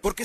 Porque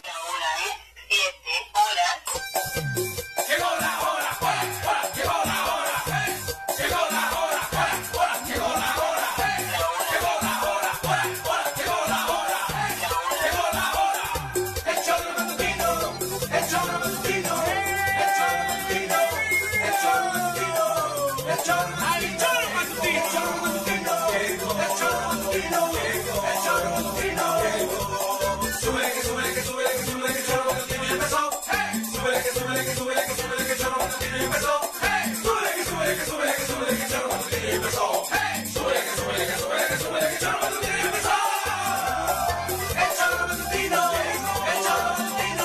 hora es 7 horas. Llegó la hora, hora, hora, llegó la hora, eh. Llegó la hora, hora, hora, llegó la hora, eh. Llegó la hora, hora, hora, llegó la hora, eh. Llegó la hora. El choro matutino, el choro matutino, el choro matutino, el choro matutino, el choro matutino, el choro matutino, el choro matutino, el choro matutino. Sube que sube que sube que sube que el choro matutino ya empezó. ¡Hey! Sube que sube que sube que sube que el choro matutino ya empezó. ¡Hey! Sube que sube que sube que sube que el choro matutino ya empezó. ¡Hey! Sube que sube que sube que sube que el choro matutino ya empezó. El choro matutino, el choro matutino,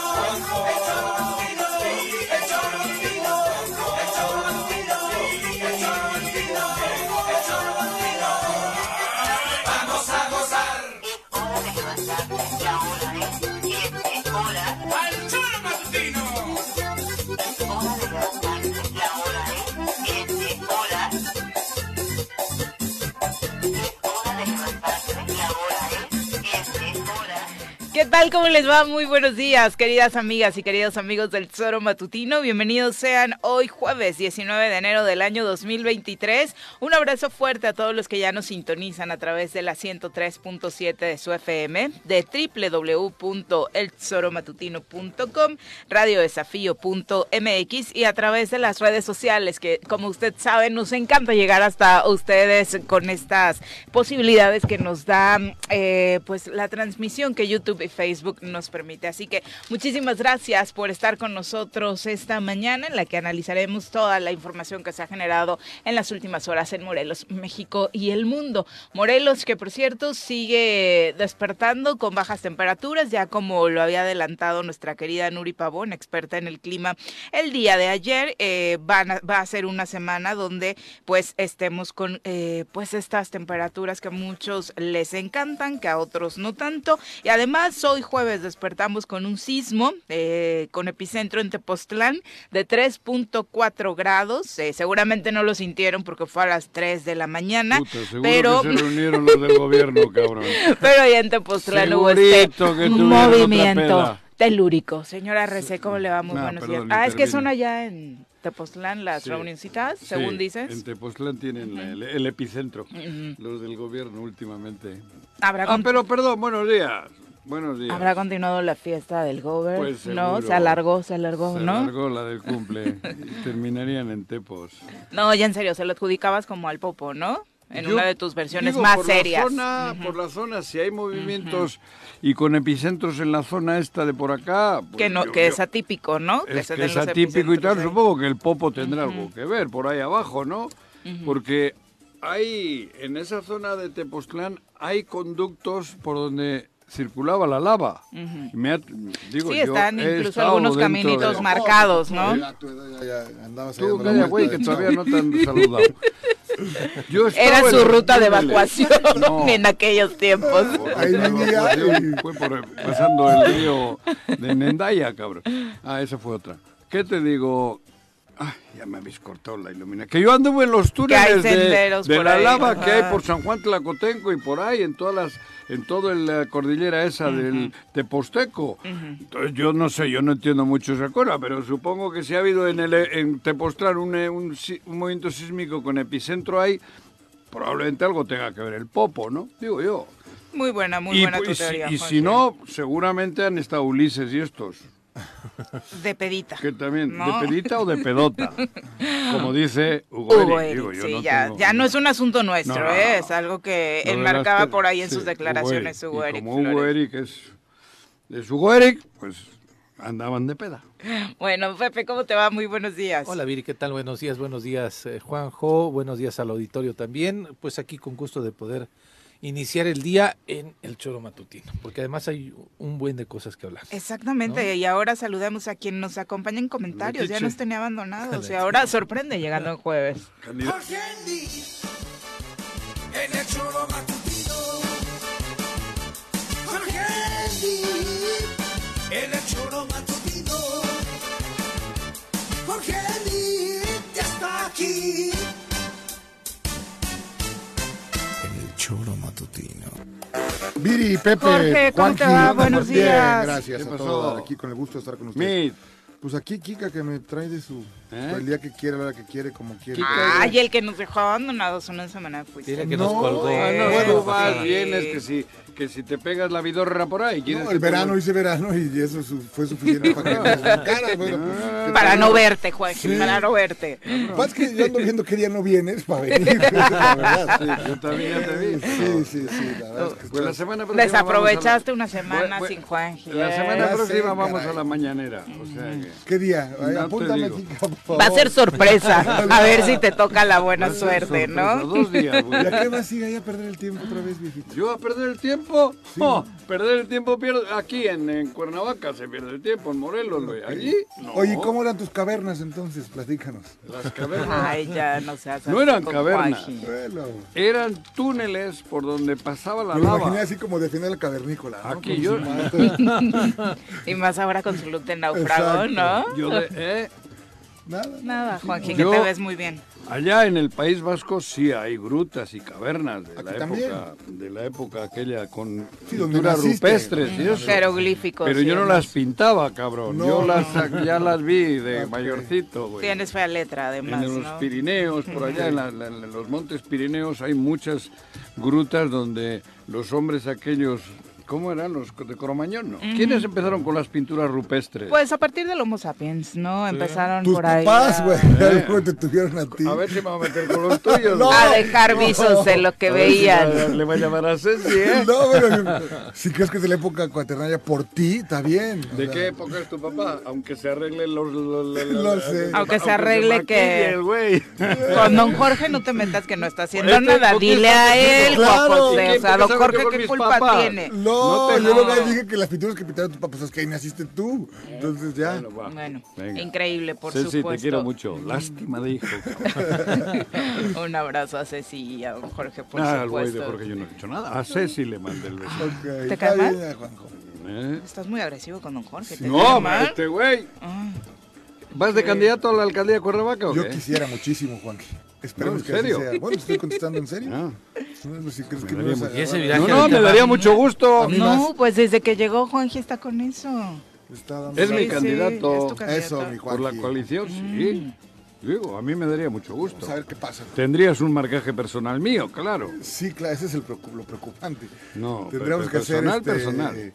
el choro matutino, el choro matutino, el choro matutino, el choro matutino, el choro matutino. Vamos a gozar. ¡Al choro matutino! ¿Qué tal? ¿Cómo les va? Muy buenos días, queridas amigas y queridos amigos del Tesoro Matutino. Bienvenidos sean hoy jueves 19 de enero del año 2023. Un abrazo fuerte a todos los que ya nos sintonizan a través de la 103.7 de su FM, de www.eltesoromatutino.com, radiodesafío.mx y a través de las redes sociales que, como usted sabe, nos encanta llegar hasta ustedes con estas posibilidades que nos da eh, pues la transmisión que YouTube y Facebook nos permite. Así que muchísimas gracias por estar con nosotros esta mañana en la que analizaremos toda la información que se ha generado en las últimas horas en Morelos, México y el mundo. Morelos que por cierto sigue despertando con bajas temperaturas, ya como lo había adelantado nuestra querida Nuri Pavón, experta en el clima, el día de ayer eh, van a- va a ser una semana donde pues estemos con eh, pues estas temperaturas que a muchos les encantan, que a otros no tanto. Y además hoy jueves despertamos con un sismo eh, con epicentro en Tepoztlán de 3.4 grados. Eh, seguramente no lo sintieron porque fue a las 3 de la mañana. Puta, seguro pero que se reunieron los del gobierno, cabrón. pero ya en Tepoztlán hubo este Segurito que tuvieron otra movimiento peda. telúrico. Señora Rece, ¿cómo le va? Muy No, buenos perdón, días. Ah, es que intervine. son allá en Tepoztlán las Sí. reunioncitas, Sí, según dices. En Tepoztlán tienen el, el epicentro, los del gobierno últimamente. Habrá Ah, con- pero perdón, buenos días. Buenos días. Habrá continuado la fiesta del Gover, Pues ¿no? Se seguro. alargó, se alargó, Se ¿no? alargó la del cumple. y terminarían en Tepos. No, ya en serio, se lo adjudicabas como al Popo, ¿no? En Yo una de tus versiones digo, más por serias. La zona, Por la zona, si hay movimientos y con epicentros en la zona esta de por acá. pues que no, yo- que yo- es atípico, ¿no? Es se que den es los atípico y tal, epicentros ahí. supongo que el popo tendrá algo que ver por ahí abajo, ¿no? Porque hay, en esa zona de Tepoztlán, hay conductos por donde circulaba la lava. Ujú. Me ha- digo, Sí, yo están he incluso estado algunos dentro de- caminitos marcados, ¿no? Tú, calla, güey, que todavía no te han saludado. Yo he estado Era en su los ruta de túneles. evacuación No. en aquellos tiempos. Ahí venía. Fue pues, por, pasando el río de Nendaya, cabrón. Ah, esa fue otra. ¿Qué te digo? Ay, ya me habéis cortado la iluminación. Que yo anduve en los túneles Que de, hay senderos de por la ahí. lava que hay Ajá. por San Juan Tlacotenco y por ahí, en todas las, en toda la cordillera esa del Teposteco. Entonces, yo no sé, yo no entiendo mucho esa cosa, pero supongo que si ha habido en, el, eh, en Tepoztlán un, eh, un si- un movimiento sísmico con epicentro ahí, probablemente algo tenga que ver el popo, ¿no? Digo yo Muy buena, muy buena tu si- teoría. y Juan. si no, seguramente han estado Ulises y estos. De pedita. Que también, No. ¿de pedita o de pedota? Como dice Hugo, Hugo Eric, digo, Eric, yo sí, no ya, tengo- ya no es un asunto nuestro, No, no, ¿eh? no. es algo que Lo de él las marcaba pe- por ahí en sí, sus declaraciones Hugo Hugo Eric. Eric. Y como Hugo Flores. Eric es, es Hugo Eric, pues andaban de peda. Bueno, Pepe, ¿cómo te va? Muy buenos días. Hola Viri, ¿qué tal? Buenos días, buenos días eh, Juanjo, buenos días al auditorio también. Pues aquí con gusto de poder iniciar el día en el choro matutino, porque además hay un buen de cosas que hablar. Exactamente, y ahora saludamos a quien nos acompaña en comentarios. Ya Letiche. nos tenía abandonados y ahora sorprende llegando en jueves. Candida- Jorge Andy, en el choro matutino. Jorge Andy, en el choro matutino. Jorge Andy, ya está aquí. En el choro matutino. Viri, Pepe, Jorge, ¿cómo te Juanji, va? Buenos bien, días. gracias ¿Qué a pasó? todos. Aquí con el gusto de estar con ustedes. Mit, Pues aquí Kika que me trae de su pues, ¿Eh? el día que quiere, la hora que quiere, como quiere. Ay, el que nos dejó abandonados una semana fuiste. Tiene que nos No, colgó. pues, ah, no, Bueno, tú vas, sí. vienes, que si, que si te pegas la vidorra por ahí. No, ¿quieres que el te- verano hice verano y eso su- fue suficiente para que me desbancaras, bueno, pues, ¿qué Para tal? no verte, Juan, Sí. para no verte. Pues es que yo ando viendo qué día no vienes para venir, la verdad. Sí, yo también ya te vi. Sí, sí, sí, la verdad es que Pues la estás- semana próxima Desaprovechaste vamos una a la- semana pues, Bueno, pues, sin Juan. La semana Ya próxima sé, vamos caray. a la mañanera. O sea que... ¿Qué día? Ay, No te apúntame, digo. Kika, por favor. Va a ser sorpresa. A ver si te toca la buena suerte, Sorpresa, ¿no? Dos días. güey. ¿Ya qué vas a ir ahí a perder el tiempo otra vez, viejito? Yo a perder el tiempo. No, perder el tiempo pierdo. Aquí en, en Cuernavaca se pierde el tiempo, en Morelos, güey. Allí. No. Oye, ¿cómo eran tus cavernas entonces? Platícanos. Las cavernas. Ay, ya no seas No así eran con cavernas. Juanji. Bueno, Eran túneles por donde pasaba la me lo imaginé lava. así como de final cavernícola. Ah, ¿no? Aquí Con yo- su madre. Y más ahora con su look de naufragón, Exacto. ¿no? Yo de- eh, Nada. Nada, Juanji, que Yo- te ves muy bien. allá en el País Vasco sí hay grutas y cavernas de Aquí la también. época de la época aquella con Sí, donde pinturas naciste. rupestres y eso. Mm, Jeroglíficos. Pero yo sí, no las pintaba, cabrón. No, yo no, las ya las vi de Ok. mayorcito, güey. Tienes fea letra, además, Pues, en los ¿no? Pirineos, por allá en, la- la- en los montes Pirineos hay muchas grutas donde los hombres aquellos, ¿cómo eran los de Cromañón? no? ¿Quiénes empezaron con las pinturas rupestres? Pues a partir del Homo sapiens, ¿no? Empezaron Tus por ahí. papás, a- güey, algo te tuvieron a ti. Eh. a ver si me va a meter con los tuyos. No, A dejar visos de lo que A ver si veían. va- le va a llamar a Ceci, ¿eh? No, pero si crees que es de la época cuaternaria por ti, está bien. o ¿De sea, qué época es tu papá? Aunque se arregle los... los- los- Lo sé. Aunque se arregle que- maquille el güey. Con don Jorge no te metas que no está haciendo Este, nada. ¿por qué Dile está a contigo? él, Claro. Juan ¿Y José. quién? ¿Por O sea, qué don sabe que Jorge, fueron ¿qué mis culpa papás? tiene? No, No te yo no jodas. le dije que las pinturas que pintaron tus papás, es pues, que ahí naciste tú. Entonces ya. Bueno, va. Bueno, Venga. increíble, por Ceci, supuesto. te quiero mucho. Lástima de hijo. cabrón. Un abrazo a Ceci y a don Jorge, por Ah, al güey de supuesto. porque yo no he hecho nada. A Ceci le mandé el beso. Ok, ¿Te está calmas? bien, ya, Juanjo. ¿Eh? Estás muy agresivo con don Jorge. ¿te cae No, ma, mal? este güey. ¿Vas de candidato a la alcaldía de Cuernavaca o Yo qué? quisiera muchísimo, Juanjo. No, Esperemos ¿en que así serio? sea. Bueno, te estoy contestando en serio. Ah. No, pues, si crees que Me no daría vas a Y ese agarrar. viraje No, no, ahorita me va- daría mucho gusto. mí No, más. pues desde que llegó Juanji está con eso. Está dando- Es mi Sí, candidato. sí, es tu candidato. Mm. Eso, mi Por la Juanji. coalición, sí. Digo, a mí me daría mucho gusto. Vamos a ver qué pasa. Tendrías un marcaje personal mío, claro. Sí, claro, ese es el preocu- lo preocupante. No, tendríamos pe- que hacer personal, este, personal.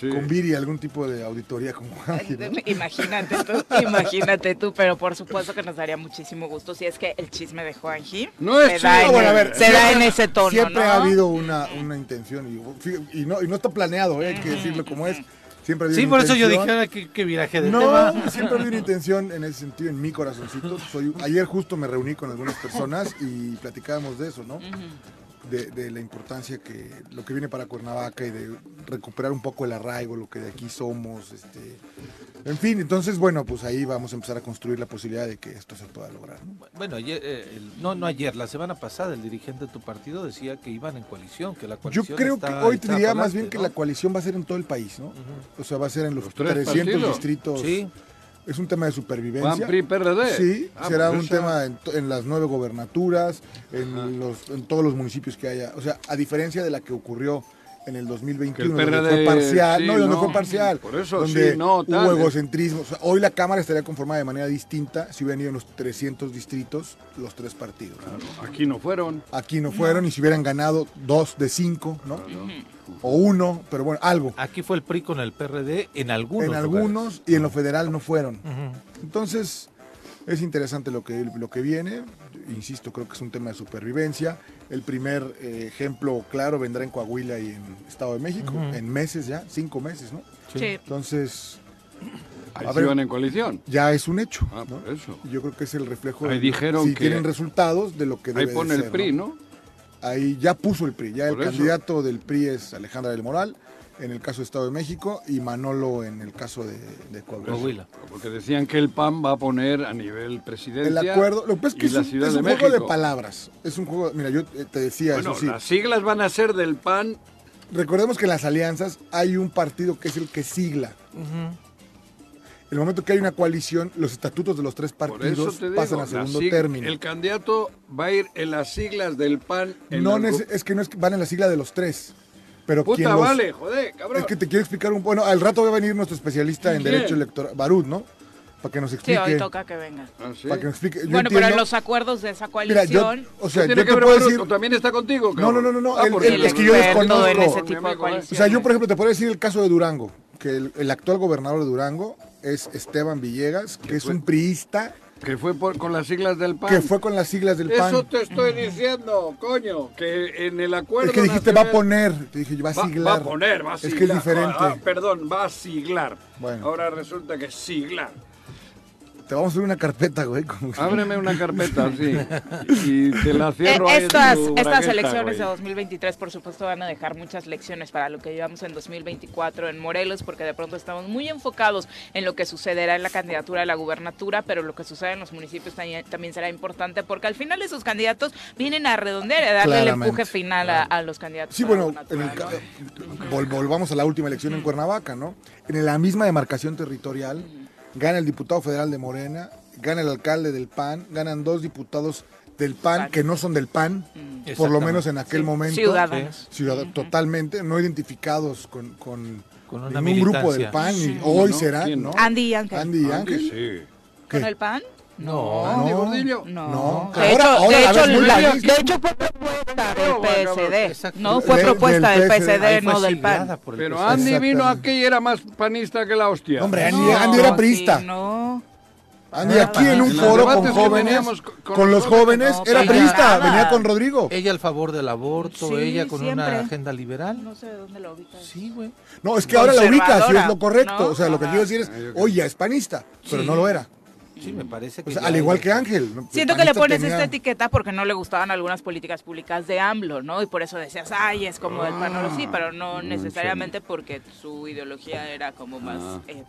Sí. con Viri algún tipo de auditoría como Juanji, ¿no? Imagínate tú, imagínate tú, pero por supuesto que nos daría muchísimo gusto si es que el chisme de Juanji No es se da, chisme. en, No, bueno, a el- ver, se siempre- da en ese tono, Siempre ¿no? ha habido una, una intención y, fí- y no, y no está planeado, ¿eh? hay Mm. que decirlo como es. Siempre ha habido Sí, una por eso yo dije, intención. ahora qué, qué viraje de tema. No, siempre ha habido una intención en ese sentido, en mi corazoncito. Soy, ayer justo me reuní con algunas personas y platicábamos de eso, ¿no? De, de la importancia que lo que viene para Cuernavaca y de recuperar un poco el arraigo, lo que de aquí somos, este, en fin. Entonces, bueno, pues ahí vamos a empezar a construir la posibilidad de que esto se pueda lograr. ¿no? Bueno, ayer, eh, el- no, no ayer, la semana pasada el dirigente de tu partido decía que iban en coalición, que la Yo coalición creo que está hoy te echada diría para más bien adelante, que ¿no? la coalición va a ser en todo el país, ¿no? O sea, va a ser en los, Los tres 300 partidos. distritos. Sí, Es un tema de Juan supervivencia. PRI PRD. Sí, Ah, será pues un esa- tema en, to- en las nueve gobernaturas, en, los, en todos los municipios que haya. O sea, a diferencia de la que ocurrió en el 2021, Que el donde fue PRD, parcial, sí, no, donde no. fue parcial, Por eso, donde sí, no, tal. hubo egocentrismo. O sea, hoy la Cámara estaría conformada de manera distinta si hubieran ido en los 300 distritos los tres partidos. Aquí no fueron. Aquí no fueron y si hubieran ganado dos de cinco, ¿no? O uno, pero bueno, algo. aquí fue el PRI con el PRD en algunos en algunos y en lo federal no fueron. Entonces, es interesante lo que, lo que viene. Insisto, creo que es un tema de supervivencia. El primer eh, ejemplo claro vendrá en Coahuila y en Estado de México, en meses ya, cinco meses, ¿no? Sí. Entonces, Ahí A sí ver. van en coalición. Ya es un hecho. Ah, ¿no? por eso. Y Yo creo que es el reflejo. Ahí de- dijeron si que- tienen resultados de lo que Ahí debe de pone ser, el PRI, ¿no? Ahí ya puso el PRI. Ya Por el eso. candidato del PRI es Alejandra del Moral, en el caso de Estado de México, y Manolo en el caso de, de Coahuila. Coahuila. pues, Porque decían que el PAN va a poner a nivel El presidencia. acuerdo, lo que pasa es que y es la un, Ciudad es de un juego de México. palabras. Es un juego, mira, yo eh, te decía Bueno, eso sí. las siglas van a ser del PAN. Recordemos que en las alianzas hay un partido que es el que sigla. El momento que hay una coalición, los estatutos de los tres Por eso partidos te digo, pasan a la segundo sig- término. El candidato va a ir en las siglas del PAN. en No el nece- grupo. es que no es que van en la sigla de los tres. Pero quien Puta, los- vale, joder, cabrón. Es que te quiero explicar un... Bueno, al rato va a venir nuestro especialista en ¿Quién? Derecho Electoral, Barut, ¿no? Para que nos Sí, explique. hoy toca que venga. Ah, sí. Para que nos explique. Yo bueno, pero entiendo- en los acuerdos de esa Mira, yo... coalición. O sea, ¿Qué yo tiene te que ver puedo Bruno? decir... También está contigo, No, cabrón. no, no, no, no. Ah, el- porque el- es que yo experto desconozco. en ese Mi tipo de amigo, ¿eh? O sea, yo, coaliciones. por ejemplo, te puedo decir el caso de Durango, que el, el actual gobernador de Durango es Esteban Villegas, que es un priista, Que fue por- con las siglas del PAN. que fue con las siglas del Eso PAN. te estoy diciendo, coño, que en el acuerdo. Es que dijiste va nacional- a poner, te dije, va a Va- siglar. Va, a poner, va a Es siglar. que es diferente. Ah, ah, perdón, va a siglar. Bueno. Ahora resulta que es siglar. Te vamos a hacer una carpeta, güey. como- Ábreme una carpeta, sí. Y te la cierro Eh, ahí en estas, tu estas bragueta, elecciones de güey. 2023, por supuesto, van a dejar muchas lecciones para lo que llevamos en 2024 en Morelos, porque de pronto estamos muy enfocados en lo que sucederá en la candidatura de la gubernatura, pero lo que sucede en los municipios también, también será importante, porque al final esos candidatos vienen a redondear, a darle Claramente, el empuje final a, a los candidatos. Sí, a la bueno, en gubernatura, el ¿no? ca- vol- volvamos a la última elección en Cuernavaca, ¿no? En la misma demarcación territorial, gana el diputado federal de Morena, gana el alcalde del PAN, ganan dos diputados del PAN Pan. que no son del PAN, por lo Exactamente. menos en aquel Sí, momento. ciudadanos. Ciudada- totalmente, no identificados con, con, Con una ningún grupo militancia. del PAN, ni- hoy ¿No? será, ¿Quién ¿no? no? Andy y Ángel. Andy y Ángel, Ángel. Sí. ¿Qué? ¿Con el pan? No. Andy No. Gordillo. No. No. De hecho, Ahora- ahora de, la hecho, ves muy la- bien. de hecho, fue propuesta del PSD. Exacto. No, fue De- propuesta del del PSD, PSD, Ahí fue no del siglada PAN. por el Pero presidente. Andy vino Exactamente. aquí y era más panista que la hostia. Hombre, Andy, No, Andy era sí, priista. no. Andy aquí en un En los foro debates con que jóvenes, teníamos con- con con los nosotros, jóvenes, no, era para priista, nada. venía con Rodrigo. Ella al favor del aborto, Sí, ella con siempre. una agenda liberal. No sé de dónde lo ubicas. Sí, güey. No, es que ahora la ubicas y es Conservadora, lo correcto. ¿no? O sea, lo Ah, que Ajá. quiero decir es, oye, es panista, pero no lo era. Sí, me parece que. O sea, ya Pues, al igual ella- que Ángel. ¿no? Siento que le Panista pones este tenía- esta etiqueta porque no le gustaban algunas políticas públicas de AMLO, ¿no? Y por eso decías, ay, es como del PAN, no lo Ah. sí, pero no necesariamente porque su ideología era como Ah. más... eh,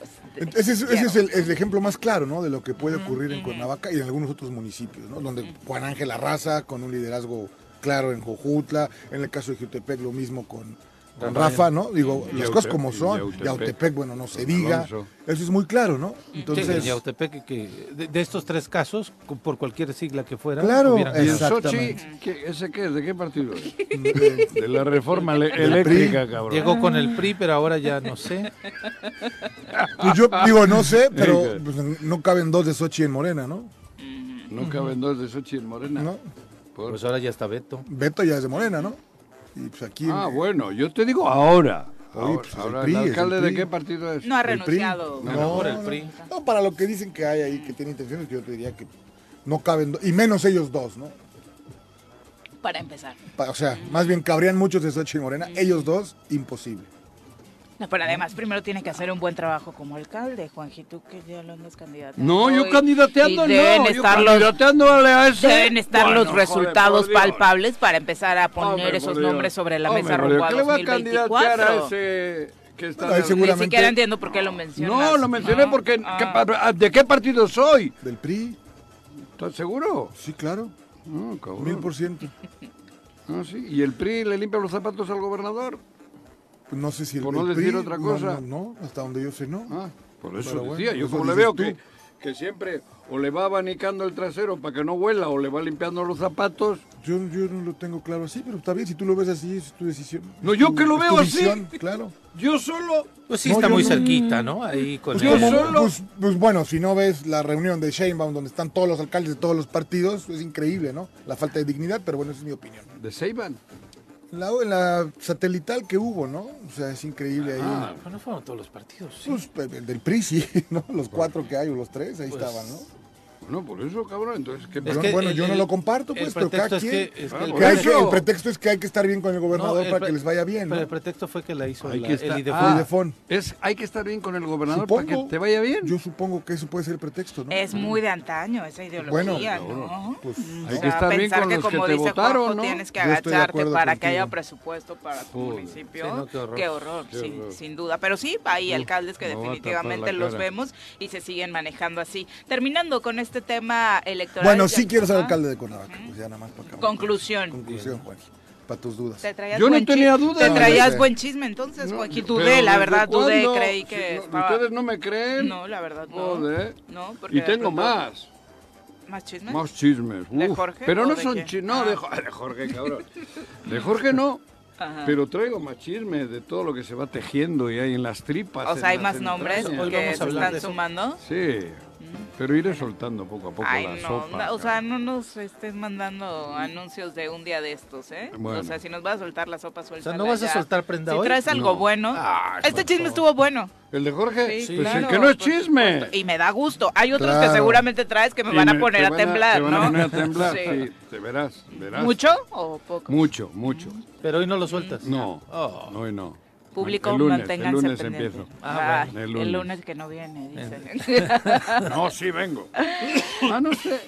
pues, de Ese es, ese es izquierda. el, el ejemplo más claro, ¿no? De lo que puede ocurrir en Cuernavaca y en algunos otros municipios, ¿no? Donde Juan Ángel Arrasa, con un liderazgo claro en Jojutla, en el caso de Jutepec lo mismo con, con Rafa, ¿no? Digo, las cosas como son, Yautepec. Yautepec, bueno, no se Con diga. Alonso. Eso es muy claro, ¿no? Sí, Entonces, en Yautepec, que de, de estos tres casos, cu- por cualquier sigla que fuera, Claro, hubieran ganado. Y en Sochi, Exactamente. ¿qué- ¿ese qué es? ¿De qué partido es? eh, De la reforma ele- eléctrica, cabrón. llegó con el PRI, pero ahora ya no sé. pues yo digo, no sé, pero Venga. pues, no caben dos de Sochi en Morena, ¿no? No caben dos de Sochi en Morena. ¿No? Por- Pues ahora ya está Beto. Beto ya es de Morena, ¿no? Y pues aquí... Ah, eh, bueno, yo te digo ahora. Oye, Ahora, pues el ahora, PRI, ¿el es el alcalde de PRI. qué partido es? No ha El PRI. renunciado. No, mejor el PRI. No, para lo que dicen que hay ahí, que tiene intenciones, yo te diría que no caben, do- y menos ellos dos, ¿no? Para empezar. Pa- O sea, más bien cabrían muchos de Sochi y Morena, ellos dos, imposible. No, pero además primero tiene que hacer un buen trabajo como alcalde, Juanjito, que ya lo andas candidateando. No, yo y- candidateando y deben no, yo estar los- candidateándole a ese. Deben estar Bueno, los joder, resultados por Dios. palpables para empezar a poner Hombre, esos por Dios. nombres sobre la Hombre, mesa por Dios, rumbo a ¿Qué le va a 2024. candidatear a ese que está en- Bueno, ahí seguro- Ni Seguramente- siquiera entiendo por qué lo mencionas. No, lo mencioné No, porque ah. ¿qué par- ¿de qué partido soy? ¿Del PRI? ¿Estás seguro? Sí, claro, No, mil cabrón. por ciento. Ah, sí. ¿Y el PRI le limpia los zapatos al gobernador? Pues No sé si el, Por no el decir PRI, otra no, cosa. No, no, hasta donde yo sé, no. Ah, por eso Pero bueno, decía, yo eso como le dices veo tú. que, que siempre o le va abanicando el trasero para que no huela o le va limpiando los zapatos. Yo, yo no lo tengo claro así, pero está bien, si tú lo ves así, es tu decisión. No, Es yo tu- que lo es veo tu así. visión, claro. Yo solo Pues sí, No, está yo muy no- cerquita, ¿no? Ahí con Pues, Yo el- como- solo- pues- pues bueno, si no ves la reunión de Sheinbaum donde están todos los alcaldes de todos los partidos, es increíble, ¿no? La falta de dignidad, pero bueno, esa es mi opinión. de Seiban. La, la satelital que hubo, ¿no? O sea, es increíble ahí. Ah, pues no fueron todos los partidos. sí. Pues, el del PRI, sí, ¿no? Los cuatro que hay o los tres, ahí Pues, estaban, ¿no? Bueno, por eso, cabrón, entonces, ¿qué Ah, Yo- pasa? que bueno, yo el- no el- lo comparto, el pues, pero cada pretexto es quien. Ah, que- es que el Que hay gobernador- que- el pretexto es que hay que estar bien con el No, gobernador el para que pre- les vaya bien, ¿no? Pero el pretexto fue que la hizo Hay la- que estar- el IDEFON. Ah, Idefón. Es, hay que estar bien con el gobernador para Supongo. que te vaya bien. Yo supongo que eso puede ser el pretexto, ¿no? Es muy de antaño esa ideología, Bueno, ¿no? Pues, O Hay sea, que estar bien pensar con que los que como te dice votaron, Juanjo, ¿no? tienes que Yo estoy de agacharte acuerdo para que contigo. haya presupuesto para tu Joder. municipio. Sí, no, qué horror. Qué sin, horror. sin duda. Pero sí, hay alcaldes que me voy a tapar definitivamente la los cara. vemos y se siguen manejando así. Terminando con este tema electoral. Bueno, ya- sí quiero ser Ah, alcalde de Cuernavaca. Pues ya nada más para acabar. Conclusión. Conclusión, Juan. Para tus dudas. ¿Te traías Yo no buen chi- tenía duda. Te No, traías ya sé. buen chisme entonces, No, Joaquín. pero Dudé, la ¿desde verdad, dudé, cuándo? creí Si que no- estaba- ¿Ustedes no me creen? No, la verdad no. Joder. No, porque Y de tengo pronto- más, ¿Más chisme? más chismes. ¿De uf. Jorge o pero no de Ah. son quién? chismes. No, de, Jo- de Jorge, cabrón. De Jorge no. Ajá. Pero traigo más chismes de todo lo que se va tejiendo y hay en las tripas. O sea, hay en las más nombres entrañas. Hoy que vamos a se hablar están de eso. sumando. Sí, pero iré soltando poco a poco ¿Ah? Mm. Ay, la no, sopa. no, o cabrón. sea, no nos estés mandando anuncios de un día de estos, ¿eh? Bueno. O sea, si nos vas a soltar la sopa, suelta. ¿no vas a soltar prenda Si hoy? traes algo No. bueno. Ay, este por chisme favor. estuvo bueno. ¿El de Jorge? Sí, pues claro, el que no es por chisme. supuesto. Y me da gusto. Hay otros que Claro. seguramente traes que me van Y a me- poner te a van temblar, te van ¿no? a poner a temblar, Sí. sí. Te verás, verás. ¿Mucho o poco? Mucho, mucho. Pero hoy no lo sueltas. No, Oh. no, hoy no. Público, el lunes, manténganse el lunes pendientes. empiezo. Ah, Ay, bueno. el, El lunes. lunes. que no viene, dice. No, sí vengo. Ah, no sé.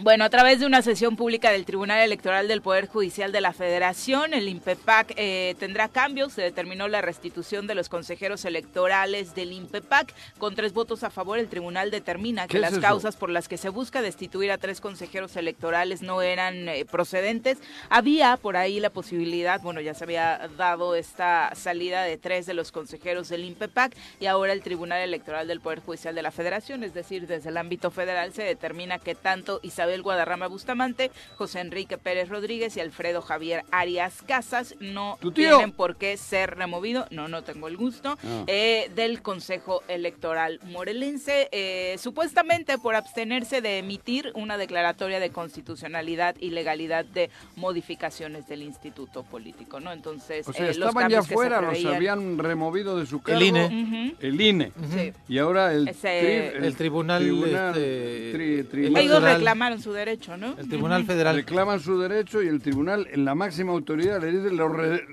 Bueno, a través de una sesión pública del Tribunal Electoral del Poder Judicial de la Federación, el INPEPAC eh, tendrá cambios. Se determinó la restitución de los consejeros electorales del INPEPAC. Con tres votos a favor, el tribunal determina que ¿Qué es las eso? causas por las que se busca destituir a tres consejeros electorales no eran eh, procedentes. Había por ahí la posibilidad, bueno, ya se había dado esta salida de tres de los consejeros del INPEPAC y ahora el Tribunal Electoral del Poder Judicial de la Federación, es decir, desde el ámbito federal se determina que tanto Isabel Guadarrama Bustamante, José Enrique Pérez Rodríguez y Alfredo Javier Arias Casas no Tu tío. tienen por qué ser removido, no, no tengo el gusto, Ah. eh, del Consejo Electoral Morelense, eh, supuestamente por abstenerse de emitir una declaratoria de constitucionalidad y legalidad de modificaciones del Instituto Político, ¿no? Entonces, O sea, eh, los estaban ya cambios que se afuera, los preveían- habían removido de su cargo. INE. El INE. Sí. Y ahora el, Ese- El tribunal, este, tri- Electoral. Ellos tribunal reclamaron su derecho, ¿no? El Tribunal Federal reclaman su derecho y el tribunal, en la máxima autoridad, le dice, lo re-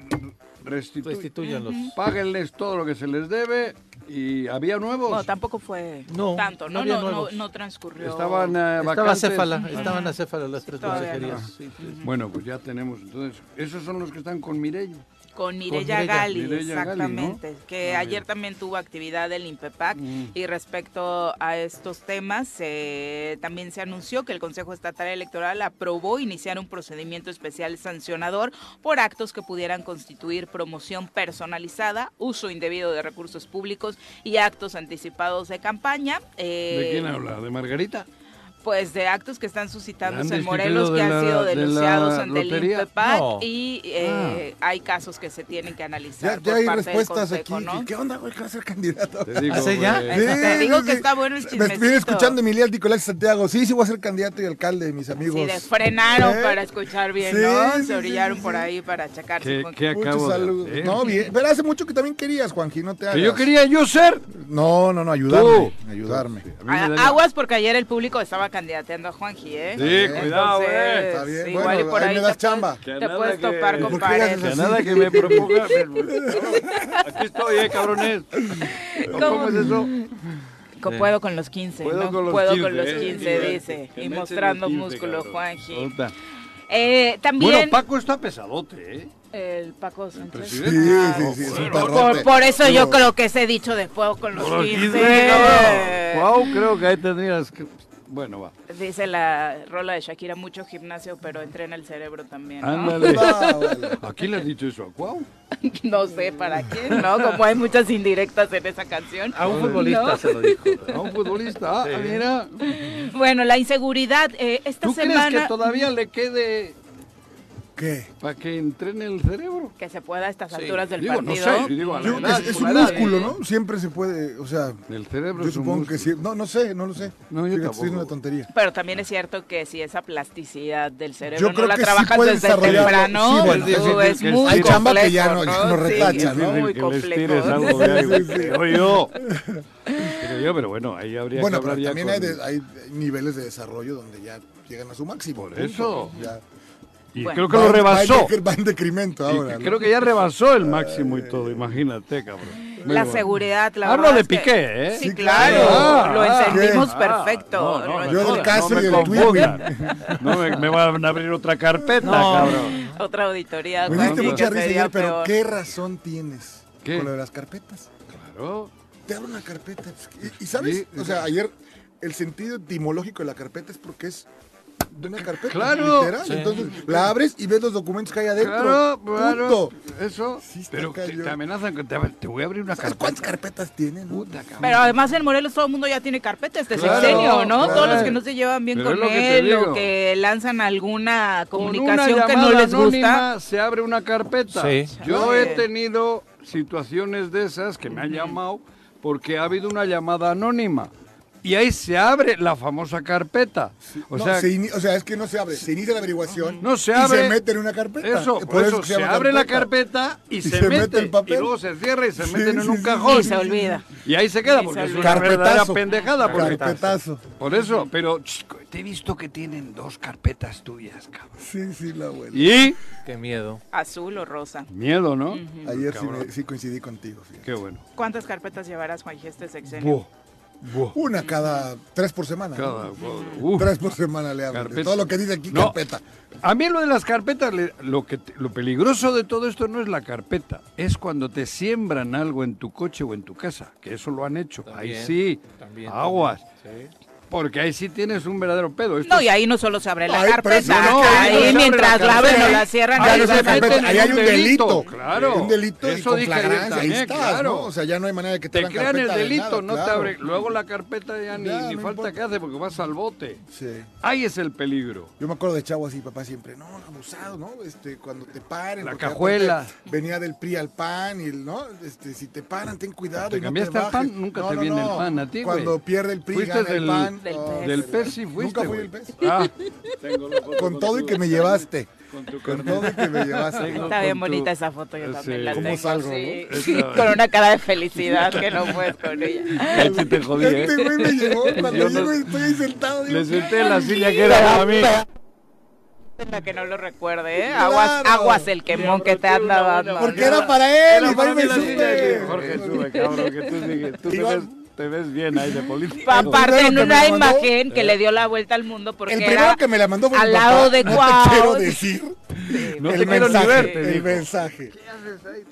restituye. restituyanlos. Páguenles todo lo que se les debe y había nuevos. Bueno, tampoco fue No, tanto, ¿no? no había No, no, nuevos. no transcurrió. Estaban eh, Estaba vacantes. acéfala, estaban acéfalas las tres todavía consejerías. no. Sí, sí. Bueno, pues ya tenemos entonces. Esos son los que están con Mireille. Con Mireya Mireya, Gali, Mireya Gali, exactamente. Que ayer también tuvo actividad del INPEPAC. Mm. Y respecto a estos temas, eh, también se anunció que el Consejo Estatal Electoral aprobó iniciar un procedimiento especial sancionador por actos que pudieran constituir promoción personalizada, uso indebido de recursos públicos y actos anticipados de campaña. Eh, ¿De quién habla? ¿De Margarita? Pues de actos que están suscitándose ¿Han en Morelos discutido de que han la- sido de la denunciados ante el lotería? Ah. INPEPAC No. y eh, hay casos que se tienen que analizar Ya, por ya hay parte respuestas del consejo, aquí. ¿no? ¿Qué onda, güey? ¿Qué va a ser candidato? Te digo, ¿Ah, sí, ya? güey. Eso te Sí, digo sí, que sí. está bueno el Me chismecito. viene escuchando Emiliel Nicolás Santiago. Sí, sí, voy a ser candidato y alcalde de mis amigos. Sí, les frenaron ¿Eh? para escuchar bien, Sí, ¿no? sí, se sí, orillaron sí, por sí. ahí para checarse. ¿Qué- con- qué Muchos acabo de saludos. hacer? ¿Eh? No, bien. Pero hace mucho que también querías, Juanji, no te hagas. Que yo quería yo ser. No, no, no, ayudarme. Tú. Ayudarme. A mí A- me daría- Ah, Aguas porque ayer el público estaba candidateando a Juanji, ¿eh? Sí, cuidado, eh. Está bien. sí, Bueno, igual y por ahí ahí te me das puedes- chamba. Que te nada puedes que- topar con ¿Por qué haces pared. Que a así? nada que me proponga. Aquí estoy, eh, cabrones. ¿Cómo, ¿Cómo? es eso? Co- Puedo con los 15, Puedo ¿no? con los Puedo 15, con los 15, eh. dice. Que Y me echen mostrando los 15, músculo, cabrón. Juanji. Puta. Eh, también Bueno, Paco está pesadote, ¿eh? el Paco El Sánchez. Sí, presidente. Ah, sí, sí, es un Por, perrote. por eso yo creo que ese dicho de fuego con los Por los 15. 15, cabrón. Wow, creo que ahí tendrías que. Bueno, va. Dice la rola de Shakira, mucho gimnasio, pero entrena el cerebro también. ¿no? Ándale. Ah, vale. ¿A quién le has dicho eso? ¿A Cuau? no sé para quién, ¿no? Como hay muchas indirectas en esa canción. A un futbolista se lo dijo. ¿A un futbolista? Ah, mira. Bueno, la inseguridad eh, esta ¿Tú semana. crees que todavía le quede ¿Qué? para que entrene el cerebro? que se pueda a estas alturas del digo, no partido. sé, digo, a la Yo creo edad, que es, es por un la edad, músculo, ¿eh? ¿no? Siempre se puede, o sea, El cerebro yo es un supongo que músculo. sí. No, no sé, no lo sé. No, yo Fíjate, estoy diciendo tampoco. una tontería. Pero también es cierto que si esa plasticidad del cerebro Yo no creo la que sí trabajas puede desde desarrollarlo. temprano, Sí, bueno, pues, es decir, es que muy hay complejo, chamba que ya no- ya no Sí, retacha, es ¿no? muy Que les complejo. tires algo de ahí, güey. Oye, yo. Que les yo, pero bueno, ahí habría Bueno, que hablar pero ya también con- hay, de- hay niveles de desarrollo donde ya llegan a su máximo. Por punto. eso. Ya. Y creo Bueno. que lo Va- va en rebasó. decre- Va en decremento Y ahora. ¿no? creo que ya rebasó el máximo y todo, imagínate, cabrón. Muy Eh. la bueno. seguridad, la Hablo verdad de es que- Piqué, ¿eh? Sí, Sí, claro. claro. lo Ah, entendimos ¿qué? perfecto. Ah, no, no, lo- Yo del jodas, no caso y me del confundan. No me, me van a abrir otra carpeta, cabrón. Otra auditoría. Me Juan, diste y que mucha risa sería ayer, pero peor. ¿qué razón tienes ¿Qué? con lo de las carpetas? Claro. Te abro una carpeta. pues, Y, y sabes, Sí. o sea, ayer el sentido etimológico de la carpeta es porque es de una carpeta. Claro. Literal. Sí. Entonces la abres y ves los documentos que hay adentro. Claro, claro. Punto. Eso. Sí, está Pero te, cañón. te amenazan que te, te voy a abrir una ¿Sabes carpeta. cuántas carpetas tienen? no? Puta, cabrón. Pero además en Morelos todo el mundo ya tiene carpetas de Claro, sexenio, ¿no? claro. Todos los que no se llevan bien Pero es con lo que te él o digo. que lanzan alguna Con una comunicación que no llamada les gusta. anónima se abre una carpeta. Sí. Yo Chale. he tenido situaciones de esas que me han llamado porque ha habido una llamada anónima. Y ahí se abre la famosa carpeta. O No, sea, se ini- o sea, es que no se abre. Se inicia la averiguación. No se abre. Y se mete en una carpeta. Eso, Eh, por, por eso, es que se, llama abre la carpeta y, se, mete, el papel. Y luego se cierra y se Sí, meten en sí, un sí, cajón. Y se olvida. Y ahí se queda, Y porque se es una olvida. verdadera Carpetazo. pendejada. porque- Carpetazo. por eso, pero ch, te he visto que tienen dos carpetas tuyas, cabrón. Sí, sí, la abuela. Y Qué miedo. Azul o rosa. miedo, ¿no? Ayer sí, Cabrón. me- sí coincidí contigo. fíjate. Qué bueno. ¿Cuántas carpetas llevarás, Juanji, este sexenio? Buah, buah, Una cada tres por semana. ¿no? cada- uf. Tres por semana le hablo. Carpeta. Todo lo que dice aquí, No. carpeta. A mí lo de las carpetas, le- lo, que te- lo peligroso de todo esto no es la carpeta, es cuando te siembran algo en tu coche o en tu casa, que eso lo han hecho. ahí También, sí, también, aguas. también, Porque ahí sí tienes un verdadero pedo. Esto No, y ahí no solo se abre la Ay, pero carpeta, eso no, ahí no se ahí abre mientras la la abren o carpeta. la cierran, Ahí ahí no se se meten carpeta, en ahí hay un delito. claro. Un delito Eso y con dije ayer flagrancia. también, ahí estás, claro. ¿no? O sea, ya no hay manera de que te Te hagan crean el carpeta de delito, nada, no te claro. abre. Luego la carpeta ya ni, Ya, ni no falta importa. que hace porque vas al bote. Sí. Ahí es el peligro. Yo me acuerdo de Chavo así, papá siempre, no, abusado, ¿no? Este, cuando te paren. La porque cajuela. aparte Venía del PRI al PAN y, el, ¿no? Este, si te paran, ten cuidado. ¿Te y no cambiaste al bajes. PAN? Nunca te viene el PAN a ti, güey. Cuando pierde el PRI, Fuiste gana del- el PAN. Del no, PES. Del pero- PES sí fuiste. Nunca fui güey. del PES. Ah, Con todo y que me llevaste. Con tu Con todo y que me llevaste. Tengo- Está bien con tu- bonita esa foto, yo también Sí. la ¿Cómo tengo. salgo, sí. no? Sí, Esa- con una cara de felicidad que no puedes con ella. Ahí sí te jodí, ¿eh? Este güey me llevó. Yo Cuando no- llego y estoy ahí sentado, digo, Le senté en la silla que era para mí. En la que no lo recuerde, ¿eh? Aguas, Claro. aguas el quemón que te anda dando. buena- porque era para Era él. y va y para me mí la silla y sube. dije, Jorge, sube, cabrón, que tú, sigue- tú te, Iba- ves, te ves bien ahí de político. Pa- Aparte, primero en que una me mandó- eh, imagen que le dio la vuelta al mundo porque El era primero que me la mandó fue mi al papá. lado de No te Cuau. quiero decir. No el te quiero ni mensaje, ver, te el dijo. mensaje.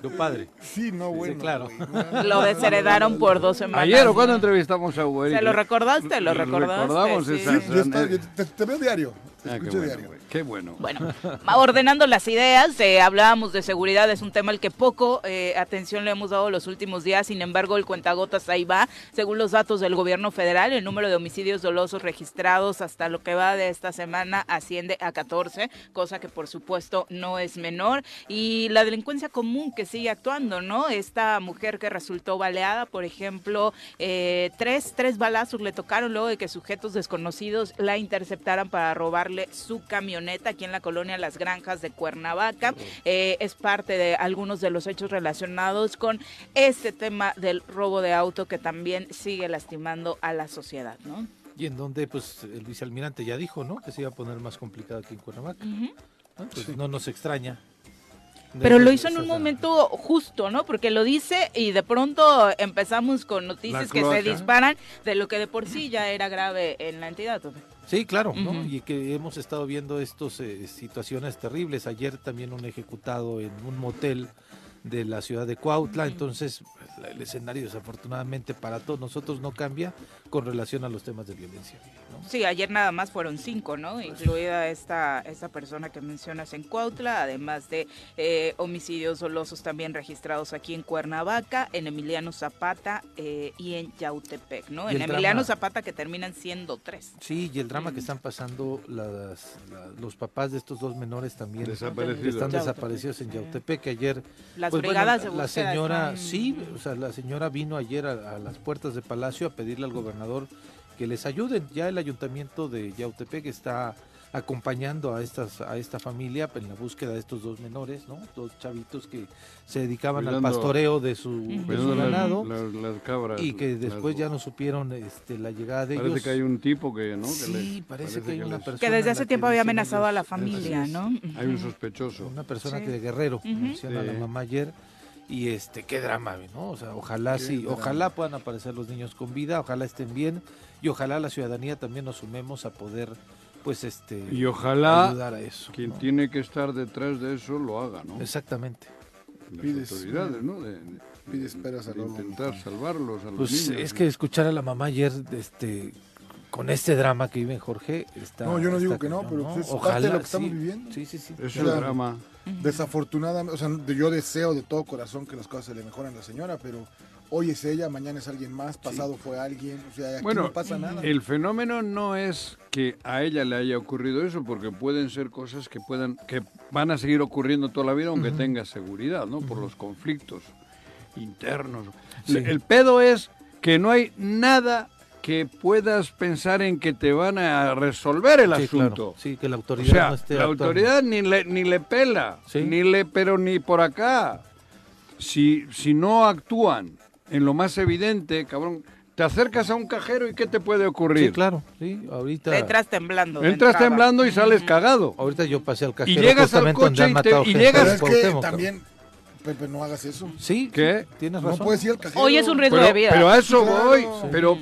Tu padre. Sí, no, bueno. claro. güey, no, lo desheredaron por dos semanas. Ayer o cuando entrevistamos a Hugo Eric? ¿Se lo recordaste? ¿Lo Nos recordaste? Recordamos Sí. esa. Yo estoy- yo te, te veo diario. Te Ah, qué escucho bueno, diario. güey, qué bueno. Bueno, va ordenando las ideas, eh, hablábamos de seguridad, es un tema al que poco eh, atención le hemos dado los últimos días, sin embargo el cuentagotas ahí va. Según los datos del gobierno federal, el número de homicidios dolosos registrados hasta lo que va de esta semana asciende a 14, cosa que por supuesto no es menor. Y la delincuencia común que sigue actuando, ¿no? Esta mujer que resultó baleada, por ejemplo, eh, tres, tres balazos le tocaron luego de que sujetos desconocidos la interceptaran para robarle su camioneta aquí en la colonia Las Granjas de Cuernavaca. Eh, es parte de algunos de los hechos relacionados con este tema del robo de auto que también sigue lastimando a la sociedad, ¿no? Y en donde, pues, el vicealmirante ya dijo, ¿no? Que se iba a poner más complicado aquí en Cuernavaca. ¿no? Pues no nos extraña. Pero De- lo de- hizo en esa- un momento justo, ¿no? Porque lo dice y de pronto empezamos con noticias La que se cloaca. disparan de lo que de por sí ya era grave en la entidad. Tope. Sí, claro, ¿no? Ujú. Y que hemos estado viendo estas situaciones terribles. Ayer también un ejecutado en un motel de la ciudad de Cuautla. Entonces, la- el escenario desafortunadamente para todos nosotros no cambia con relación a los temas de violencia. ¿no? Sí, ayer nada más fueron cinco, ¿no? Incluida esta, esta persona que mencionas en Cuautla, además de eh, homicidios dolosos también registrados aquí en Cuernavaca, en Emiliano Zapata eh, y en Yautepec, ¿no? Y En el drama. Emiliano Zapata que terminan siendo tres. Mm. Sí, y el drama que están pasando las- la- los papás de estos dos menores también. que Desaparecido. están Yautepec. desaparecidos en Yautepec, que ayer... Las pues, bueno, brigadas de La búsqueda señora, están- sí, o sea, la señora vino ayer a, a las puertas de Palacio a pedirle al gobernador que les ayuden. Ya el ayuntamiento de Yautepec está acompañando a, estas, a esta familia en la búsqueda de estos dos menores, ¿no? Dos chavitos que se dedicaban Cuidando- al pastoreo de su, de Cuidando su las- ganado las- las cabras, y que las- después ya no supieron este, la llegada de Parece ellos. que hay un tipo que, ¿no? Que Sí, parece que hay una les- persona Que desde en hace la tiempo había dicen amenazado a la ellos- familia, Así es. ¿no? Hay un sospechoso. Una persona Sí. que de Guerrero, menciona Sí. la mamá ayer. Y este, qué drama, ¿no? O sea, ojalá Qué sí, drama. ojalá puedan aparecer los niños con vida, ojalá estén bien y ojalá la ciudadanía también nos sumemos a poder, pues, este, Y ojalá ayudar a eso. quien ¿no? tiene que estar detrás de eso lo haga, ¿no? Exactamente. Las Pides- autoridades, ¿no? De, de- pide esperas a de lo- intentar salvarlos a los Pues niños, es que escuchar a la mamá ayer, este, con este drama que vive en Jorge, está. No, yo no está digo que no, cañón, pero pues es parte de lo que estamos sí. viviendo. Sí, sí, sí. Es o el sea, drama. Desafortunadamente, o sea, de- yo deseo de todo corazón que las cosas se le mejoren a la señora, pero hoy es ella, mañana es alguien más, pasado fue alguien, o sea, aquí Bueno, no pasa nada. El fenómeno no es que a ella le haya ocurrido eso, porque pueden ser cosas que puedan, que van a seguir ocurriendo toda la vida, aunque tenga seguridad, ¿no? Por los conflictos internos. Sí. El pedo es que no hay nada que puedas pensar en que te van a resolver el Sí, claro. asunto. Sí, que la O autoridad sea, no esté la actuando. autoridad ni le, ni le pela, Sí. ni le, pero ni por acá. Si, si no actúan en lo más evidente, cabrón, te acercas a un cajero y ¿qué te puede ocurrir? Sí, claro, sí, ahorita. Entras temblando. de Entras entrada. temblando y sales cagado. Ahorita yo pasé al Y cajero llegas al justamente donde coche han y matado te- y gente llegas- pero en es que Cuauhtémoc, también, Pepe, no hagas eso. cabrón. Sí, ¿Qué? tienes No razón. puedes ir al cajero. Hoy es un riesgo Pero, de vida. pero a eso Claro. voy. Sí. Pero,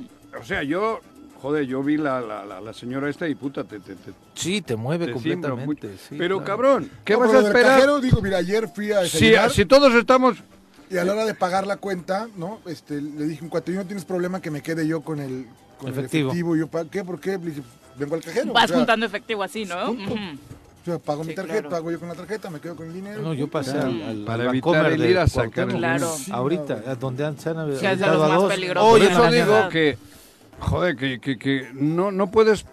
o sea, yo, joder, yo vi la, la, la, la señora esta y puta, te, te, te, Sí, te mueve te siembra completamente. mucho. sí, pero, claro. cabrón, ¿qué No, vas pero a lo del esperar? cajero, digo, mira, ayer fui a Si, desayunar si todos estamos... y a la hora de pagar la cuenta, ¿no? Este, le dije, un cuate, "Oye, no tienes problema que me quede yo con el, con Efectivo. el efectivo. Y yo, "¿Pa- ¿qué? ¿Por qué? Le dije, vengo al cajero. Vas o sea, juntando efectivo así, ¿no? Ujú. Punto. o sea, pago mi Sí, tarjeta, claro. pago yo con la tarjeta, me quedo con el dinero. No, yo pasé al, al- Para al evitar Vancomer el de ir a sacar Cuauhtémoc. el- Claro. Ahorita, a donde han, se han de los aventado a más dos. peligrosos. Por Oye, eso no, digo nada. que, joder, que, que, que no, no puedes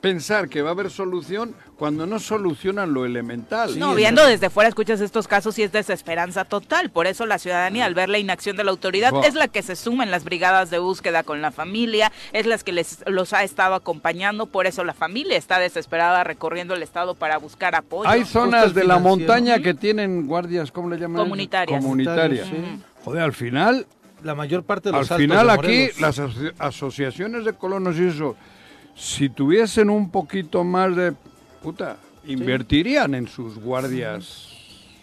pensar que va a haber solución cuando no solucionan lo elemental. No, viendo desde fuera escuchas estos casos y es desesperanza total. Por eso la ciudadanía, al ver la inacción de la autoridad, Buah. es la que se suma en las brigadas de búsqueda con la familia, es las que les, los ha estado acompañando. Por eso la familia está desesperada recorriendo el estado para buscar apoyo. Hay zonas Justo el de la financiero. montaña que tienen guardias, ¿cómo le llaman? Comunitarias. Comunitarias. Sí. Joder, al final, La mayor parte de al los altos final de aquí Morelos. las aso- asociaciones de colonos y eso, si tuviesen un poquito más de puta, invertirían en sus guardias. Mm.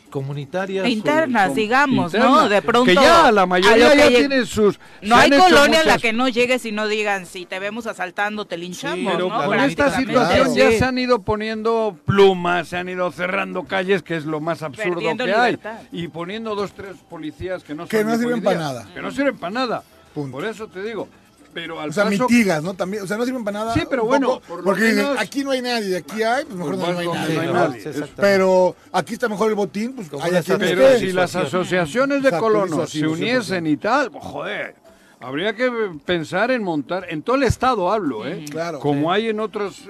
comunitarias E o- internas, Com- digamos, internas, ¿no? De pronto. Que ya la a mayoría lo que ya lleg- tienen sus. No se hay han hecho colonia en la muchas- que no llegues y no digan si te vemos asaltando, te linchamos. Pero ¿no? con esta Prácticamente, situación sí. ya se han ido poniendo plumas, se han ido cerrando calles, que es lo más absurdo Perdiendo que hay. libertad. Y poniendo dos, tres policías que no Que son no ni sirven policías, para nada. Que no sirven para nada. Punto. Por eso te digo. Pero al O sea, caso, mitigas, ¿no? También, o sea, no sirven para nada. Sí, pero un bueno, poco, por lo porque dicen, menos- aquí no hay nadie, aquí hay, pues mejor pues, no hay vas nadie. donde Sí, no ¿no? hay nadie. Sí, Es- exacto. Pero aquí está mejor el botín, pues Como hay una aquí tienes Pero que- si las asociaciones de Exacto, colonos se disuasivo, uniesen y tal, Pues, joder, habría que pensar en montar, en todo el estado hablo, ¿eh? Claro. Como hay en otras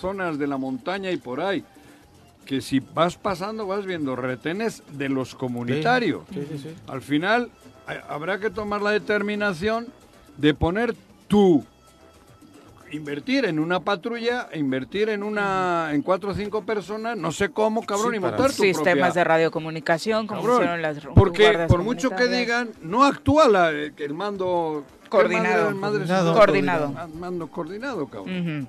zonas de la montaña y por ahí, que si vas pasando vas viendo retenes de los comunitarios. Sí, sí, sí. Al final ha- habrá que tomar la determinación de poner tu invertir en una patrulla, invertir en una en cuatro o cinco personas, no sé cómo, cabrón, Sí, y para- montar tu propia Sistemas de radiocomunicación, como Cabrón, hicieron las porque guardas por mucho que comunitarias. digan, no actúa la- el el mando ¿qué Coordinado. madre- madre es Coordinado. el Coordinado. mando? Ah, Mando coordinado, cabrón. Ujú.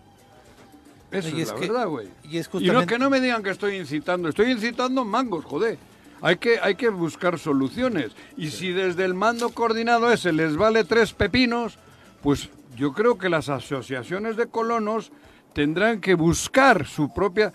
Eso Y es, es la que- verdad, güey. y es no justamente- que no me digan que estoy incitando, estoy incitando mangos, joder. Hay que, hay que buscar soluciones. Y si desde el mando coordinado ese les vale tres pepinos, pues yo creo que las asociaciones de colonos tendrán que buscar su propia.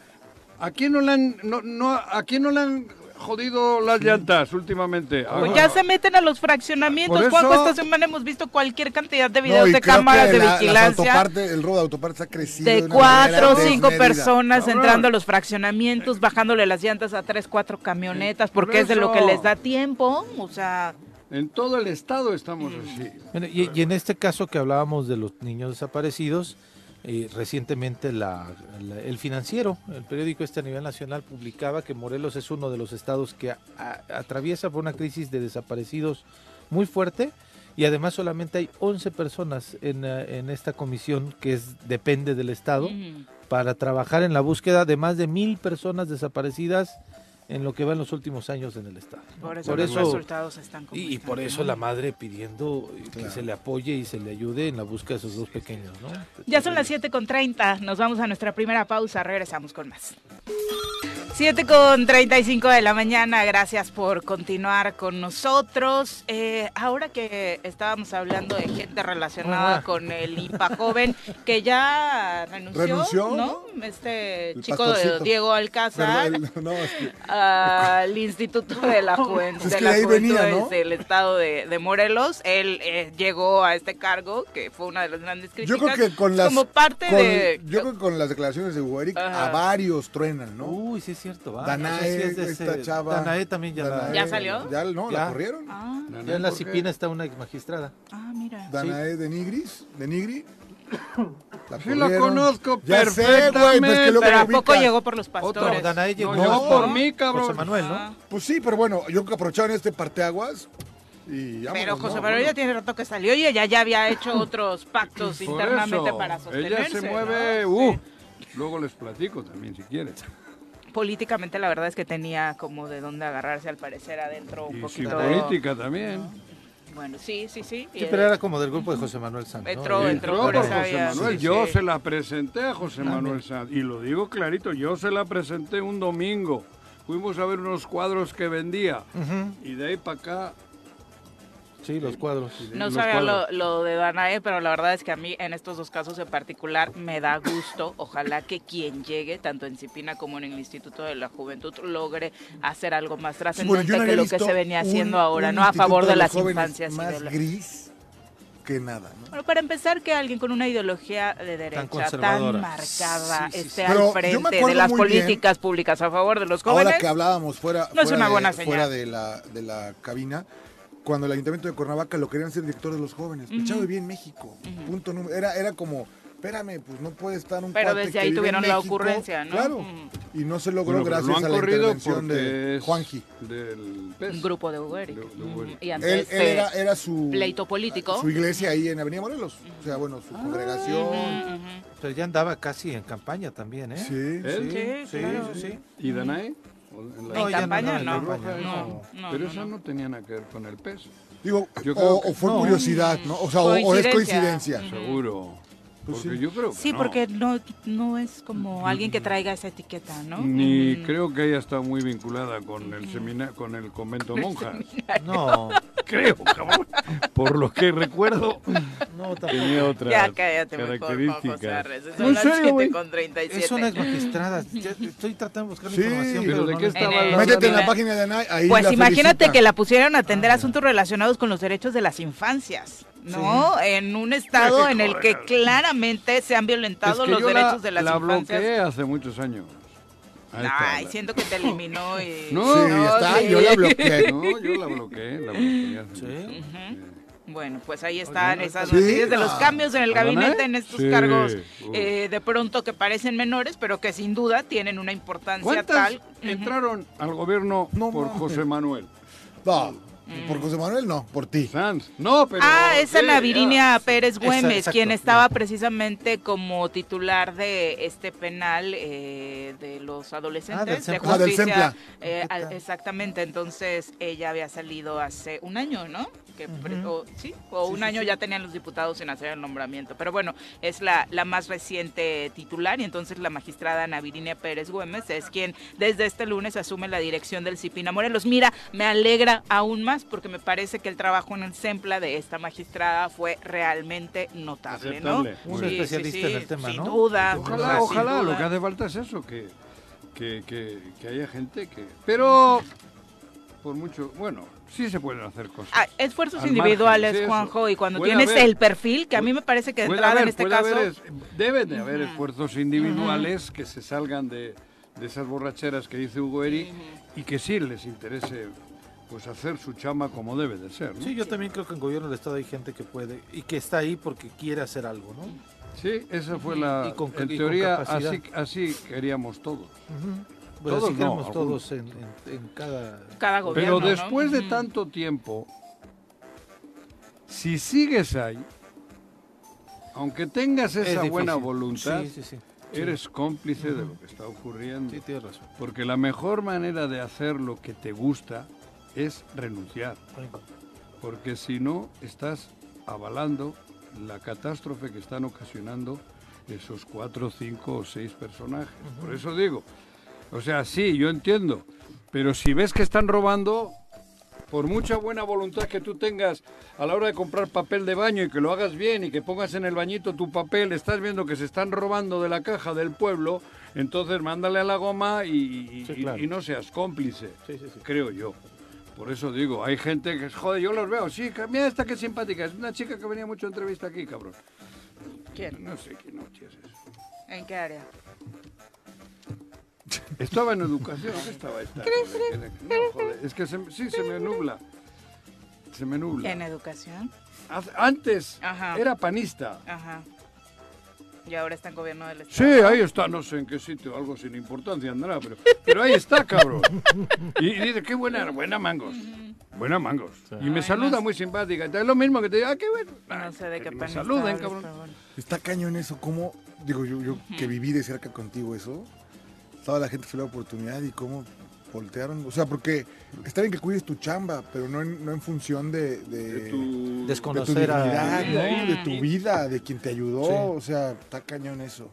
¿A quién no le han, no, no- ¿a quién no le han jodido las llantas últimamente? Ah, Ah, A- Pues ya se meten a los fraccionamientos. Por eso- Juanjo, esta semana hemos visto cualquier cantidad de videos No, y de creo cámaras que de la- las vigilancia. autoparte- el robo de autopartes ha crecido. De una manera cuatro o cinco desmedida. personas Cabrón. entrando a los fraccionamientos, bajándole las llantas a tres, cuatro camionetas, porque es de lo que eso. les da tiempo. O sea, Mm. En todo el estado estamos así. Pues Bueno, y, y en este caso que hablábamos de los niños desaparecidos, eh, recientemente la- la- el financiero, el periódico este a nivel nacional, publicaba que Morelos es uno de los estados que a- a- atraviesa por una crisis de desaparecidos muy fuerte y además solamente hay 11 personas en, eh, en esta comisión que es, depende del estado para trabajar en la búsqueda de más de mil personas desaparecidas en lo que va en los últimos años en el estado. Por eso los resultados están como y, y están, por eso ¿no? la madre pidiendo eh, que se le apoye y se le ayude en la búsqueda de esos dos pequeños, ¿no? Ya son las 7.30, nos vamos a nuestra primera pausa, regresamos con más. 7.35 de la mañana, gracias por continuar con nosotros. Eh, ahora que estábamos hablando de gente relacionada Ajá. con el IPA joven, que ya renunció, Renunció, ¿no? Este El chico de pastorcito. Diego Alcázar Perdón, no, es que- al Instituto de la Juven- Es de que la ahí Juventud venía, ¿no? del Estado de, de Morelos. Él eh, llegó a este cargo, que fue una de las grandes yo críticas. creo que con las Como parte con- de... yo creo que con las declaraciones de Hugo Eric Ajá. a varios truenan, ¿no? Uy, sí es cierto, va. Danae, Esa sí es de esta ese- chava. Danae también ya la- Danae- ¿Ya salió? Ya no, Ya. la corrieron. Ah, Ya en la Cipina está una magistrada. ah, mira. Danae de Nigris, de Nigri. La Sí, la corrieron. conozco Ya sé, güey, pues que perfectamente. luego Pero ¿a ubicas. poco llegó por los No, pastores? Danae llegó No, hasta por mí, cabrón. José Manuel, ¿no? Ah, Pues sí, pero bueno, yo creo que aprovecharon este parteaguas y vámonos, Pero José ¿no? Manuel ya tiene rato que salió y ella ya había hecho otros pactos Por Pues internamente eso, para sostenerse. Ella se ¿no? mueve, Sí. uh, luego les platico también si quieren. Políticamente la verdad es que tenía como de dónde agarrarse al parecer adentro un Y sin poquito. política también. Bueno, sí, sí, sí. eh. y Sí, el- pero era como del grupo de José Manuel Santos. Entró, Entró por por esa José vía, Manuel. sí, yo sí. se la presenté a José Manuel Sanz. Y lo digo clarito, yo se la presenté un domingo. Fuimos a ver unos cuadros que vendía. Y de ahí para acá. Sí, los cuadros. No los sabía lo, cuadros. lo de Danae, pero la verdad es que a mí en estos dos casos en particular me da gusto. Ojalá que quien llegue, tanto en Cipina como en el Instituto de la Juventud, logre hacer algo más Sí, bueno, trascendente yo no que había lo que visto se venía un- haciendo ahora, un ¿no? A instituto favor de, los las jóvenes infancias. y de Más la- gris que nada, ¿no? Bueno, para empezar, que alguien con una ideología de derecha tan, conservadora. marcada Sí, sí, sí. esté Pero al yo me frente de acuerdo las muy bien- políticas públicas a favor de los jóvenes. Ahora que hablábamos fuera, No es fuera una de, buena señal. fuera de la, de la cabina, cuando el Ayuntamiento de Cuernavaca lo querían ser director de los jóvenes. El chavo vivía en México. Punto número. Era, era como, espérame, pues no puede estar un Pero cuate desde que ahí vive en tuvieron la México. ocurrencia, ¿no? Claro. Mm. Y no se logró Bueno, pero gracias lo a han la corrido intervención porque de es Juanji. del PES. Un grupo de Uber. De- de Uber. Y Él, ante él este era, era su, pleito político. su iglesia ahí en Avenida Morelos. O sea, bueno, Ah, su congregación. Pero ya andaba casi en campaña también, ¿eh? Sí. Él Sí, sí, claro. sí, sí. ¿Y Danae? o en la- En ya campaña en la no, campaña, no, no, Pero no, esa no. no tenía nada que ver con el PES, Digo, Yo creo o, que- o fue no. curiosidad, ¿no? O sea, o, o es Coincidencia. coincidencia. seguro. Pues porque sí. yo creo que Sí, no. porque no, no es como alguien que traiga esa etiqueta, ¿no? Mm. Ni creo que haya estado muy vinculada con el semina- con el convento monjas. No, creo, cabrón. Por lo que recuerdo, no, tampoco. tenía otras Ya cállate mejor, Juan José características. Arres. No, Son en las serio, güey. 7 con 37. Es una ex magistrada. Ya Estoy tratando de buscar la Sí, información, pero pero ¿de no qué la- estaba En el- hablando? Métete en Mira. la página de Ana, ahí Pues la imagínate felicita. que la pusieron a atender Ah. asuntos relacionados con los derechos de las infancias, ¿no? En un estado en el que claramente se han Es violentado que los yo la, derechos de las la infancias. bloqueé hace muchos años. Ahí está, Ay, la- siento que te eliminó y... No, Sí, está, yo la bloqueé. No, yo la bloqueé, la bloqueé hace Sí. mucho. Bueno, pues ahí están Oigan, esas sí. noticias de los cambios en el ¿Perdón, eh? gabinete, en estos Sí. cargos Uf. eh, de pronto que parecen menores, pero que sin duda tienen una importancia ¿Cuántas tal. entraron al gobierno No por mames. José Manuel? No, por José Manuel no, por ti. Sanz. No, pero. Mm. Ah, esa sí, Navirinia Pérez Esa, Güemes, exacto, quien estaba ya. precisamente como titular de este penal eh, de los adolescentes de Sempla. Ah, del justicia. Sempla. eh, Ah, al- puta. exactamente, entonces ella había salido hace un año, ¿no? Que pre- Ujú. o, sí, o Sí, un sí, año sí. ya tenían los diputados sin hacer el nombramiento. Pero bueno, es la, la más reciente titular y entonces la magistrada Navirinia Pérez Güemes es quien desde este lunes asume la dirección del Cipina Morelos. Mira, me alegra aún más porque me parece que el trabajo en el SEMPLA de esta magistrada fue realmente notable, Aceptable. ¿no? Un especialista en el tema, sin ¿no? Duda, Ojalá, o sea, sin ojalá, duda. lo que hace falta es eso, que, que, que, que haya gente que... Pero, por mucho, bueno, sí se pueden hacer cosas. Ah, esfuerzos Al individuales, margen, sí, eso. Juanjo, y cuando Puede tienes haber. el perfil, que a mí me parece que de Puede entrada haber, en este puede caso, haber es- deben de haber esfuerzos individuales que se salgan de, de esas borracheras que dice Hugo Eri y que sí les interese pues hacer su chamba como debe de ser, ¿no? Sí, Sí, yo también creo que en gobierno del Estado hay gente que puede y que está ahí porque quiere hacer algo, ¿no? esa fue la... Y con- y en con teoría, capacidad. así, así queríamos todos. Pero Todos así no, queremos algunos. todos en, en- en cada... cada Pero gobierno. ¿no? después de Ujú. tanto tiempo, si sigues ahí, aunque tengas Es esa difícil. buena voluntad, Sí, sí, sí. eres cómplice de lo que está ocurriendo. Sí, tienes razón. Porque la mejor manera de hacer lo que te gusta es renunciar. Porque si no, estás avalando la catástrofe que están ocasionando esos cuatro, cinco o seis personajes. Por eso digo, o sea, sí, yo entiendo, pero si ves que están robando, por mucha buena voluntad que tú tengas a la hora de comprar papel de baño y que lo hagas bien y que pongas en el bañito tu papel, estás viendo que se están robando de la caja del pueblo, entonces mándale a la goma y, y- Sí, claro. y no seas cómplice, Sí, sí, sí. creo yo. Por eso digo, hay gente que, joder, yo los veo, sí, que- mira esta que simpática, es una chica que venía mucho a entrevista aquí, cabrón. ¿Quién? No sé qué noche es eso. ¿En qué área? Estaba en educación, ¿qué estaba esta? No, joder, es que se, me- sí, se me nubla. Se me nubla. ¿En educación? Haz- Antes Ajá. era panista. Ajá. Y ahora está en gobierno del Sí, ah, Estado. ahí está, no sé en qué sitio, algo sin importancia andará, pero, pero ahí está, cabrón. Y, y dice, qué buena, buena mangos. Buena mangos. Y me Ay, saluda no muy simpática. Es lo mismo que te diga, ah, qué bueno. No Ay, sé de que qué me pan está saluden, hablas, cabrón. pero bueno. Está cañón eso, cómo, digo yo, yo que viví de cerca contigo eso, toda la gente fue la oportunidad y cómo voltearon, o sea, porque está bien que cuides tu chamba, pero no en, no en función de, de, de tu Desconocer dignidad, a... ¿no? de tu vida, de quien te ayudó, Sí. o sea, está cañón eso.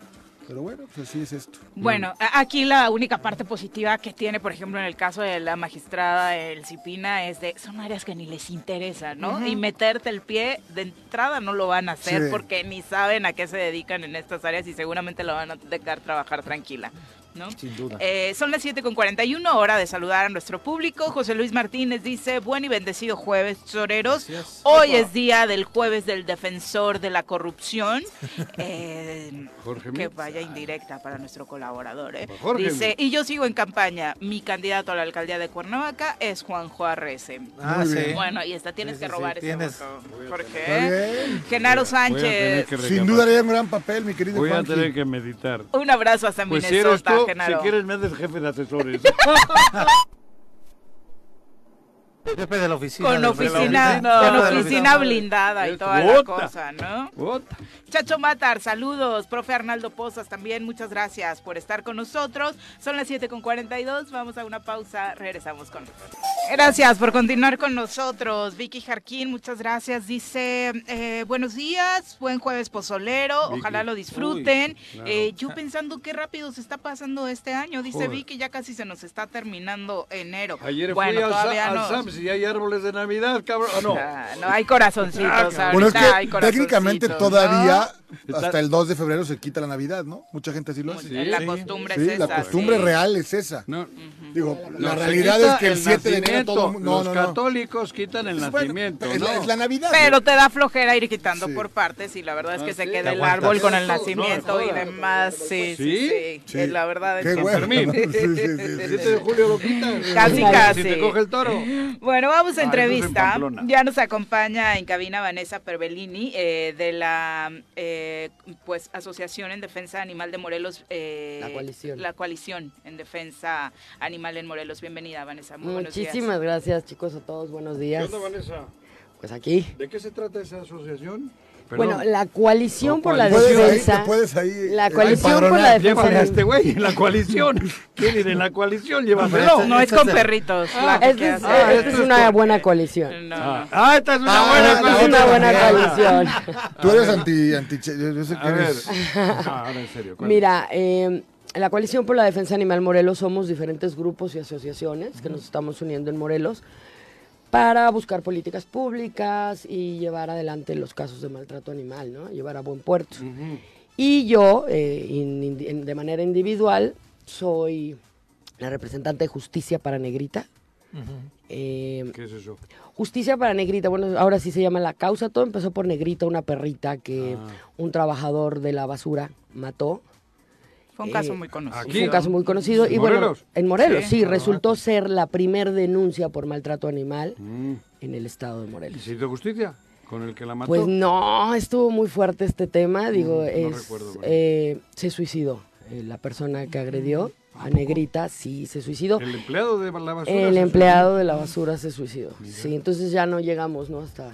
Pero bueno, pues así es esto. Bueno, a- aquí la única parte positiva que tiene, por ejemplo, en el caso de la magistrada El Cipina, es de son áreas que ni les interesa, ¿no? Y meterte el pie de entrada no lo van a hacer Sí. porque ni saben a qué se dedican en estas áreas y seguramente la van a dejar trabajar tranquila, ¿no? Sin duda. Eh, son las 7 con 41, hora de saludar a nuestro público. José Luis Martínez dice, buen y bendecido jueves, choreros. Gracias. Hoy es día del jueves del defensor de la corrupción. Eh, Jorge que Mitz. vaya indirecta para nuestro colaborador. ¿eh? Jorge Dice, Mitz. y yo sigo en campaña. Mi candidato a la alcaldía de Cuernavaca es Juanjo Arrece. Ah, Muy sí. bien. Bueno, y esta tienes Sí, que sí, robar sí, ese tienes. voto, Está Jorge. bien. Genaro Voy a tener Sánchez. que Sin recapar- duda haría un gran papel, mi querido Voy a Juanji. tener que meditar. Un abrazo hasta Pues si eres Minnesota, tú, si Genaro. quieres me haces jefe de asesores. Jefe de la oficina. Con del- oficina, de la oficina. con oficina blindada y Es toda la gota. cosa, ¿no? Puta. Chacho Matar, saludos. Profe Arnaldo Pozas también, muchas gracias por estar con nosotros. Son las 7.42, vamos a una pausa, regresamos con... Gracias por continuar con nosotros. Vicky Jarquín, muchas gracias. Dice, eh, buenos días, buen jueves pozolero, Vicky. ojalá lo disfruten. claro. Eh, yo pensando qué rápido se está pasando este año, dice Joder. Vicky, ya casi se nos está terminando enero. Ayer bueno, fui al, Sa- todavía al no. Sams y hay árboles de Navidad, cabrón. ¿o no? Ah, Ah, no, hay corazoncitos. Bueno, es ahorita hay que corazoncitos, técnicamente ¿no? todavía Está- hasta el 2 de febrero se quita la Navidad, ¿no? Mucha gente así lo hace. La Sí. costumbre Sí, es esa. la costumbre sí. real es esa. No, Digo, la se realidad quita es que el 7 de enero nacimiento. todo el mundo- Los No, no, no. católicos quitan el Es Pues, bueno, nacimiento. es, la, ¿no? es la Navidad. Pero te da flojera ir quitando Sí. por partes y la verdad es que Ah, se sí. queda Te el aguantas. árbol con el Eso, no, nacimiento y joder. demás. Sí, sí, ¿Sí? sí. Sí. Eh, La verdad es Qué que bueno. Fermín. Sí, sí, sí, El sí. 7 de julio lo quitan. Casi, Si casi. te coge el toro. Bueno, vamos a Ah, eso es en entrevista. Pamplona. ya nos acompaña en cabina Vanessa Perbellini eh, de la eh, pues Asociación en Defensa Animal de Morelos. eh, La coalición. La coalición en Defensa Animal en Morelos. Bienvenida, Vanessa. Muy buenos días. Muchísimas gracias, chicos, a todos. Buenos ¿Qué días. onda, Vanessa? Pues aquí. ¿De qué se trata esa asociación? Bueno, la coalición No, por la coalición. Puedes ahí, defensa. te puedes ahí. La eh, coalición por la defensa. empadronar. Llévale a del- este güey en la coalición. ¿Quién ir en la coalición? No, Llévaselo. no es con perritos. la que Esta es, hace. Ah, esta es esto es una con- buena coalición. No, no. Ah, ah, esta es una Ah, buena la coalición. Una buena Ah. coalición. Tú eres anti, anti yo, yo sé que A ver. eres- Ah, ahora en serio. ¿cuál? Mira, eh, la coalición por la defensa animal Morelos somos diferentes grupos y asociaciones que nos estamos uniendo en Morelos para buscar políticas públicas y llevar adelante los casos de maltrato animal, ¿no? Llevar a buen puerto. Y yo, eh, in- in- en- de manera individual, soy la representante de Justicia para Negrita. Eh, ¿Qué es eso? Justicia para Negrita, bueno, ahora sí se llama la causa. Todo empezó por Negrita, una perrita que Ah. un trabajador de la basura mató. Fue un caso Eh, muy conocido. aquí. Fue un caso muy conocido. ¿En y bueno, Morelos? en Morelos, Sí. sí, resultó ser la primer denuncia por maltrato animal Mm. en el estado de ¿Y Morelos. se hizo justicia? ¿Con el que la mató? Pues no, estuvo muy fuerte este tema. Digo, no es, recuerdo, bueno. eh, se suicidó eh, la persona que agredió a Negrita, sí, se suicidó. ¿El empleado de la basura? El se empleado de la basura se suicidó. Sí, entonces ya no llegamos, ¿no? Hasta,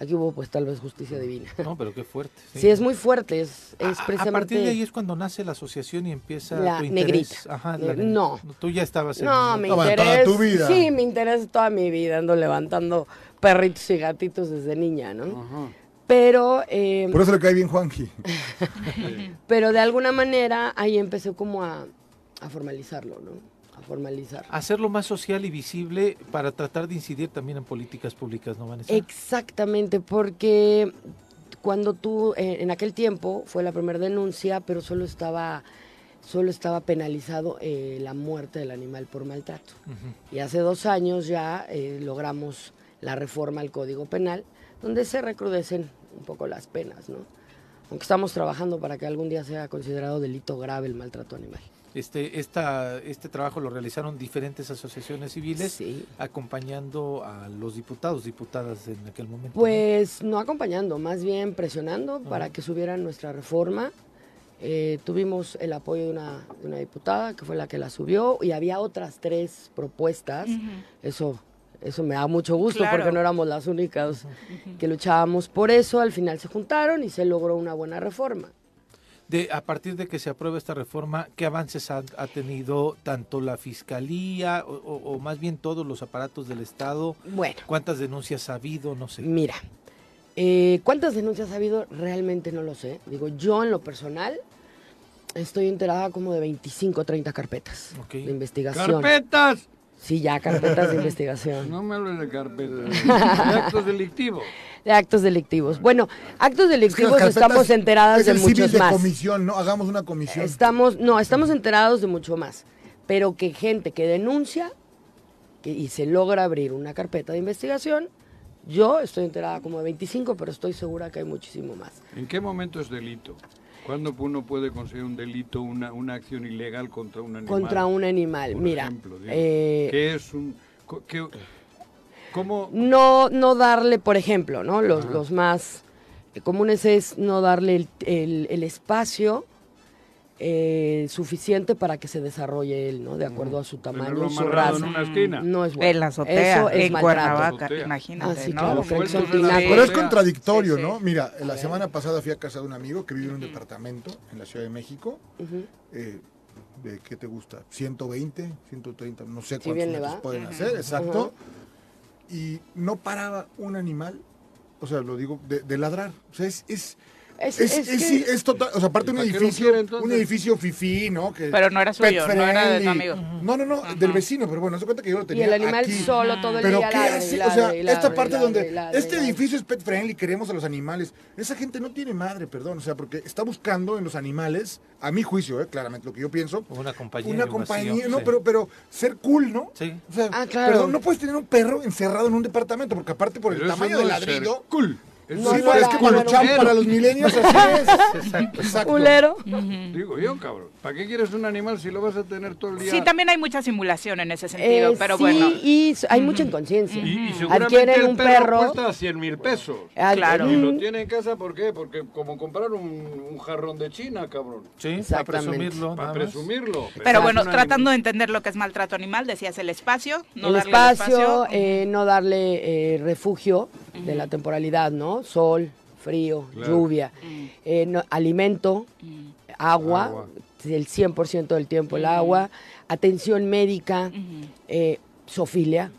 Aquí hubo pues tal vez justicia divina. No, pero qué fuerte. Sí, es muy fuerte, es, es A- precisamente... A partir de ahí es cuando nace la asociación y empieza La tu interés. negrita. Ajá, Ne- negrita. no. Tú ya estabas en- Ah, No, me Estaba en toda interesa. tu vida. Sí, me interesa toda mi vida, ando levantando perritos y gatitos desde niña, ¿no? Pero, eh, Por eso le cae bien Juanji. Pues pero de alguna manera ahí empecé como a, a formalizarlo, ¿no? A formalizar. Hacerlo más social y visible para tratar de incidir también en políticas públicas, ¿no, Vanessa? Exactamente, porque cuando tú, eh, en aquel tiempo, fue la primera denuncia, pero solo estaba, solo estaba penalizado eh, la muerte del animal por maltrato. Y hace dos años ya eh, logramos la reforma al Código Penal, donde se recrudecen un poco las penas, ¿no? Aunque estamos trabajando para que algún día sea considerado delito grave el maltrato animal. Este, esta, este trabajo lo realizaron diferentes asociaciones civiles Sí. acompañando a los diputados, diputadas en aquel momento. ¿no? Pues no acompañando, más bien presionando para que subieran nuestra reforma. Eh, tuvimos el apoyo de una, de una diputada que fue la que la subió y había otras tres propuestas. Eso eso me da mucho gusto Claro. porque no éramos las únicas que luchábamos por eso. Al final se juntaron y se logró una buena reforma. De, a partir de que se apruebe esta reforma, ¿qué avances han- ha, tenido tanto la Fiscalía o, o- o más bien todos los aparatos del Estado? Bueno, ¿Cuántas denuncias ha habido? No sé. Mira, eh, ¿cuántas denuncias ha habido? Realmente no lo sé. Digo, yo en lo personal estoy enterada como de 25 o 30 carpetas Ok. de investigación. ¡Carpetas! Sí, ya, carpetas de investigación. No me hables de carpetas. de actos delictivos. De actos delictivos. Bueno, actos Es que las delictivos carpetas estamos enteradas es de el civil muchos de más. comisión, ¿no? Hagamos una comisión. Estamos, no, estamos enterados de mucho más. Pero que gente que denuncia que- y se logra abrir una carpeta de investigación, yo estoy enterada como de 25, pero estoy segura que hay muchísimo más. ¿En qué momento es delito? ¿Cuándo uno puede conseguir un delito, una, una acción ilegal contra un animal? Contra un animal, Por mira. ejemplo, digo, eh, ¿Qué es un...? co- qué- ¿Cómo...? no, no darle, por ejemplo, ¿no? Los, los más comunes es no darle el, el- el espacio eh, suficiente para que se desarrolle él, ¿no? De acuerdo a su tamaño, Tenerlo y su amarrado raza. en una esquina. No es bueno. En la azotea, Eso es en maltrato. Cuernavaca, Azotea. imagínate, Ah, sí, ¿no? claro, Como Fredson entonces Tinaco. la- Pero es Venga. contradictorio, Sí, sí. ¿no? Mira, la semana pasada fui a casa de un amigo que vive en un departamento en la Ciudad de México. Ujú. eh, ¿De qué te gusta? 120, 130, no Sí, sé cuántos bien le metros va. pueden hacer, exacto. Y no paraba un animal, o sea, lo digo, de, de ladrar. O sea, es... es Es- es, es es- que- sí, es total, o sea, aparte ¿Y un para qué lo edificio, quiere, entonces? un edificio fifí, ¿no? Que Pero no era pet suyo, no era de tu friendly. amigo. No, no, no, del vecino, pero bueno, se cuenta que yo lo Y tenía el animal aquí. solo todo el Pero día. qué ladra y hace, o ladra sea, y ladra esta y parte ladra donde y ladra y este ladra. edificio es pet friendly, queremos a los animales. Esa gente no tiene madre, perdón, o sea, porque está buscando en los animales, a mi juicio, eh, claramente lo que yo pienso, Una compañía. una en el vacío, compañía, no, sí. pero pero ser cool, ¿no? Sí. O sea, Ah, claro. perdón, no puedes tener un perro encerrado en un departamento porque aparte por el Pero eso tamaño no del es ser ladrido. Cool. Eso No, no sí, pero es era- que para no era los, un chavos, para los milenios así es. Exacto. Culero. Digo yo, cabrón. ¿Para qué quieres un animal si lo vas a tener todo el día? Sí, también hay mucha simulación en ese sentido, Eh, pero sí, bueno. y s- hay mucha inconsciencia. Y, y seguramente Adquieren el un perro, perro. cuesta 100 mil pesos. ad- Claro. Y lo mm, tiene en casa, ¿por qué? Porque como comprar un, un jarrón de China, cabrón. Sí, para Exactamente. presumirlo. Para nada más. presumirlo. Pero es bueno, un tratando animal. de entender lo que es maltrato animal, decías el espacio, no el darle espacio, el eh, no darle eh, refugio de la temporalidad, ¿no? Sol, frío, Claro. lluvia, eh, no- alimento, agua, Agua. el 100% del tiempo el agua, atención médica, eh, sofilia,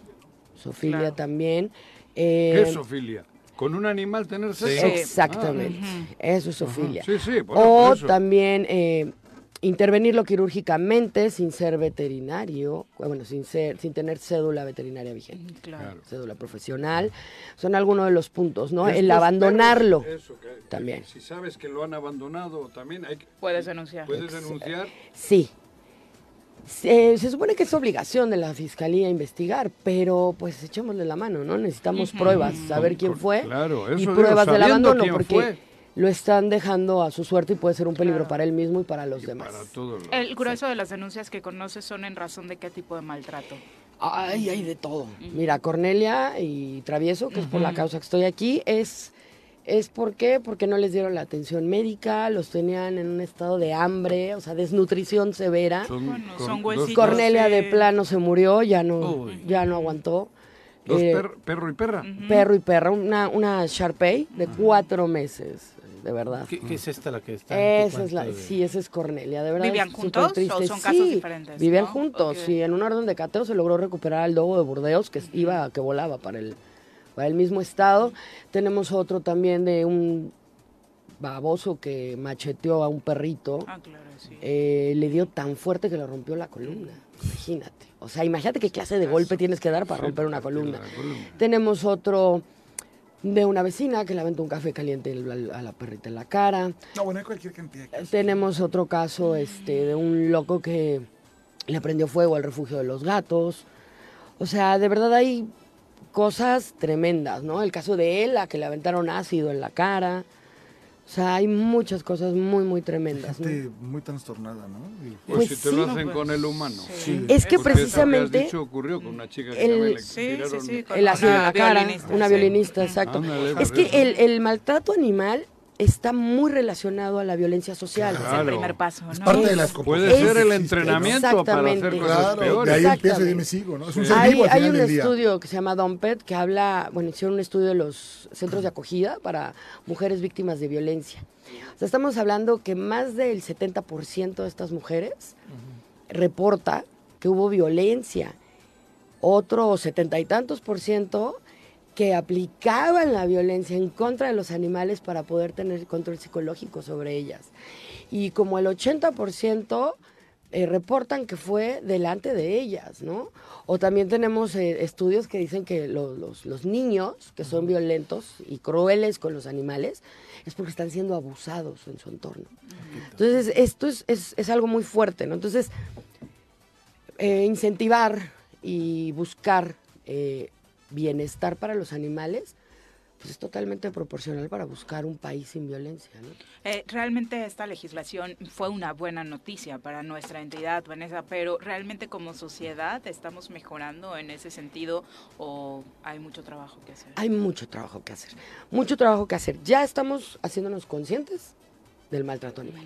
sofilia Claro. también. eh, ¿Qué es zoofilia? ¿Con un animal tener sexo? Ah. Exactamente, eso es sofilia. Ajá, sí, sí, por eso, o por eso. también eh, intervenirlo quirúrgicamente sin ser veterinario, bueno, sin, ser, sin tener cédula veterinaria vigente espacio. Claro. Claro. cédula profesional, son algunos de los puntos, ¿no? Estos El abandonarlo. perros, eso, que- que también. Si sabes que lo han abandonado, también hay que- Puedes denunciar. Puedes denunciar. Sí. Se, se supone que es obligación de la fiscalía investigar, pero pues echémosle la mano, ¿no? Necesitamos pruebas, saber quién con- fue claro, eso y digo, pruebas del sabiendo abandono, quién porque fue. lo están dejando a su suerte y puede ser un peligro para él mismo y para los demás. Para todos los... El grueso de las denuncias que conoces son en razón de qué tipo de maltrato. Ay, hay de todo. Mira, Cornelia y Travieso, que es por la causa que estoy aquí, es, es por qué, porque no les dieron la atención médica, los tenían en un estado de hambre, o sea, desnutrición severa. Son, Bueno, son dos- huesitos. Cornelia sí. de plano se murió, ya no, Uy. ya no aguantó. Dos Eh, per- perro y perra. Perro y perra, una, una Sharpei de cuatro meses, de verdad. ¿Qué, qué es esta la que está? en tu Esa es la, cuenta de- sí, esa es Cornelia, de verdad. ¿Vivían es juntos súper o triste. son casos Sí, diferentes, Vivían no? juntos, Ok. sí. En un orden de cateo se logró recuperar al dogo de Burdeos, que iba, que volaba para el, para el mismo estado. Tenemos otro también de un baboso que macheteó a un perrito. Ah, claro, sí. Eh, le dio tan fuerte que le rompió la columna. Imagínate. O sea, imagínate qué clase Ah, de golpe tienes que dar para romper una columna. Tenemos otro de una vecina que le aventó un café caliente al- a la perrita en la cara. No, bueno, hay cualquier cantidad. de Eh, cosas. Tenemos otro caso este, de un loco que le prendió fuego al refugio de los gatos. O sea, de verdad hay cosas tremendas, ¿no? El caso de Ela, que le aventaron ácido en la cara. O sea, hay muchas cosas muy, muy tremendas. ¿no? Gente muy trastornada, ¿no? Y- Pues, pues si te sí. lo hacen con el humano. Sí. Es que Porque Eso que precisamente has dicho ocurrió con una chica que el- también le Sí, sí, tiraron- sí. con el ácido en una la cara, violinista, una sí. violinista, exacto. Ándale, pues, Es que el, el maltrato animal está muy relacionado a la violencia social. Es el Claro. primer paso, Es ¿no? parte de las Puede Es- ser el que existen, ¿no? entrenamiento para hacer Exactamente. cosas Claro, de ahí peores. empiezo y Exactamente. me sigo, ¿no? Es un Sí. ser Hay, vivo al hay final un del día. estudio que se llama Dompet que habla, bueno, hicieron un estudio de los centros de acogida para mujeres víctimas de violencia. O sea, estamos hablando que más del 70% de estas mujeres reporta que hubo violencia. Otro setenta y tantos por ciento que aplicaban la violencia en contra de los animales para poder tener control psicológico sobre ellas. Y como el 80% eh, reportan que fue delante de ellas, ¿no? O también tenemos eh, estudios que dicen que lo- los, los niños que son violentos y crueles con los animales es porque están siendo abusados en su entorno. Entonces, esto es, es- es algo muy fuerte, ¿no? Entonces, eh, incentivar y buscar eh, bienestar para los animales, pues es totalmente proporcional para buscar un país sin violencia, ¿no? Eh, realmente esta legislación fue una buena noticia para nuestra entidad, Vanessa, pero realmente como sociedad estamos mejorando en ese sentido o hay mucho trabajo que hacer. Hay mucho trabajo que hacer, mucho trabajo que hacer. Ya estamos haciéndonos conscientes del maltrato animal.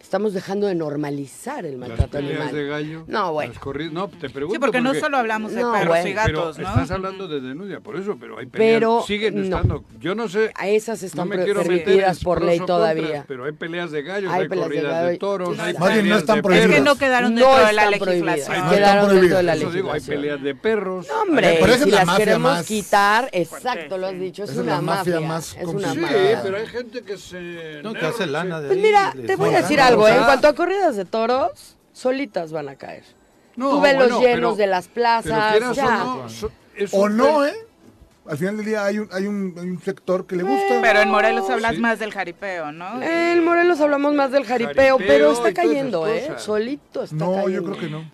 Estamos dejando de normalizar el Las maltrato peleas animal. de gallo. No, bueno. las corri- No, te pregunto. Sí, porque no solo hablamos de No, perros y bueno. gatos, pero ¿no? Estás hablando de denuncia, por eso, pero hay peleas. Pero, siguen no. estando. Yo no sé. A esas No están me pre- quiero meter en permitidas por pros ley o contras, todavía. Pero hay peleas de gallos, Hay hay, peleas de corridas de, gallo. toros, No hay están- Más bien, no peleas están de es prohibidas. que perros. no quedaron No dentro de la están prohibidas. legislación. No están Quedaron dentro de la prohibidas. Eso digo, hay legislación. peleas de perros. No, hombre, Pero esa si es la las mafia queremos más- quitar, exacto, lo has dicho, es, Esa es una la mafia mafia. más es una sí, mafia. pero hay gente que se. No, que hace lana de Pues ahí, mira, de- te voy a de- decir no, algo, o ¿eh? sea- en cuanto a corridas de toros, solitas van a caer. No, Tú ves los bueno, llenos pero- de las plazas, pero quieras ya. O no, so- es O un no, pel- ¿eh? Al final del día hay un, hay un, hay un sector que le gusta. Pero en Morelos hablas Sí. más del jaripeo, ¿no? En Morelos hablamos más del jaripeo, Jaripeo pero y está todas esas cayendo, ¿eh? cosas. Solito está no, cayendo. yo creo que no. La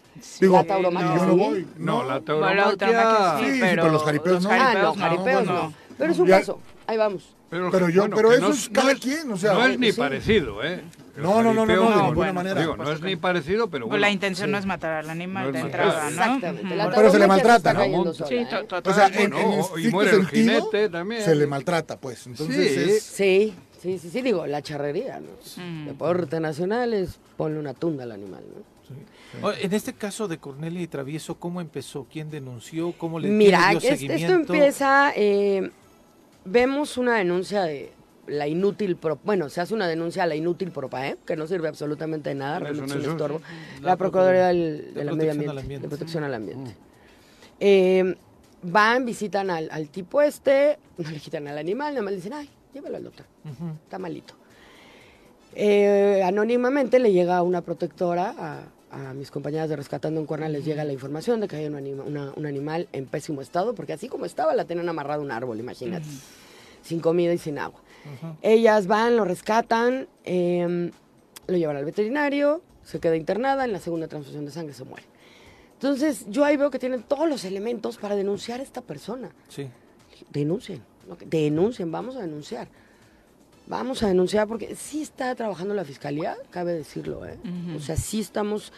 Digo, tauromaquia yo no sí. voy. No, la Bueno, la tauromaquia. automaquia Sí, sí. sí, pero los jaripeos no. Ah, no, jaripeos jaripeos no. no. Pero es un Ya- caso, ahí vamos. Pero yo- pero que eso es cada quien, o sea, no es ni sí. parecido, ¿eh? El No, no, no, no, no, de jaripeo, ninguna digo, manera. digo, no es ni parecido, pero Pues bueno. la intención no es matar al animal No de es matar. entrada, ¿no? Exactamente. la Ujú. Pero se le tauromaquia maltrata, está ¿no? cayendo Monta. sola, Sí, ¿eh. to- to- O sea, totalmente. en, en No, y estricto muere el sentido, jinete también. se le maltrata, pues. Entonces Sí. es... Sí, sí, sí, sí, digo, la charrería, ¿no? Pues, Deporte nacional es ponle una tunda al animal, ¿no? O- En este caso de Cornelia y Travieso, ¿cómo empezó? ¿Quién denunció? ¿Cómo le Mira, quién le dio es- esto seguimiento? empieza, eh, vemos una denuncia de la inútil, pro- bueno, se hace una denuncia a la inútil propae, que no sirve absolutamente de nada, Eso realmente no es es un eso. estorbo. La La Procuraduría Procuraduría del, de de la Protección Medio al Ambiente, Ambiente. de Protección al Ambiente. Mm. Eh, van, visitan al, al tipo este, no le quitan al animal, nada más le dicen, ay, llévalo al doctor, Ujú. está malito. Eh, anónimamente le llega una protectora a, a mis compañeras de Rescatando en Cuerna, les llega la información de que hay un, anima- una- un animal en pésimo estado, porque así como estaba la tenían amarrada a un árbol, imagínate, sin comida y sin agua. Ellas van, lo rescatan, eh, lo llevan al veterinario, se queda internada, en la segunda transfusión de sangre se muere. Entonces yo ahí veo que tienen todos los elementos para denunciar a esta persona Sí. denuncien, ¿no? Que denuncien, vamos a denunciar. Vamos a denunciar porque sí está trabajando la fiscalía, cabe decirlo, ¿eh? O sea, sí estamos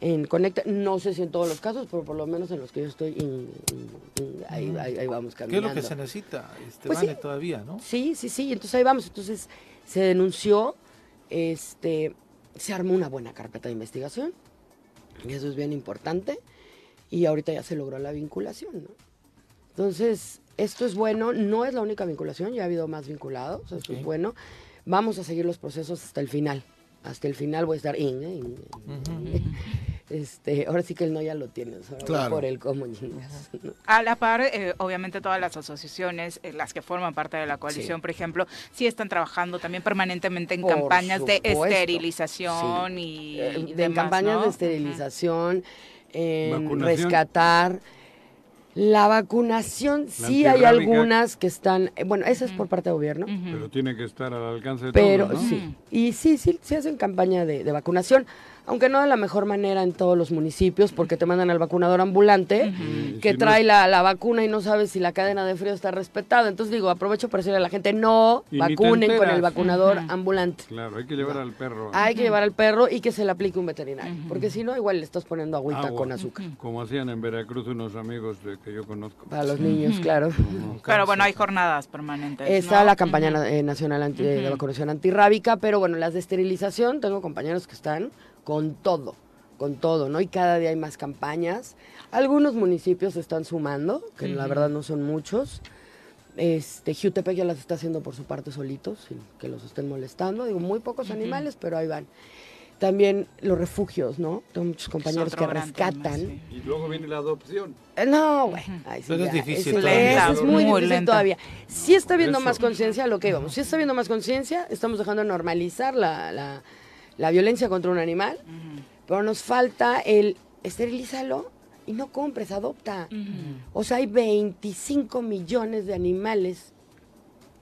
en conecta, no sé si en todos los casos, pero por lo menos en los que yo estoy, in- in- in- ahí, ahí- ahí vamos ¿Qué es caminando. lo que se necesita, este, Pues sí. Vane, todavía, no? Sí, sí, sí, entonces ahí vamos. Entonces se denunció, este, se armó una buena carpeta de investigación, y eso es bien importante, y ahorita ya se logró la vinculación, ¿no? Entonces, esto es bueno, no es la única vinculación, ya ha habido más vinculados, esto es bueno. Vamos a seguir los procesos hasta el final. Hasta el final voy a estar in, eh, in, in, in. Este, ahora sí que el no ya lo tienes, ahora voy Claro. por el cómo chingas, ¿no? A la par, eh, obviamente todas las asociaciones, eh, las que forman parte de la coalición, por ejemplo, sí están trabajando también permanentemente en Por campañas de supuesto, esterilización sí. y, Eh, y de demás, campañas ¿no? de esterilización, en Vacunación. rescatar. La vacunación, sí hay antirrábica. algunas que están, eh, bueno, esa es por parte del gobierno, Pero tiene que estar al alcance de pero todos, ¿no? sí, y sí, sí, sí hacen campaña de, de vacunación, aunque no de la mejor manera en todos los municipios, porque te mandan al vacunador ambulante Y que si no- trae la, la vacuna y no sabes si la cadena de frío está respetada. Entonces digo, aprovecho para decirle a la gente, no Y ni te vacunen con enteras. el vacunador ambulante. Claro, hay que llevar al perro. Hay que llevar al perro y que se le aplique un veterinario, porque si no, igual le estás poniendo agüita Agua. con azúcar. Como hacían en Veracruz unos amigos de- que yo conozco. Para los niños, claro. Pero bueno, hay jornadas permanentes. Está ¿no? la campaña na- eh, nacional anti- de vacunación antirrábica, pero bueno, las de esterilización, tengo compañeros que están con todo, con todo, ¿no? Y cada día hay más campañas. Algunos municipios se están sumando, que la verdad no son muchos. Este, Jutepec ya las está haciendo por su parte solitos, sin que los estén molestando. Digo, muy pocos animales, pero ahí van. También los refugios, ¿no? Tengo muchos compañeros otro que gran tema, rescatan. sí. Y luego viene la adopción. Eh, No, güey. Ay, sí, Pero es ya, difícil ese- todavía. ese es muy, Muy difícil lento. todavía. Sí está habiendo eso. más conciencia a lo que íbamos. Sí está habiendo más conciencia. Estamos dejando de normalizar la, la, la violencia contra un animal. Pero nos falta el esterilízalo y no compres, adopta. O sea, hay 25 millones de animales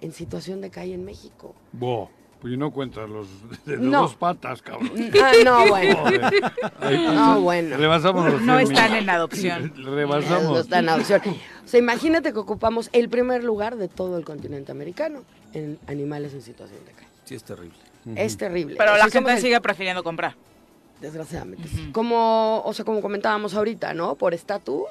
en situación de calle en México. Bo. Pues no cuentas los de No. dos patas, cabrón. pues, Ah, no, bueno. No, Ah, bueno. Rebasamos los No cien están mil. en adopción. No Rebasamos. está en adopción. O sea, imagínate que ocupamos el primer lugar de todo el continente americano en animales en situación de calle. Sí, es terrible. Es terrible. Pero O la sea, somos gente el- sigue prefiriendo comprar. Desgraciadamente. sí. Como, o sea, como comentábamos ahorita, ¿no? Por estatus,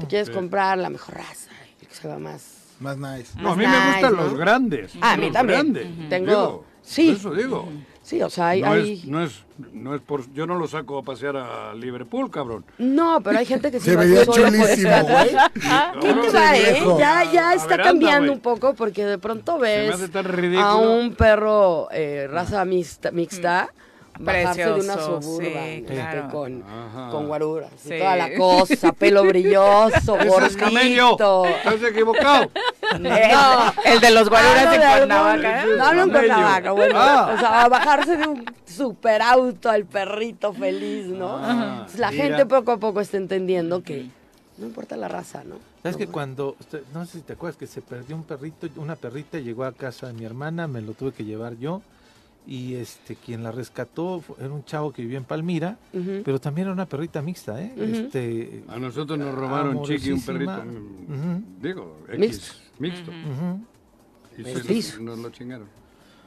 te quieres comprar la mejor raza, el que se va más. Más nice. No, a mí Nice, me gustan ¿no? los grandes. Ah, a mí los también. grandes. Ujú. Tengo- Digo, sí. por Eso digo. Sí, o sea, hay. No, hay- es, no, es, no es por. Yo no lo saco a pasear a Liverpool, cabrón. No, pero hay gente que Se se va veía solo por chulísimo, estatus. güey. ¿Qué Cabrón, te va, eh? viejo. Ya, ya A está veranda, cambiando güey. un poco porque de pronto me ves hace tan ridículo. a un perro eh, raza mixta, mixta Mm. bajarse de una Precioso, suburban sí, este, claro. con, Ajá. con guaruras y Sí. toda la cosa, pelo brilloso, ¡Ese es camello! gordito. ¡Estás equivocado! No. El de los guaruras Hablo de de algún- Cuernavaca. ¿eh? No hablo en Camello. Cuernavaca, bueno. Ah. O sea, a bajarse de un superauto al perrito feliz, ¿no? Ah, Entonces, la mira. gente poco a poco está entendiendo que no importa la raza, ¿no? ¿Sabes No, que no. cuando, usted- no sé si te acuerdas, que se perdió un perrito, una perrita llegó a casa de mi hermana, me lo tuve que llevar yo, y este quien la rescató fue- era un chavo que vivía en Palmira, Ujú. pero también era una perrita mixta, ¿eh? Este, A nosotros nos robaron chiqui un perrito. Amorosísima. mm, Digo, X, Mixto. mixto. ujú, Y se Mestizo. nos, nos lo chingaron.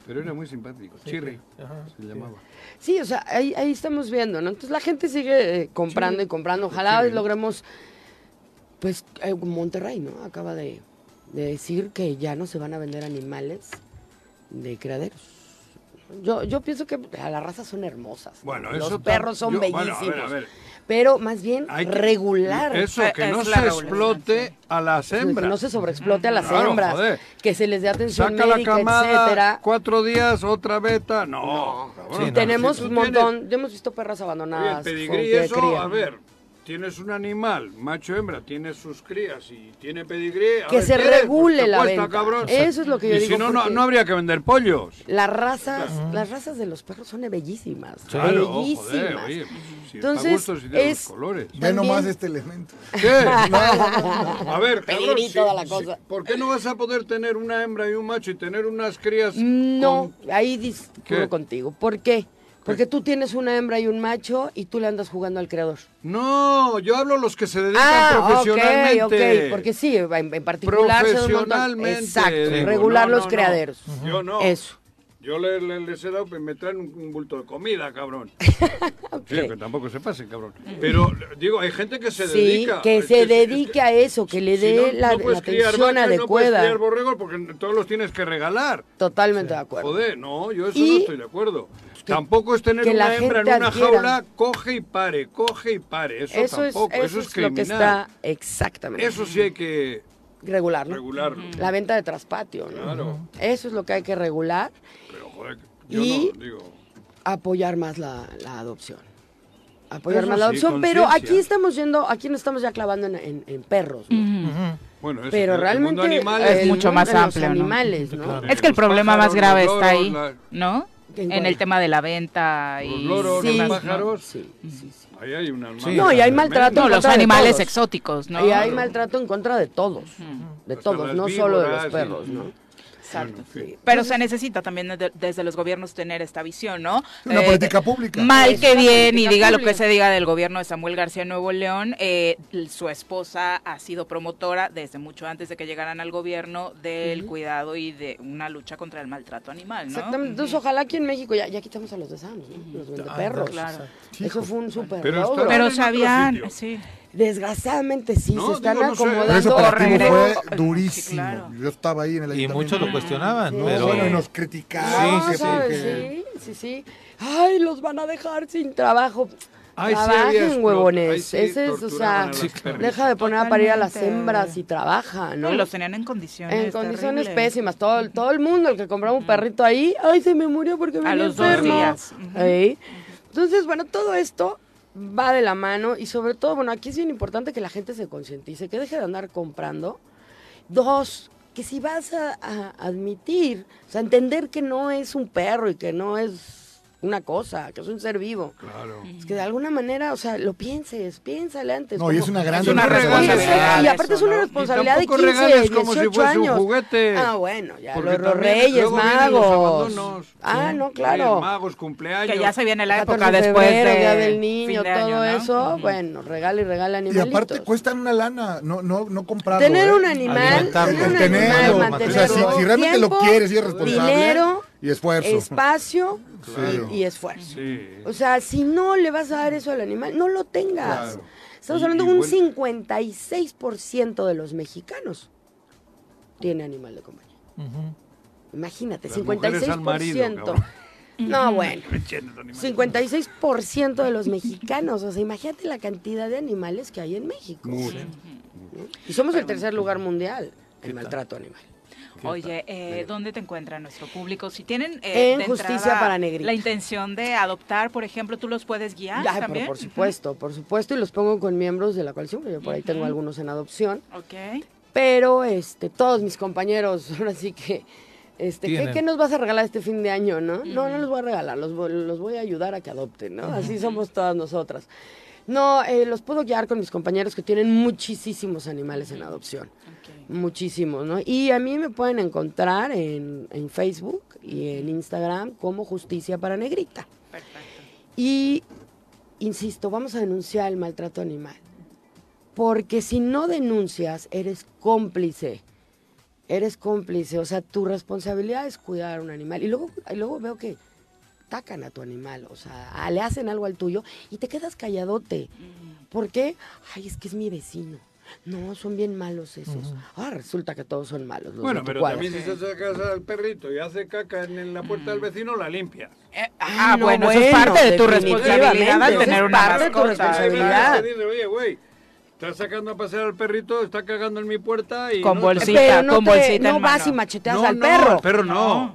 Pero era muy simpático. Chirri ajá, se llamaba. Sí, o sea, ahí, ahí estamos viendo, ¿no? Entonces la gente sigue eh, comprando y comprando. Ojalá logremos, pues, eh, Monterrey, ¿no? Acaba de, de decir que ya no se van a vender animales de criaderos. Yo, yo pienso que a las razas son hermosas. ¿no? Bueno, Los eso tam- perros son yo- bueno, a ver, bellísimos. a ver. Pero más bien Hay que- regular. Eso, Eh, que es no la se regulación, explote a las Que hembras. no se sobreexplote a las Claro, hembras. joder. Que se les dé atención Saca la médica, camada, etcétera. cuatro días, otra beta. No, cabrón. Sí, no, Tenemos Si tú un tienes- montón, ya hemos visto perras Oye, abandonadas. el con- pedigrí, de eso, cría. a ver, tienes un animal, macho hembra, tiene sus crías y tiene pedigrí. a Que ver, se ¿quieres? regule Pues te la cuesta, venta. cabrón. Eso es lo que yo y digo, Si no, no, porque- no habría que vender pollos. Las razas, las razas de los perros son bellísimas, Claro, bellísimas. joder, oye, pues, si es Entonces, pa' gustos y de es- los colores. Ve nomás También- este elemento. ¿Qué? A ver, cabrón, Peligrí si- toda la si- cosa. ¿por qué no vas a poder tener una hembra y un macho y tener unas crías? No, con- ahí discuto ¿Qué? contigo. ¿Por qué? Porque tú tienes una hembra y un macho y tú le andas jugando al creador. No, yo hablo los que se dedican Ah, profesionalmente. ok, ok. Porque sí, en, en particular se da un montón- Profesionalmente, Exacto, digo, regular no, no, los no. criaderos. Yo no. Eso. Yo le- le- les he dado, pues me traen un, un bulto de comida, cabrón. eh, Sí, que tampoco se pasen, cabrón. Pero digo, hay gente que se sí, dedica. que es se es dedique a eso, que le si dé no, la, no puedes la criar atención vacas, No puedes adecuada. criar borregos porque todos los tienes que regalar. Totalmente de acuerdo. Joder, no, yo eso Y- no estoy de acuerdo. Tampoco es tener que la una hembra en gente una adquiera. jaula, coge y pare, coge y pare. Eso, eso, es, tampoco, eso eso es es lo criminal. que está exactamente. Eso sí hay que regular, ¿no? Regularlo. La venta de traspatio, ¿no? Claro. Eso es lo que hay que regular, Pero joder, yo Y- no digo. apoyar más la, la adopción. Apoyar Eso más la sí, adopción, pero conciencia. aquí estamos yendo, aquí no estamos ya clavando en, en- en perros, ¿no? Bueno, eso, pero el realmente mundo animal es el mucho mundo más de los amplio, ¿no? animales, ¿no? Claro. Es que el Los problema pájaros, más grave los está ahí, loros, ¿no? ¿En En cuál? el tema de la venta y... Los loros, Sí. los pájaros. Sí, sí, sí. Ahí hay un alma. Sí. No, y hay maltrato. No, los contra de animales todos. exóticos, ¿no? Y hay maltrato en contra de todos, de Hasta todos, las no solo de víboras, los perros, sí. ¿no? Exacto. Pero se necesita también de- desde los gobiernos tener esta visión, ¿no? Eh, Una política pública. Mal Es que una bien, y política diga lo pública. que se diga del gobierno de Samuel García en Nuevo León, eh, l- su esposa ha sido promotora desde mucho antes de que llegaran al gobierno del cuidado y de una lucha contra el maltrato animal, ¿no? Exactamente. Entonces, ojalá aquí en México ya, ya quitamos a los de Sams, ¿no? Los Ah, vende perros. Claro. Eso fue un super Pero está- logro. Pero en otro sabían, sitio. sí. Desgraciadamente sí, No, se están digo, no sé. Pero ese acomodando. operativo fue regreso. Sí, durísimo. claro. Yo estaba ahí en el Y ayuntamiento. muchos lo cuestionaban, No, pero... Bueno, y nos criticaron. No, que ¿sabes? porque- Sí, sí, sí. Ay, los van a dejar sin trabajo. Ahí sí había Trabajen, explota- ahí huevones. sí Ese es, o torturaban sea, a las perritas. deja de poner a parir a las Totalmente. hembras y trabaja, ¿no? No, y los tenían en condiciones. en condiciones terribles. pésimas. Todo, el- todo el mundo, el que compraba un perrito ahí, ay, se me murió porque venía los dos enfermo". días. Ujú. Ahí. Entonces, bueno, todo esto va de la mano y sobre todo, bueno, aquí es bien importante que la gente se concientice, que deje de andar comprando. Dos, que si vas a, a admitir, o sea, entender que no es un perro y que no es una cosa, que es un ser vivo. Claro. Es que de alguna manera, o sea, lo pienses, piénsale antes. No, y como- es una gran Es una sorpresa. Oye, responsabilidad. sí, y aparte eso, es una ¿no? responsabilidad Y de 15, tampoco regales como si 18 fuese un años. juguete. Ah, bueno, ya Porque los, los también reyes luego vienen los magos. abandonos. Ah, Sí. no, claro. Reyes magos, cumpleaños. Que ya se viene la 14 época de después febrero, de Día del niño, fin de todo año, ¿no? eso, Ujú. bueno, regala y regala Y animalitos. aparte cuestan una lana, no, no, no comprarlo. tener ¿eh? un animal, Alimentarlo. tener un Tenerlo, animal, o sea, mantenerlo. si, si realmente lo Tiempo, quieres y es responsable. dinero, y esfuerzo. espacio Claro. y esfuerzo. Sí. O sea, si no le vas a dar eso al animal, no lo tengas. Claro. Estamos Y- hablando y de un bueno. 56% de los mexicanos tiene animal de compañía. Imagínate, Las mujeres al 56%. marido, cabrón. no, bueno. Mechetes, animales. 56% de los mexicanos, o sea, imagínate la cantidad de animales que hay en México. Mucho. Y somos el tercer lugar mundial en maltrato animal. Oye, eh, ¿dónde te encuentra nuestro público? Si tienen eh, En de Justicia entrada para Negritos. la intención de adoptar, por ejemplo, tú los puedes guiar Ay, pero también. por supuesto, por supuesto, y los pongo con miembros de la coalición, porque yo por ahí tengo algunos en adopción. Ok. Pero este, todos mis compañeros, ahora sí que, este, ¿qué, Tienen. qué nos vas a regalar este fin de año, no? No, no los voy a regalar, los, vo- los voy a ayudar a que adopten, ¿no? Así somos todas nosotras. No, eh, los puedo guiar con mis compañeros que tienen muchísimos animales en adopción. Muchísimos, ¿no? Y a mí me pueden encontrar en, en Facebook y en Instagram como Justicia para Negrita. Y, insisto, vamos a denunciar el maltrato animal. Porque si no denuncias, eres cómplice. Eres cómplice. O sea, tu responsabilidad es cuidar a un animal. Y luego, y luego veo que atacan a tu animal. O sea, a- le hacen algo al tuyo y te quedas calladote. ¿Por qué? Ay, es que es mi vecino. No, son bien malos esos. Ah, resulta que todos son malos. Los Bueno, de tu pero cuadra. también si se sacas al perrito y hace caca en en la puerta del vecino, la limpias. Mm. Eh, Ah, ah, no, bueno, eso es bueno, parte de tu definitivamente, responsabilidad al eso es tener una parte de tu mascota. Hay veces responsabilidad. que dice, Oye, güey, estás sacando a pasear al perrito, está cagando en mi puerta y... Con no- bolsita, Pero no, con te- bolsita no en mano. vas y macheteas No, al no, perro. al perro no.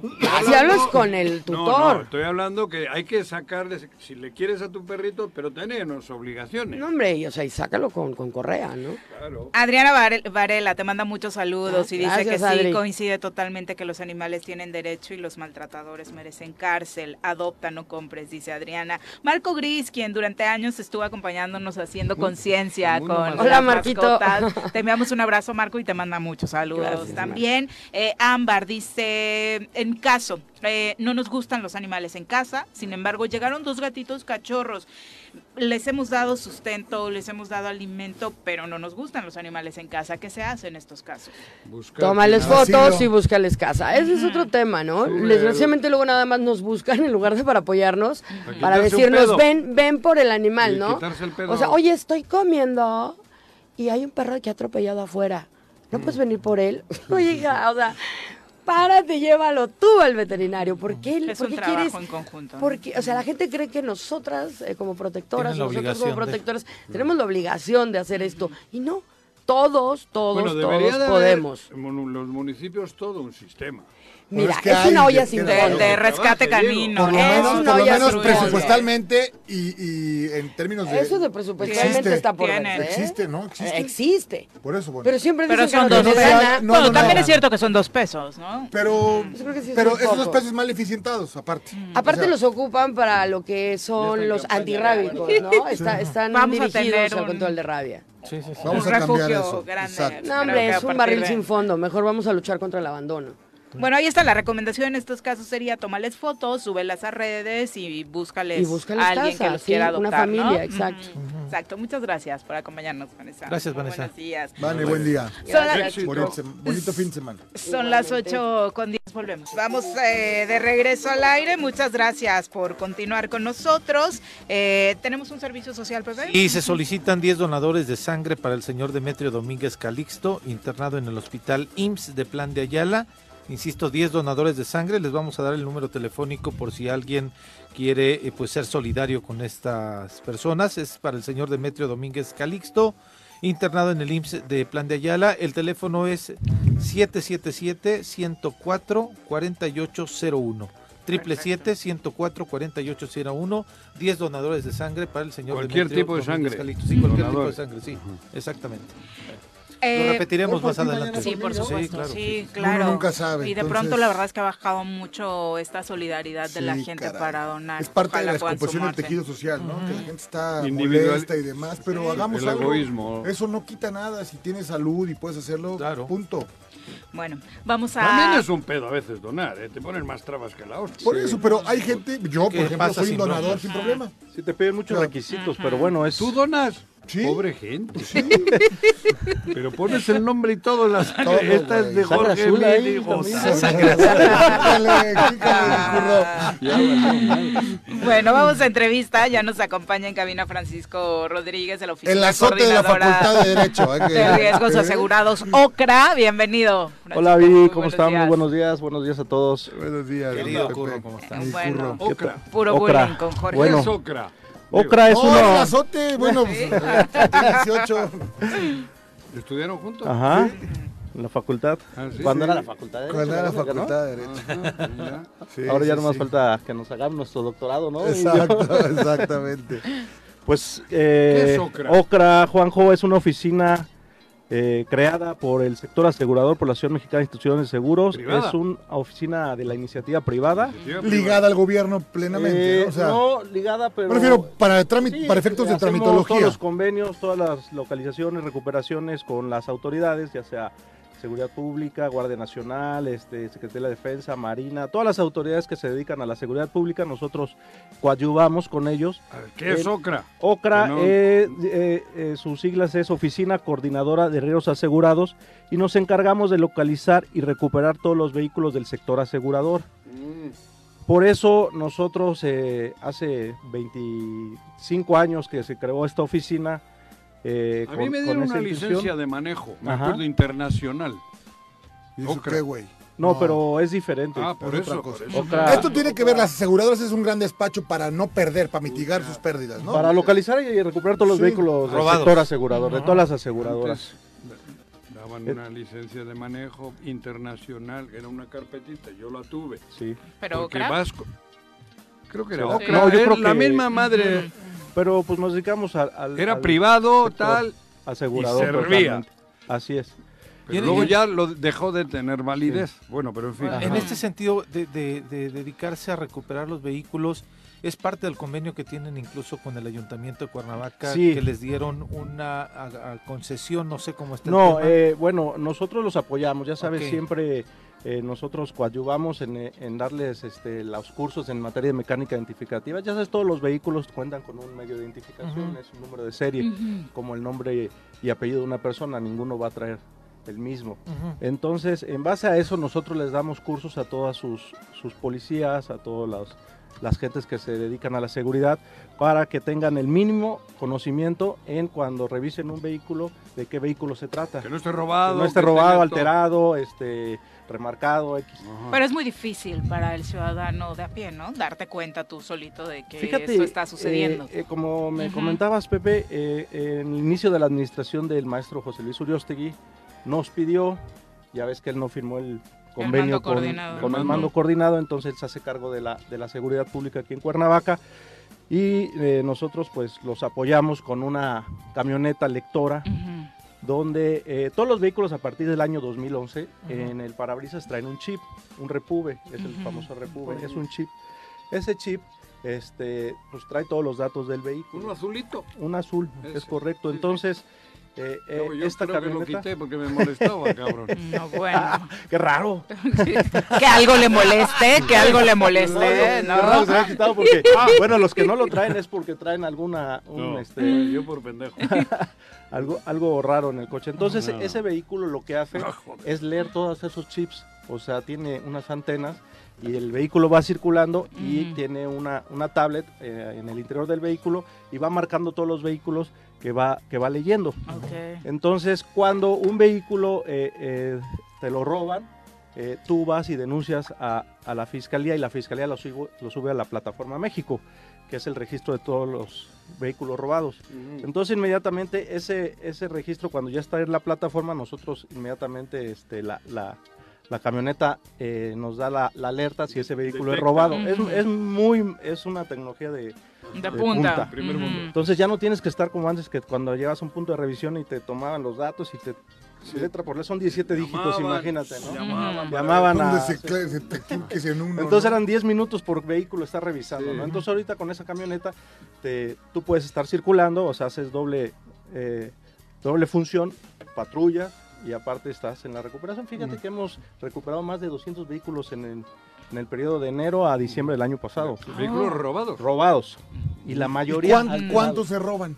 Ah, si Hablando- hablas con el No, tutor. no, estoy hablando que hay que sacarle, si le quieres a tu perrito, pero tenemos obligaciones. No, hombre, y, o sea, y sácalo con, con correa, ¿no? Claro. Adriana Varel- Varela te manda muchos saludos Ah, y dice gracias, que sí, Adri. coincide totalmente que los animales tienen derecho y los maltratadores merecen cárcel. Adopta, no compres, dice Adriana. Marco Gris, quien durante años estuvo acompañándonos haciendo conciencia mundo con más las Hola, Marquito. mascotas. Te enviamos un abrazo, Marco, y te manda muchos saludos Gracias, también. Eh, Ámbar dice, en caso, eh, no nos gustan los animales en casa, sin embargo, llegaron dos gatitos cachorros les hemos dado sustento, les hemos dado alimento, pero no nos gustan los animales en casa. ¿Qué se hace en estos casos? Buscar- Tómales Así fotos y no. búscales casa. Ese es otro tema, ¿no? Sube. Desgraciadamente luego nada más nos buscan en lugar de para apoyarnos, Para para quitarse un decirnos, pedo. ven, ven por el animal, Y ¿no? quitarse el pedo. O sea, oye, estoy comiendo y hay un perro que ha atropellado afuera. ¿No Mm. puedes venir por él? oye, hija, o sea, párate, llévalo tú al veterinario. ¿Por qué, Es por un qué trabajo quieres en conjunto. ¿no? Porque, o sea, la gente cree que nosotras eh, como protectoras, Tienen la nosotros como obligación de- protectores, tenemos la obligación de hacer esto. Y no, todos, todos, bueno, debería todos de haber podemos. en mon- los municipios todo un sistema. Mira, es, una olla sin de- fondo. de rescate Trabaje, Diego. canino. Por lo Es una menos, por lo olla menos sin presupuestalmente y, y en términos de. Eso de presupuestalmente existe. está por Tiene. verse, ¿eh? Existe, ¿no? Existe. Existe. Por eso, bueno. Pero siempre Pero dicen son que dos no no nos se pesos. dan- gana. no, bueno, no, también no. es cierto que son dos pesos, ¿no? Pero, Yo creo que sí es pero un esos dos poco. pesos mal eficientados, aparte. Aparte O sea, los ocupan para lo que son los antirrábicos, ¿no? Está- están Vamos a dirigidos tener al un- control de rabia. Sí, sí, sí. Vamos un a cambiar refugio eso. grande. No, Exacto. Creo hombre, que a es un partir barril de- sin fondo. Mejor vamos a luchar contra el abandono. Bueno, ahí está la recomendación en estos casos sería tomarles fotos, súbelas a redes y búscales, Y búscales a alguien casa, que los sí, quiera una adoptar, familia, ¿no? exacto. Ujú. Exacto, muchas gracias por acompañarnos, Vanessa. Gracias, Muy Vanessa. Buenos días. Vale, buen día. Son las- Gracias, Bonito, chicos. sem- bonito fin de semana. Son las 8 con 10, volvemos. Vamos eh, de regreso al aire, muchas gracias por continuar con nosotros. Eh, ¿Tenemos un servicio social, Pepe? Y se solicitan 10 donadores de sangre para el señor Demetrio Domínguez Calixto, internado en el hospital IMSS de Plan de Ayala. Insisto, 10 donadores de sangre. Les vamos a dar el número telefónico por si alguien quiere eh, pues, ser solidario con estas personas. Es para el señor Demetrio Domínguez Calixto, internado en el IMSS de Plan de Ayala. El teléfono es 777-104-4801. Triple 104 4801 10 donadores de sangre para el señor Cualquier Demetrio tipo de Domínguez sangre. Calixto. Sí, cualquier tipo de Donadores. sangre, sí, exactamente. Eh, Lo repetiremos por más ti mañana adelante. Sí, por Sí, supuesto. Sí, claro. claro. Uno nunca sabe, Y de entonces- pronto la verdad es que ha bajado mucho esta solidaridad de la Sí, gente caray. para donar. Es parte de Ojalá la puedan descomposición del sumarse. tejido social, ¿no? Que la gente está Individual- molesta y demás, pero hagamos El algo. egoísmo. Eso no quita nada. Si tienes salud y puedes hacerlo, Claro. punto. Bueno, vamos a... También es un pedo a veces donar, ¿eh? te ponen más trabas que la hostia. Por eso, pero hay gente, yo por Que ejemplo pasa soy un sin donador broncas. sin problema. Sí, te piden muchos Claro. requisitos, pero bueno, es... ¿Tú donas? Sí. Pobre gente. Pero pones el nombre y todo en las... Todo, Esta es de güey. Sangre Jorge azul Mili ahí, González. Quícale, quícale, Ya, valió, madre. Bueno, vamos a entrevista. Ya nos acompaña en cabina Francisco Rodríguez de la curro. oficina El azote de la coordinadora Facultad de Derecho. hay que- de riesgos ¿Eh? asegurados, OCRA. Bienvenido. Francisco. Hola, Muy Vi, ¿cómo buenos están? Muy días. buenos días, buenos días a todos. Buenos días, Querido Pepe. Curro, ¿cómo estás? Mi Bueno. curro. Ocra. Puro Ocra. bullying con Jorge. ¿Qué Bueno. es Ocra? Ocra es Oh, el una... azote, bueno, pues, 18. ¿Estudiaron juntos? Ajá, en la facultad. Ah, sí, Cuando sí. era la facultad de Cuando era la Derecho, ¿no? Facultad de Derecho. Ajá, ya. Sí, Ahora ya sí, no más sí. falta que nos hagamos nuestro doctorado, ¿no? Y- Exacto, exactamente. Pues eh, ¿Qué es Ocra? Ocra, Juanjo, es una oficina eh, creada por el sector asegurador por la Asociación Mexicana de Instituciones de Seguros. Privada. Es una oficina de la iniciativa privada. Ligada al gobierno plenamente. Eh, ¿no? O sea, no ligada, pero... me refiero para, trámite- Sí, para efectos de hacemos Todos tramitología. los convenios, todas las localizaciones, recuperaciones con las autoridades, ya sea Seguridad Pública, Guardia Nacional, este, Secretaría de Defensa, Marina, todas las autoridades que se dedican a la seguridad pública, nosotros coadyuvamos con ellos. A ver, ¿Qué es El- Ocra? OCRA, No. eh, eh, eh, sus siglas es Oficina Coordinadora de Riesgos Asegurados y nos encargamos de localizar y recuperar todos los vehículos del sector asegurador. Mm. Por eso nosotros eh, hace 25 años que se creó esta oficina. eh, A mí con- me con dieron esa una intención. licencia de manejo, me Ajá. acuerdo, internacional. ¿Y eso Ocra. qué, güey? No, No. pero es diferente. Ah, por es eso. otra por cosa. eso. Ocra. Esto tiene que ver, las aseguradoras es un gran despacho para no perder, para mitigar sus pérdidas, ¿no? Para localizar y recuperar todos los Sí. vehículos del Robados. sector asegurador, de todas las aseguradoras. Antes daban una licencia de manejo internacional, era una carpetita, yo la tuve. Sí. Pero porque OCRA. Vasco. Creo que era Sí. Ocra. No, yo es creo la que- misma madre. Pero pues nos dedicamos al... al- Era al- privado, sector. tal. asegurador. Y servía. totalmente. Así es. Pero luego ya lo dejó de tener validez. Bueno, pero en fin. En este sentido, de, de- de dedicarse a recuperar los vehículos, es parte del convenio que tienen incluso con el Ayuntamiento de Cuernavaca, Sí. que les dieron una a- a concesión, no sé cómo está No, el tema. eh, bueno, nosotros los apoyamos, ya sabes, Ok. siempre eh, nosotros coadyuvamos en, eh, en darles este, los cursos en materia de mecánica identificativa. Ya sabes, todos los vehículos cuentan con un medio de identificación, Ujú. es un número de serie, como el nombre y apellido de una persona, ninguno va a traer el mismo. Entonces, en base a eso, nosotros les damos cursos a todas sus, sus policías, a todas las, las gentes que se dedican a la seguridad, para que tengan el mínimo conocimiento en cuando revisen un vehículo, de qué vehículo se trata. Que no esté robado, Que no esté que robado, tenga todo. alterado, este, remarcado, X. Ah. Pero es muy difícil para el ciudadano de a pie, ¿no? Darte cuenta tú solito de que Fíjate, esto está sucediendo. eh, eh, como me Ujú. comentabas, Pepe, eh, en el inicio de la administración del maestro José Luis Uriostegui nos pidió, ya ves que él no firmó el convenio con, coordinado. con el Ujú. mando coordinado, entonces él se hace cargo de la, de la seguridad pública aquí en Cuernavaca y eh, nosotros pues los apoyamos con una camioneta lectora Ujú. donde eh, todos los vehículos a partir del año 2011 Ujú. en el parabrisas traen un chip, un repube, es el Ujú. famoso repube, es un chip. Ese chip este, pues trae todos los datos del vehículo. Uno azulito. Un azul, Ese, es correcto. sí. Entonces, eh, eh, No, yo esta creo que lo camioneta- quité porque me molestaba, cabrón. No, bueno. ¡Qué raro! que algo le moleste, que algo le moleste, ¿eh? Qué raro ¿no? que se haya quitado porque, ah, bueno, los que no lo traen es porque traen alguna, un, No, este, yo por pendejo. algo, algo raro en el coche. Entonces, No. ese vehículo lo que hace Ah, No, joder. es leer todos esos chips. O sea, tiene unas antenas y el vehículo va circulando y Ujú. tiene una, una tablet eh, en el interior del vehículo y va marcando todos los vehículos que va, que va leyendo. Ok. Entonces, cuando un vehículo eh, eh, te lo roban, eh, tú vas y denuncias a, a la fiscalía y la fiscalía lo, sigo- lo sube a la plataforma México, que es el registro de todos los vehículos robados. Entonces, inmediatamente, ese, ese registro, cuando ya está en la plataforma, nosotros inmediatamente este, la, la- la camioneta eh, nos da la, la alerta si ese vehículo Detecta. es robado. Ujú. Es, es muy, es una tecnología de, De punta. punta. Primer Ujú. mundo. entonces ya no tienes que estar como antes, que cuando llegas a un punto de revisión y te tomaban los datos y te... Letra por letra, son 17 dígitos, Llamaban, imagínate, ¿no? Llamaban. Llamaban a... ¿Dónde se, cla- se te equivoques en uno? Entonces no? eran 10 minutos por vehículo estar revisando, Sí. ¿no? Entonces ahorita con esa camioneta te, tú puedes estar circulando, o sea, haces doble, eh, doble función, patrulla y aparte estás en la recuperación. Mm. Fíjate que hemos recuperado más de 200 vehículos en el, en el periodo de enero a diciembre del año pasado, Vehículos robados. robados. Y la ¿Y mayoría... cuán- alterados. ¿Cuántos se roban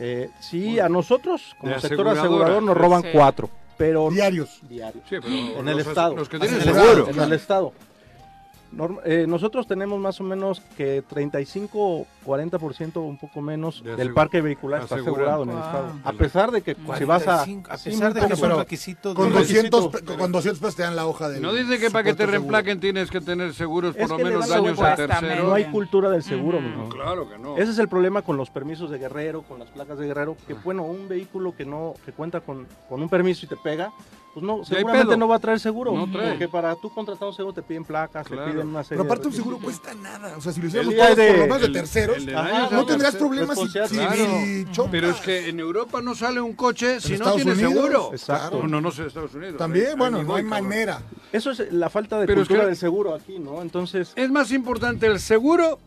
Eh, sí, a nosotros, como De sector aseguradora. asegurador, nos roban Sí. cuatro, pero diarios? diarios. Sí, pero En los el as- estado. Los que En tienen el seguro. estado. En el estado. Norm- eh, nosotros tenemos más o menos que 35 40%, un poco menos, De del asegu- parque vehicular está asegurado. asegurado en el Wow. estado. A pesar de que si vas a... 45, a sí, pesar de muy que es poco, un pero- requisito Con de- Pero- 200, pe- con 200 pesos te dan la hoja de. No dice que para que te reemplaquen tienes que tener seguros por Es lo que le menos van a daños a supuestamente. terceros. Mm, no hay cultura del seguro. Ujú. mijo. Claro que no. Ese es el problema con los permisos de guerrero, con las placas de guerrero, que bueno, un vehículo que no que cuenta con, con un permiso y te pega, pues no, Ya hay seguramente pedo. no va a traer seguro, No trae. porque para tú contratar un seguro te piden placas, Claro. te piden una serie Pero aparte, de un seguro cuesta nada. O sea, si lo hiciéramos El día todos, por de- lo menos de El- terceros, el de Ajá. daños a no tendrías terceros. problemas si, si, Claro. si chocas. Pero es que en Europa no sale un coche si En no Estados tiene Unidos, seguro. Exacto. No, no, no sé de Estados Unidos. Ahí- También, ahí bueno, ni no voy, hay cabrón. manera. Eso es la falta de Pero es cultura que- del seguro aquí, ¿no? Entonces, Es más importante el seguro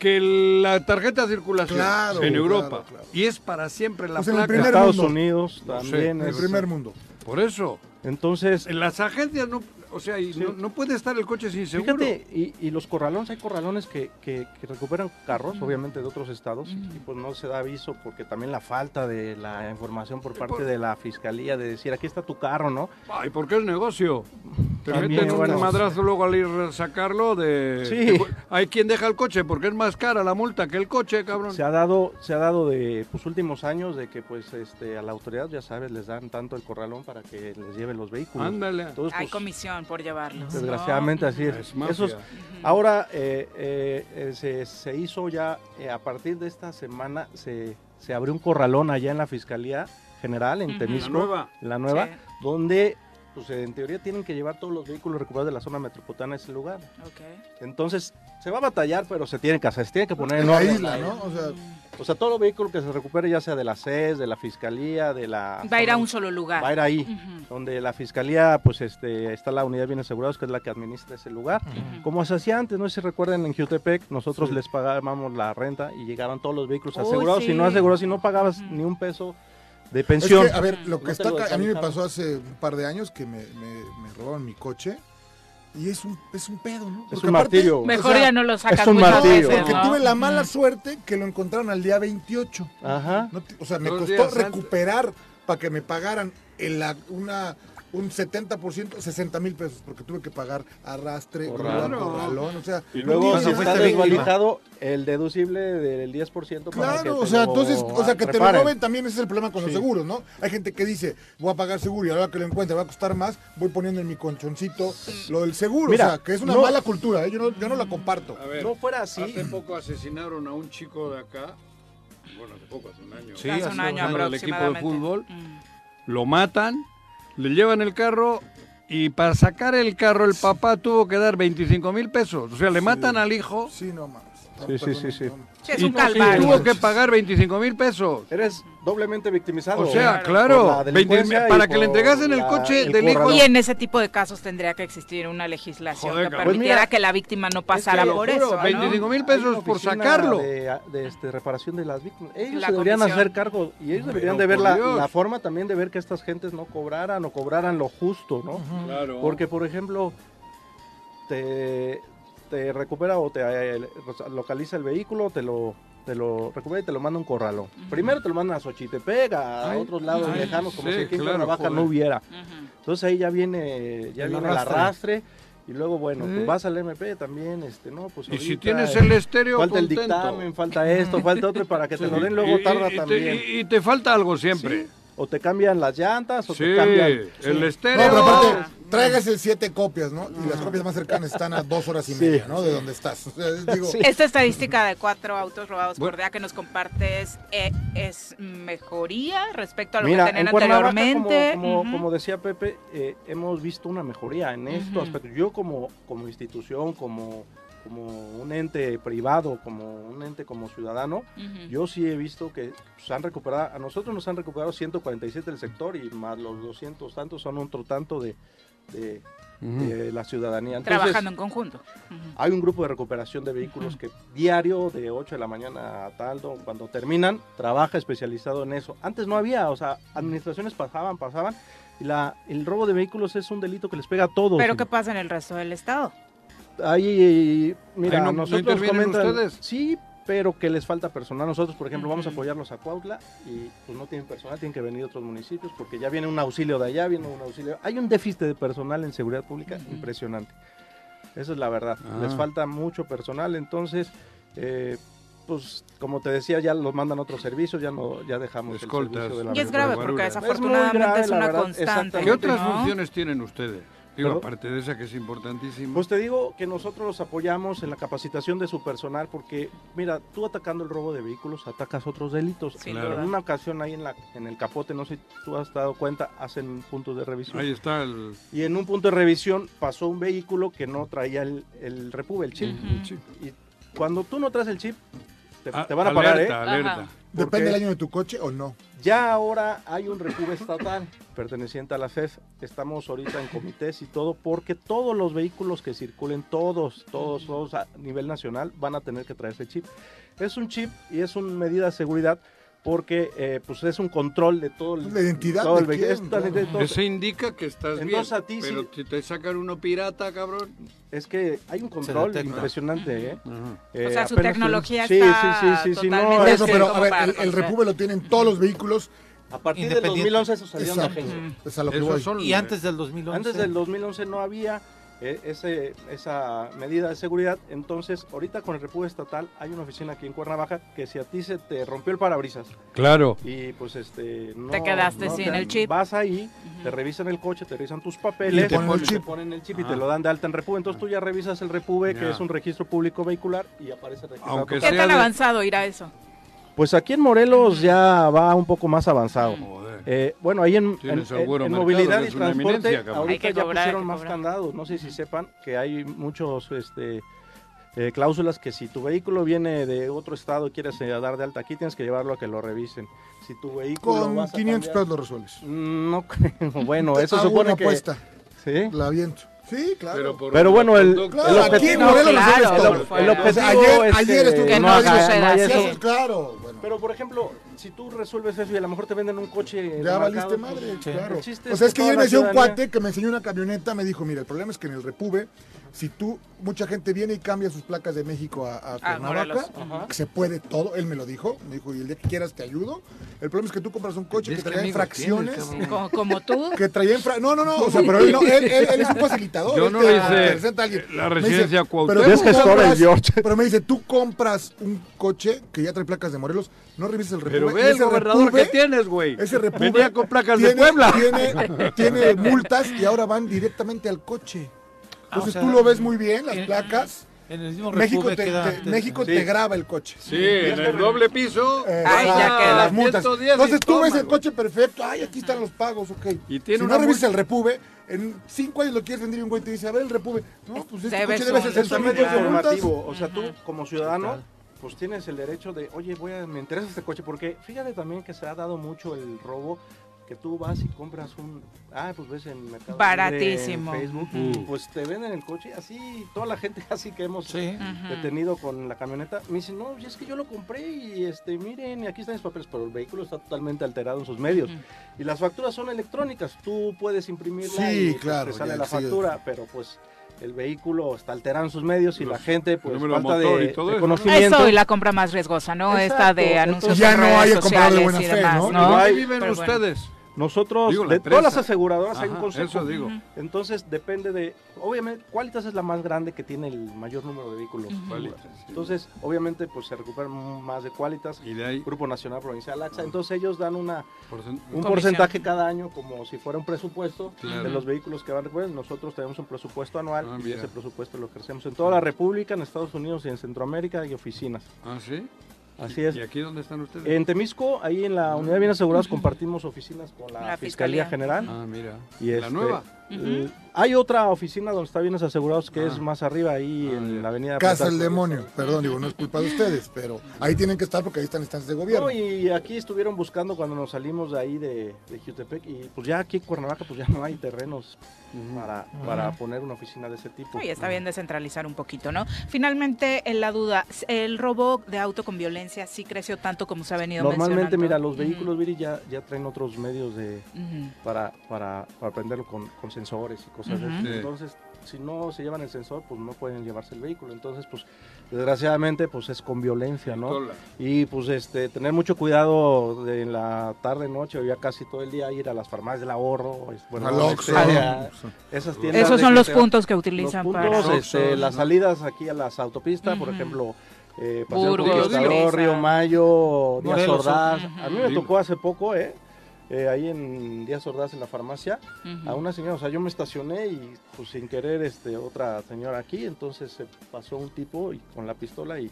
que la tarjeta de circulación Claro, en claro, Europa. claro. Y es para siempre la Pues en el placa. primer Estados mundo. Unidos No sé, también En el es- primer mundo. Por eso, Entonces, en las agencias no, o sea, y Sí. no, no puede estar el coche sin seguro. fíjate, y, y los corralones, hay corralones que, que- que recuperan carros, obviamente, de otros estados, y pues no se da aviso porque también la falta de la información por parte por- de la fiscalía de decir, aquí está tu carro, ¿no? Ay, porque es negocio. Te También, meten un bueno. madrazo luego al ir a sacarlo de... Sí. de- Hay quien deja el coche porque es más cara la multa que el coche, cabrón. Se ha dado, se ha dado de pues, últimos años de que pues este a la autoridad, ya sabes, les dan tanto el corralón para que les lleven los vehículos. Ándale. Entonces, Hay pues, comisión por llevarlos. ¿no? Desgraciadamente así es. Es mafia. Esos- ahora eh, eh, eh, se, se hizo ya, eh, a partir de esta semana, se, se abrió un corralón allá en la Fiscalía General, en Ujú. Temisco, La nueva. la nueva, Sí. donde pues, en teoría tienen que llevar todos los vehículos recuperados de la zona metropolitana a ese lugar. Ok. Entonces, se va a batallar, pero se tiene que hacer, se tiene que poner en En la orden. isla, ¿no? O sea, O sea, todo los vehículo que se recupere, ya sea de la CES, de la Fiscalía, de la... Va a ir a un solo lugar. Va a ir ahí Ujú. donde la fiscalía, pues este, está la unidad de bienes asegurados, que es la que administra ese lugar. Como se hacía antes, no sé si recuerdan en Jutepec, nosotros les pagábamos la renta y llegaban todos los vehículos Uy, asegurados y no sí. asegurados y no pagabas ni un peso de es pensión. que, a ver, lo No que te está lo acá, a mí me descalificaban. pasó hace un par de años que me, me, me robaron mi coche y es un, es un pedo, ¿no? un martirio. o Mejor sea, ya no lo sacas es un muchas martirio. veces, Porque ¿no? tuve la mala suerte que lo encontraron al día 28. Ajá. No te- o sea, me Dos costó días antes. recuperar para que me pagaran en la, una, un 70%, 60 mil pesos, porque tuve que pagar arrastre, Corralón. grúa, corralón, o sea... Y no luego dices, se está está víctima. desvalitado el deducible del 10% para que Claro, o te sea, lo entonces, o sea, que te lo reparen. roben también ese es el problema con los Sí. seguros, ¿no? Hay gente que dice, voy a pagar seguro y ahora que lo encuentre va a costar más, voy poniendo en mi colchoncito lo del seguro, Mira, o sea, que es una no- mala cultura, ¿eh? yo, no, yo no la comparto. A ver, No fuera así. Hace poco asesinaron a un chico de acá. Bueno, hace poco, hace un año. Sí, hace un año al equipo de aproximadamente. Mm. fútbol. Lo matan, le llevan el carro y para sacar el carro el papá tuvo que dar 25 mil pesos. O sea, le matan al hijo Sí, no mames. No, Sí, sí, perdón, sí, sí. no, no. Sí, es y un calvario. tuvo que pagar 25 mil pesos. Eres doblemente victimizado. O sea, Por la claro, delincuencia 20 y para que le por entregasen el la- coche el del hijo. corralón. Y en ese tipo de casos tendría que existir una legislación Joder, que cabrón. permitiera Pues mira, que la víctima no pasara Es que, por juro, eso. ¿no? 25 mil Hay una pesos por oficina sacarlo. De, de, este, reparación de las víctimas. Ellos La se deberían comisión. hacer cargo y ellos deberían Pero, de ver por la, Dios. la forma también de ver que estas gentes no cobraran o cobraran lo justo, ¿no? Claro. Porque, por ejemplo, te, te recupera o te eh, localiza el vehículo, te lo, te lo recupera y te lo manda a un corralón. Primero te lo mandan a Xochitepec, a Ay, otros lados ay, lejanos, como sí, si aquí en claro, Cuernavaca joder. no hubiera. Ujú. Entonces ahí ya viene, ya El viene arrastre. el arrastre. Y luego, bueno, Sí. pues vas al MP también, este, no, pues Y si ahorita, tienes eh, el estéreo, Falta el contento. dictamen, falta esto, falta otro, y para que te lo den Y- luego y- tarda y te- también. y, y te falta algo siempre. O te cambian las llantas, o Sí, te cambian... el No, estéreo. pero aparte, tráigase siete copias, ¿no? Y las Ah. copias más cercanas están a dos horas y media, ¿no? De donde estás. O sea, digo, Esta estadística de cuatro autos robados Bueno. por día que nos compartes eh, es mejoría respecto a lo Mira, que tenían en Cuernavaca, anteriormente. como, como, Ujú. como decía Pepe, eh, hemos visto una mejoría en estos Ujú. aspectos. Yo como, como institución, como, como un ente privado, como un ente como ciudadano, Ujú. yo sí he visto que se han recuperado, a nosotros nos han recuperado 147 del sector y más los 200 tantos son otro tanto de, de- de la ciudadanía. Entonces, Trabajando en conjunto. Ujú. Hay un grupo de recuperación de vehículos que diario de 8 de la mañana a tal, do- cuando terminan, trabaja especializado en eso. Antes no había, o sea, administraciones pasaban, pasaban, y la, el robo de vehículos es un delito que les pega a todos. Pero ¿qué pasa en el resto del estado? Ahí, mira, Ahí no- no nosotros intervienen comentan, ustedes. sí, pero que les falta personal. Nosotros, por ejemplo, vamos a Ujú. apoyarlos a Cuautla y pues no tienen personal, tienen que venir otros municipios porque ya viene un auxilio de allá, viene un auxilio. Hay un déficit de personal en seguridad pública Ujú. impresionante. Esa es la verdad. Ah. Les falta mucho personal, entonces, eh, pues como te decía, ya los mandan a otros servicios, ya no, ya dejamos Escoltas. el servicio de la Y es grave Guardia. porque Es muy desafortunadamente es, grave, la una verdad, constante. exactamente. ¿Qué otras ¿no? funciones tienen ustedes? Digo, Perdón. aparte de esa que es importantísima. Pues te digo que nosotros los apoyamos en la capacitación de su personal porque, mira, tú atacando el robo de vehículos atacas otros delitos. Sin Claro. En duda. una ocasión ahí en, la, en el capote, no sé si tú has dado cuenta, hacen puntos de revisión. Ahí está el. Y en un punto de revisión pasó un vehículo que no traía el, el repube, el chip. Ujú. Sí. Y cuando tú no traes el chip, te, Ah, te van a pagar, alerta, ¿eh? Alerta, Ajá. depende qué? del año de tu coche o no. Ya ahora hay un repube estatal perteneciente a la FEF. Estamos ahorita en comités y todo porque todos los vehículos que circulen, todos, todos, todos a nivel nacional van a tener que traer ese chip. Es un chip y es una medida de seguridad porque eh, pues es un control de todo el, La identidad todo el de vehi- quién, es toda la claro. identidad de todos. Ese indica que estás bien. Entonces a ti sí- pero si te sacan uno pirata, cabrón. Es que hay un control detecta. impresionante, ¿eh? Eh, O sea, su apenas- tecnología sí, está sí, sí, sí, sí, no, totalmente Por Pero eso, sí, pero como a ver, para el, el controlar. repube lo tienen todos los vehículos. A partir del Independiente. 2011 eso salió en la Exacto. agencia. Es a lo que Esos voy. son- Y antes del 2011. Antes del 2011 no había eh, ese, esa medida de seguridad, entonces ahorita con el República Estatal hay una oficina aquí en Cuernavaca que si a ti se te rompió el parabrisas Claro. y pues este no, Te quedaste no, sin te- el chip. vas ahí, Ujú. te revisan el coche, te revisan tus papeles, Y te ponen el te chip. ponen el chip y Ah. te lo dan de alta en República, entonces tú ya revisas el Repube que Ya. es un registro público vehicular y aparece registrado. Aunque tu sea- ¿Qué carro. tan de- avanzado irá eso? Pues aquí en Morelos ya va un poco más avanzado. Joder. Eh, bueno, ahí en, Tienes en- seguro en mercado, movilidad y eres una transporte, eminencia, cabrón. Hay ahorita que ya cobrar, hay pusieron que más cobrar. candados. No sé si sepan que hay muchos este, eh, cláusulas que si tu vehículo viene de otro estado y quieres eh, dar de alta aquí, tienes que llevarlo a que lo revisen. Si tu vehículo. Con vas a 500 cambiar- pesos lo resuelves. Mm, No creo. Bueno, eso Hago supone una que. apuesta. ¿sí? La aviento. Sí, claro. Pero, por Pero bueno, el- conducta- Claro, el aquí objetivo- en Morelos No, resuelves claro, todo. El, por fuera. objetivo ayer, es este, eh, ayer estuve que no no haga- suceda no haya así. eso. Sí, Claro. bueno. Pero por ejemplo, si tú resuelves eso y a lo mejor te venden un coche. Ya valiste enmarcado, madre, pues, claro. el chiste O sea, es que toda yo la me decía un ciudadanía- cuate que me enseñó una camioneta, me dijo, mira, el problema es que en el Repube, si tú, mucha gente viene y cambia sus placas de México a, a Morelos, Cuernavaca, que se puede todo, él me lo dijo, me dijo, y el día que quieras te ayudo. El problema es que tú compras un coche que ¿Ves qué traía amigos fracciones, tienes, cabrón? Como, como tú. que traía fra- No, no, no, o sea, pero él, no, él, él- él es un facilitador. Yo él no te hice presenta a alguien. la Me dice, residencia Cuauhtémoc. pero Es tú gestor el compras- George. Pero me dice, tú compras un coche que ya trae placas de Morelos, no revisas el Repube. Pero y ve el ese gobernador Repube- que tienes, güey. ese repube Venía con placas de tiene- Puebla. Tiene, tiene multas y ahora van directamente al coche. Entonces Ah, o sea, tú lo ves muy bien, las eh, en- placas. En el mismo México República te, queda te- antes. México te graba el coche. Sí, en el doble piso. Eh, Ay, ah, ya queda. las multas. 110 y Entonces tú toma, ves el güey. coche perfecto. Ay, aquí están los pagos, ok. Y tiene si una no revisas multa. el repube, en cinco años lo quieres vender y un güey te dice, a ver el repube. Eh, No, pues este Se ve coche debe ser solo. Es un medio sostenible de multas. informativo. O sea, tú como ciudadano, pues tienes el derecho de, oye, voy a, me interesa este coche, porque fíjate también que se ha dado mucho el robo que tú vas y compras un, ah, pues ves en Mercado Libre, Baratísimo. en Facebook, Ujú. pues te venden el coche, así toda la gente así que hemos Sí. detenido con la camioneta, me dicen, no, y es que yo lo compré y este, miren, y aquí están mis papeles, pero el vehículo está totalmente alterado en sus medios. Y las facturas son electrónicas, tú puedes imprimirla Sí, y pues, claro, te sale ya, la sí. factura, pero pues el vehículo está alterado en sus medios y Los- la gente pues el número falta motor de, y todo de eso, ¿no? conocimiento. Eso y la compra más riesgosa, ¿no? Esta de Exacto. anuncios Ya en no redes hay que comprar de sociales buena y fe, demás, ¿no? ¿no? Ahí viven Pero bueno. ustedes. Nosotros, Digo, la de empresa. todas las aseguradoras hay un Ajá, consejo. eso digo. Entonces depende de, obviamente, Qualitas es la más grande que tiene el mayor número de vehículos. Qualitas, sí. Entonces, obviamente, pues se recuperan más de Qualitas. Y de ahí, Grupo Nacional Provincial AXA. Entonces ellos dan una, por cen- un Comisión. porcentaje cada año como si fuera un presupuesto Claro. de los vehículos que van recuerden. Nosotros tenemos un presupuesto anual Ah, y mira. ese presupuesto lo crecemos en toda la República, en Estados Unidos y en Centroamérica y oficinas. Ah, sí. Así ¿Y- es. ¿Y aquí dónde están ustedes? En Temisco, ahí en la Unidad de Bienes Asegurados compartimos oficinas con la, La Fiscalía, Fiscalía. General. Ah, mira. Y la este, nueva. eh, Hay otra oficina donde está Bienes Asegurados que Ah. es más arriba, ahí Ah, en ya. la Avenida Plutarco Casa del Díaz. demonio. Perdón, digo, no es culpa de ustedes, pero ahí tienen que estar porque ahí están instancias de gobierno. No, y aquí estuvieron buscando cuando nos salimos de ahí de, de Jutepec y pues ya aquí en Cuernavaca pues ya no hay terrenos para, para poner una oficina de ese tipo. Y está bien descentralizar un poquito, ¿no? Finalmente, en la duda, ¿el robo de auto con violencia sí creció tanto como se ha venido Normalmente, mira, mencionando? los vehículos Viri ya, ya traen otros medios de Ujú, ujú. para, para, para prenderlo con, con sensores y cosas Ujú. así. Sí. Entonces, si no se llevan el sensor, pues no pueden llevarse el vehículo. Entonces, pues desgraciadamente pues es con violencia, ¿no? Tola. Y pues este, tener mucho cuidado de en la tarde, noche o ya casi todo el día ir a las farmacias del ahorro. es- Bueno, Al este, Oxxo. a- esas tiendas Esos de son los retail. puntos que Los utilizan puntos, para... este, Oxxo, las ¿no? salidas aquí a las autopistas, por Ujú. ejemplo. Eh, Paseo Burgos, Conquistador, Presa. Río Mayo, Díaz Morelos, Ordaz. ujú. A mí me Dilo. tocó hace poco, eh, eh, ahí en Díaz Ordaz, en la farmacia, Ujú. a una señora, o sea, yo me estacioné y pues sin querer este otra señora aquí, entonces se pasó un tipo y con la pistola y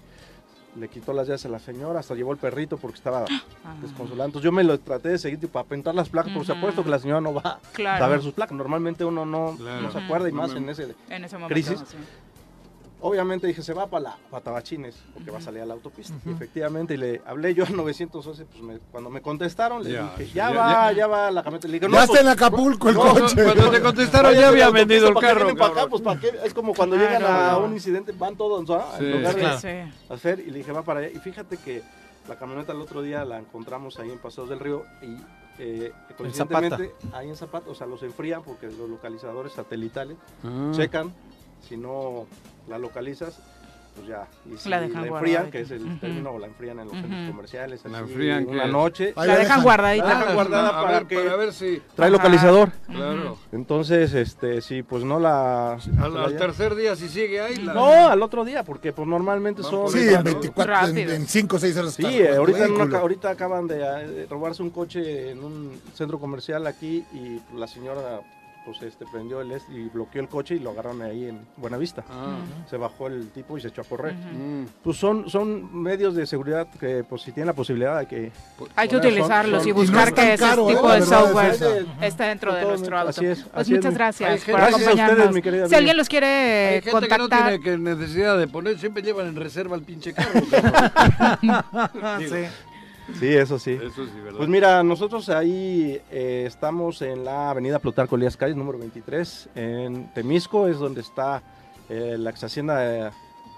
le quitó las llaves a la señora, hasta llevó el perrito porque estaba Ah, desconsolado. Entonces yo me lo traté de seguir tipo, para apentar las placas, porque se Ujú. apuesto que la señora no va Claro. a ver sus placas. Normalmente uno no, Claro. no se acuerda y No más me- en ese. En ese momento. Crisis. sí. Obviamente dije, se va para la para Tabachines, porque va a salir a la autopista. Y efectivamente, y le hablé yo al 911, pues me- cuando me contestaron, le Ya, dije, sí, ya, ya, va, ya. va la camioneta. Le dije, ya no, pues, está en Acapulco el no, coche. Cuando te contestaron Oye, ya pero la había autopista, vendido el ¿para qué carro. vienen para acá? cabrón. Pues, ¿para qué? Es como cuando Claro. llegan a un incidente, van todos ¿no? Sí. en lugar de Claro. Sí. hacer y le dije, va para allá. Y fíjate que la camioneta el otro día la encontramos ahí en Paseos del Río y eh, coincidentemente ahí en Zapata, o sea, los enfrían porque los localizadores satelitales Ah, checan, si no la localizas, pues ya. Y si La la, dejan guardadita. enfrían, que es el Ujú. término, o la enfrían en los centros Ujú. comerciales, La así, enfrían, una ¿qué es? noche. Ahí La dejan La guardadita. dejan guardada a para ver, que para ver si. Ajá. trae localizador. Claro. Entonces, este, si pues no la... Al, al tercer día, si sigue ahí. La... No, al otro día, porque pues normalmente Van son... por Sí, Rápido. en 24, en- Rápido. en 5 o 6 horas. Sí, está eh, el ahorita, en una vehículo. ca- ahorita acaban de eh, robarse un coche en un centro comercial aquí y la señora pues este prendió el este y bloqueó el coche y lo agarraron ahí en Buenavista. Ah. Se bajó el tipo y se echó a correr. Mm. Pues son, son medios de seguridad que pues si tienen la posibilidad de que Hay que Son- son- utilizarlos y son- buscar y no es que tan ese caro, ¿eh? tipo La de verdad es software esa. está dentro de Totalmente, nuestro auto. así es, pues así es, muchas Hay mi- gracias gente- por Gracias a ustedes, acompañarnos. mi querida si amiga. alguien los quiere Hay gente contactar, que no tiene que necesidad de poner, siempre llevan en reserva el pinche carro. Sí, eso sí. Eso sí, ¿verdad? Pues mira, nosotros ahí eh, estamos en la avenida Plutarco Elías Calles, número 23, en Temisco, es donde está eh, la ex hacienda de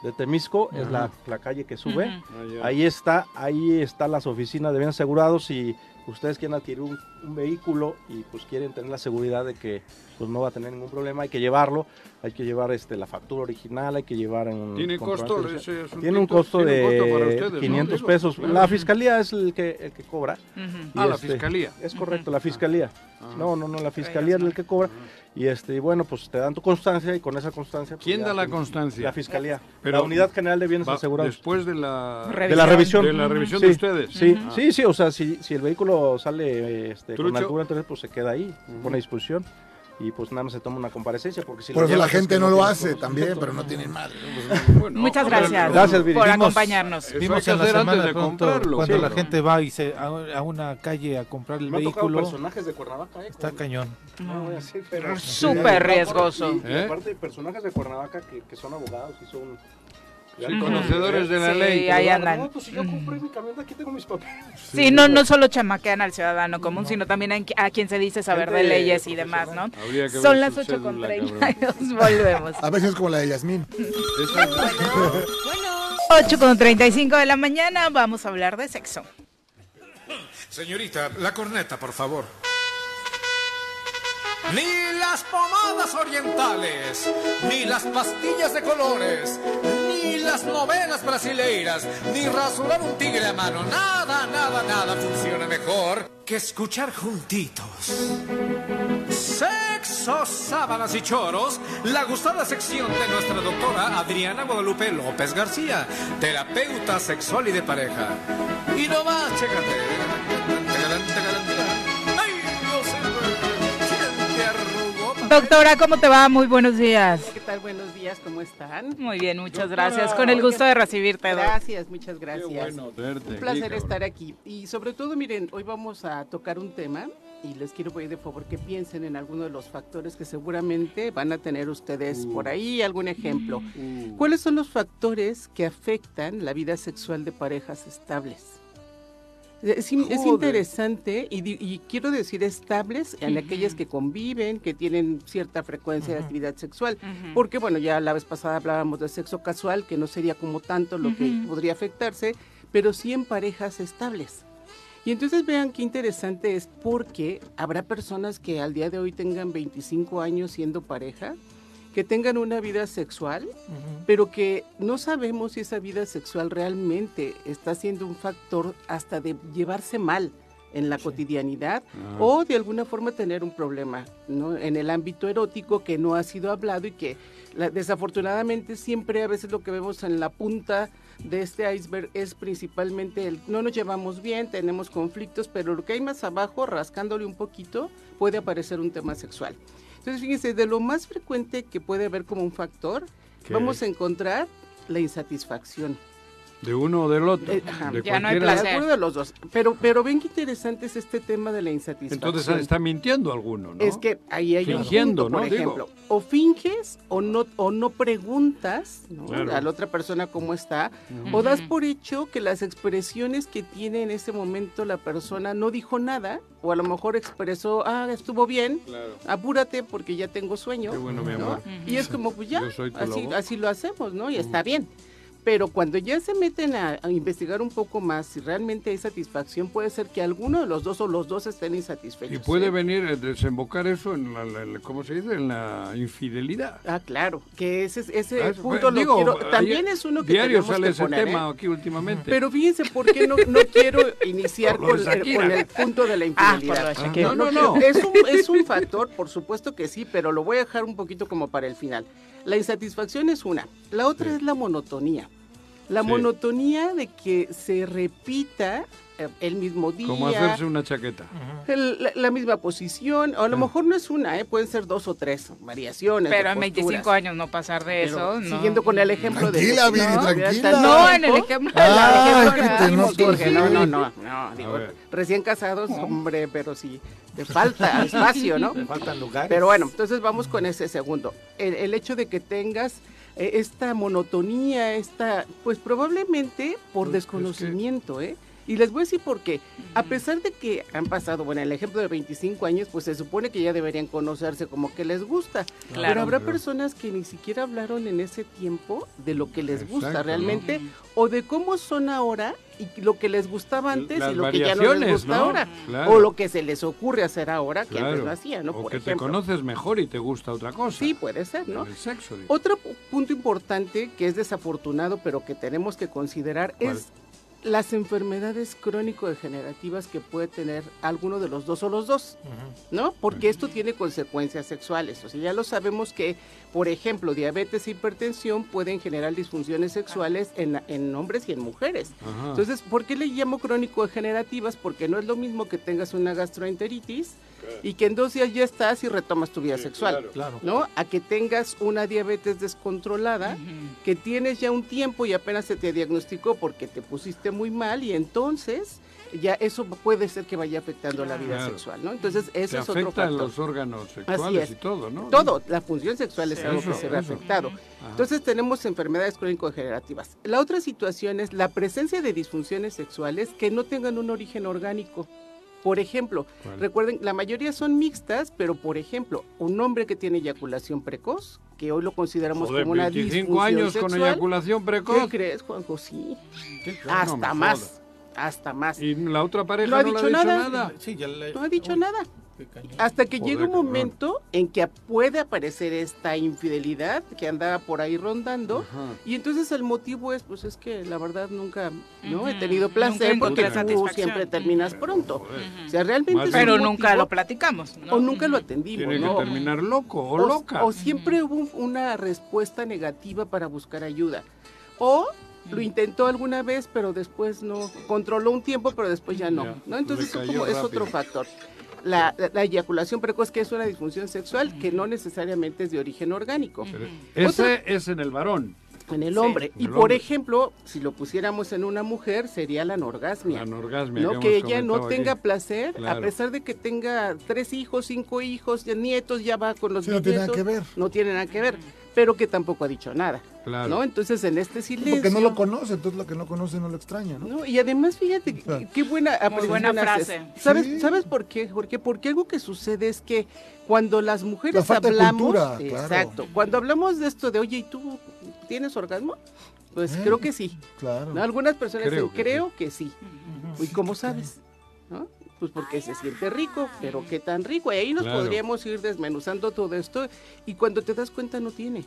de Temisco, es la, Ajá. la calle que sube. Ujú. Ah, ya. Ahí está, ahí está las oficinas de bienes asegurados y ustedes quieren adquirir un, un vehículo y pues quieren tener la seguridad de que pues no va a tener ningún problema, hay que llevarlo, hay que llevar este la factura original, hay que llevar un ¿Tiene comprobante costo de- ese asunto? tiene un costo ¿Tiene un de costo para ustedes, no? 500 Digo, pesos. claro. La fiscalía es el que el que cobra. Ujú. Y Ah, la este, fiscalía. Ah. Es correcto, la fiscalía. No, no, no, la fiscalía Ellos es no. el que cobra. Y este, y bueno, pues te dan tu constancia y con esa constancia. pues, ¿Quién ya da la tienes- constancia? La fiscalía. Pero- la Unidad General de Bienes Va, Asegurados. Después de la, Re- de la revisión. de la revisión Sí, de ustedes. Sí, Ah. sí, sí, o sea, si, si el vehículo sale este, con Trucho. altura, entonces pues se queda ahí, pone a disposición. Y pues nada más se toma una comparecencia. Porque si Por lo eso la llevas es gente que no lo tienes hace todo. también, pero no tienen madre. Bueno, Muchas pero- gracias, Gracias, Viri. por Vimos- acompañarnos. Eso hay Vimos que en la hacer semana antes de de pronto, comprarlo, cuando sí. la gente va y se a, a una calle a comprar el Me ha tocado vehículo, personajes de Cuernavaca, eh, está con- cañón. no voy a decir, pero- Súper Sí. riesgoso. Y, y ¿Eh? aparte, personajes de Cuernavaca que, que son abogados y son. Sí, conocedores de la Sí, ley. ahí Ah, andan. no, pues si yo compré mi camión, aquí tengo mis papeles. Sí, no, no solo chamaquean al ciudadano común, sino también en- a quien se dice saber de Gente leyes y demás, ¿no? Habría que ver Son las su 8 con cédula, 32, volvemos. A veces es como la de Yasmín. Exacto. 8 con 35 de la mañana, vamos a hablar de sexo. Señorita, la corneta, por favor. Ni las pomadas orientales, ni las pastillas de colores, ni las novelas brasileiras, ni rasurar un tigre a mano, nada, nada, nada funciona mejor que escuchar juntitos. Sexo, sábanas y choros, la gustada sección de nuestra doctora Adriana Guadalupe López García, terapeuta sexual y de pareja. Y no más, chécate. Ay, Dios mío, ¿quién te arrugó? Doctora, ¿cómo te va? Muy buenos días. ¿Qué tal? Buenos días, ¿cómo están? Muy bien, muchas gracias. Con el gusto de recibirte, doc. Gracias, muchas gracias. Verte Un aquí, placer cabrón. estar aquí. Y sobre todo, miren, hoy vamos a tocar un tema y les quiero pedir de favor que piensen en alguno de los factores que seguramente van a tener ustedes Uh. por ahí, algún ejemplo. Mm. ¿Cuáles son los factores que afectan la vida sexual de parejas estables? Eh, Es, in- es interesante y, di- y quiero decir estables en aquellas que conviven, que tienen cierta frecuencia de actividad sexual. Porque bueno, ya la vez pasada hablábamos de sexo casual, que no sería como tanto lo que podría afectarse, pero sí en parejas estables. Y entonces vean qué interesante es porque habrá personas que al día de hoy tengan 25 años siendo pareja, que tengan una vida sexual, pero que no sabemos si esa vida sexual realmente está siendo un factor hasta de llevarse mal en la cotidianidad o de alguna forma tener un problema ¿no? en el ámbito erótico que no ha sido hablado y que la- desafortunadamente siempre a veces lo que vemos en la punta de este iceberg es principalmente el no nos llevamos bien, tenemos conflictos, pero lo que hay más abajo, rascándole un poquito, puede aparecer un tema sexual. Entonces, fíjense, de lo más frecuente que puede haber como un factor, vamos a encontrar la insatisfacción. De uno o del otro. Eh, ajá, de ya no hay cualquiera. De placer. alguno de los dos. Pero, pero ven qué interesante es este tema de la insatisfacción. Entonces está mintiendo alguno, ¿no? Es que ahí hay Fingiendo, un punto, por ¿no? Digo. ejemplo. O finges o no, o no preguntas ¿no? Claro. a la otra persona cómo está, o das por hecho que las expresiones que tiene en ese momento la persona no dijo nada, o a lo mejor expresó, ah, estuvo bien, apúrate porque ya tengo sueño. Qué bueno, mi ¿no? amor. Y es como, pues ya, Yo soy tu así, lobo. así lo hacemos, ¿no? Y está bien. Pero cuando ya se meten a, a investigar un poco más si realmente hay satisfacción, puede ser que alguno de los dos o los dos estén insatisfechos. Y puede ¿eh? venir a desembocar eso en la, la- la- ¿cómo se dice? En la infidelidad. Ah, claro, que ese, ese Ah, eso fue- punto lo digo, quiero- ayer- También es uno que Diario tenemos sale que ese poner, tema ¿eh? aquí últimamente. Pero fíjense por qué no, no quiero iniciar Por lo con, de el, Shakira. con el punto de la Ah, por lo infidelidad. de Shakira. no, no, no. Es un, es un factor, por supuesto que sí, pero lo voy a dejar un poquito como para el final. La insatisfacción es una. La otra es la monotonía. La Sí. monotonía de que se repita eh, el mismo día. Como hacerse Ah. una chaqueta. el- la, la misma posición, o a lo mejor no es una, ¿eh? pueden ser dos o tres variaciones. de Pero en 25 posturas. años no pasar de Pero eso, ¿no? Siguiendo con el ejemplo Tranquila, de. Viri, No, tranquila. No, en el ejemplo, en el Ay, ejemplo que que te dimos, noto Jorge, así. no, no. No, no, no, no, digo, ver. recién casados, hombre, pero sí, te falta espacio, ¿no? Faltan lugares. Pero bueno, entonces vamos con ese segundo. El, el hecho de que tengas eh, esta monotonía, esta, pues probablemente Pues, por es que- desconocimiento, ¿eh? Y les voy a decir por qué. A pesar de que han pasado, bueno, el ejemplo de 25 años, pues se supone que ya deberían conocerse como que les gusta. Claro. Pero habrá Claro. personas que ni siquiera hablaron en ese tiempo de lo que les Exacto, gusta ¿no? realmente o de cómo son ahora y lo que les gustaba antes Las y lo que ya no les variaciones, gusta ¿no? ahora. Claro. O lo que se les ocurre hacer ahora que antes Claro. lo hacían, ¿no? O Por que ejemplo. te conoces mejor y te gusta otra cosa. Sí, puede ser, ¿no? El sexo. digo. Otro pu- punto importante que es desafortunado, pero que tenemos que considerar ¿Cuál? es las enfermedades crónico-degenerativas que puede tener alguno de los dos o los dos, ¿no? Porque esto tiene consecuencias sexuales. O sea, ya lo sabemos que, por ejemplo, diabetes e hipertensión pueden generar disfunciones sexuales en, la- en hombres y en mujeres. Ajá. Entonces, ¿por qué le llamo crónico-degenerativas? Porque no es lo mismo que tengas una gastroenteritis y que en dos días ya estás y retomas tu vida sexual. Claro. ¿no? A que tengas una diabetes descontrolada, que tienes ya un tiempo y apenas se te diagnosticó porque te pusiste muy mal y entonces ya eso puede ser que vaya afectando la vida Claro. sexual, ¿no? Entonces ese te es otro afectan factor. los órganos sexuales es. y todo, ¿no? Todo, la función sexual es Sí, algo eso, que se ve eso. afectado. Ajá. Entonces tenemos enfermedades crónico-degenerativas. La otra situación es la presencia de disfunciones sexuales que no tengan un origen orgánico. Por ejemplo, ¿Cuál? recuerden, la mayoría son mixtas, pero por ejemplo, un hombre que tiene eyaculación precoz, que hoy lo consideramos Joder, como una 25 disfunción años sexual. con eyaculación ¿Qué precoz. crees, Juanjo? Sí, Sí, claro, no hasta me más, jodas. hasta más. Y la otra pareja No no, ha le dicho ha dicho nada. nada. Sí, ya le- No ha dicho Uy, nada. qué cañón. Hasta que Joder, llega un cabrón. momento en que puede aparecer esta infidelidad que andaba por ahí rondando. Ajá. Y entonces el motivo es, pues es que la verdad nunca, ¿no? He Ujú, tenido nunca placer porque encontré tú satisfacción. siempre terminas pronto. Joder. O sea, realmente Más es un Pero motivo, nunca lo platicamos, ¿no? o nunca lo atendimos, Tiene ¿no? que terminar loco o, O- loca. O, siempre hubo un- una respuesta negativa para buscar ayuda. O lo Mm. intentó alguna vez, pero después no. Controló un tiempo, pero después ya no. Ya, ¿no? Entonces le eso cayó como es rápido. otro factor. La, la- la eyaculación precoz, que es una disfunción sexual, que no necesariamente es de origen orgánico Pero Ese Otra- es en el varón. en el hombre. En Y el por hombre. ejemplo, si lo pusiéramos en una mujer, sería la anorgasmia. La anorgasmia. No, hemos que ella no comentado aquí. tenga placer, Claro. a pesar de que tenga tres hijos, cinco hijos, ya nietos, ya va con los Sí, no tiene nada bisnietos, que ver. No tiene nada que ver, pero que tampoco ha dicho nada. Claro. ¿no? Entonces, en este silencio. Porque no lo conoce, entonces lo que no conoce no lo extraña, ¿no? No, y además, fíjate, Ah. qué- qué buena apreciación buena haces. frase. ¿Sabes, Sí. ¿Sabes por qué, Jorge? Porque algo que sucede es que cuando las mujeres La falta de hablamos. cultura, claro. Exacto. Cuando hablamos de esto de, oye, ¿y tú tienes orgasmo? Pues Eh. creo que sí. Claro. ¿No? Algunas personas Creo dicen, que creo que sí. ¿Y cómo sabes? ¿No? Pues porque se siente rico, pero qué tan rico. Y ahí nos Claro. podríamos ir desmenuzando todo esto y cuando te das cuenta no tiene.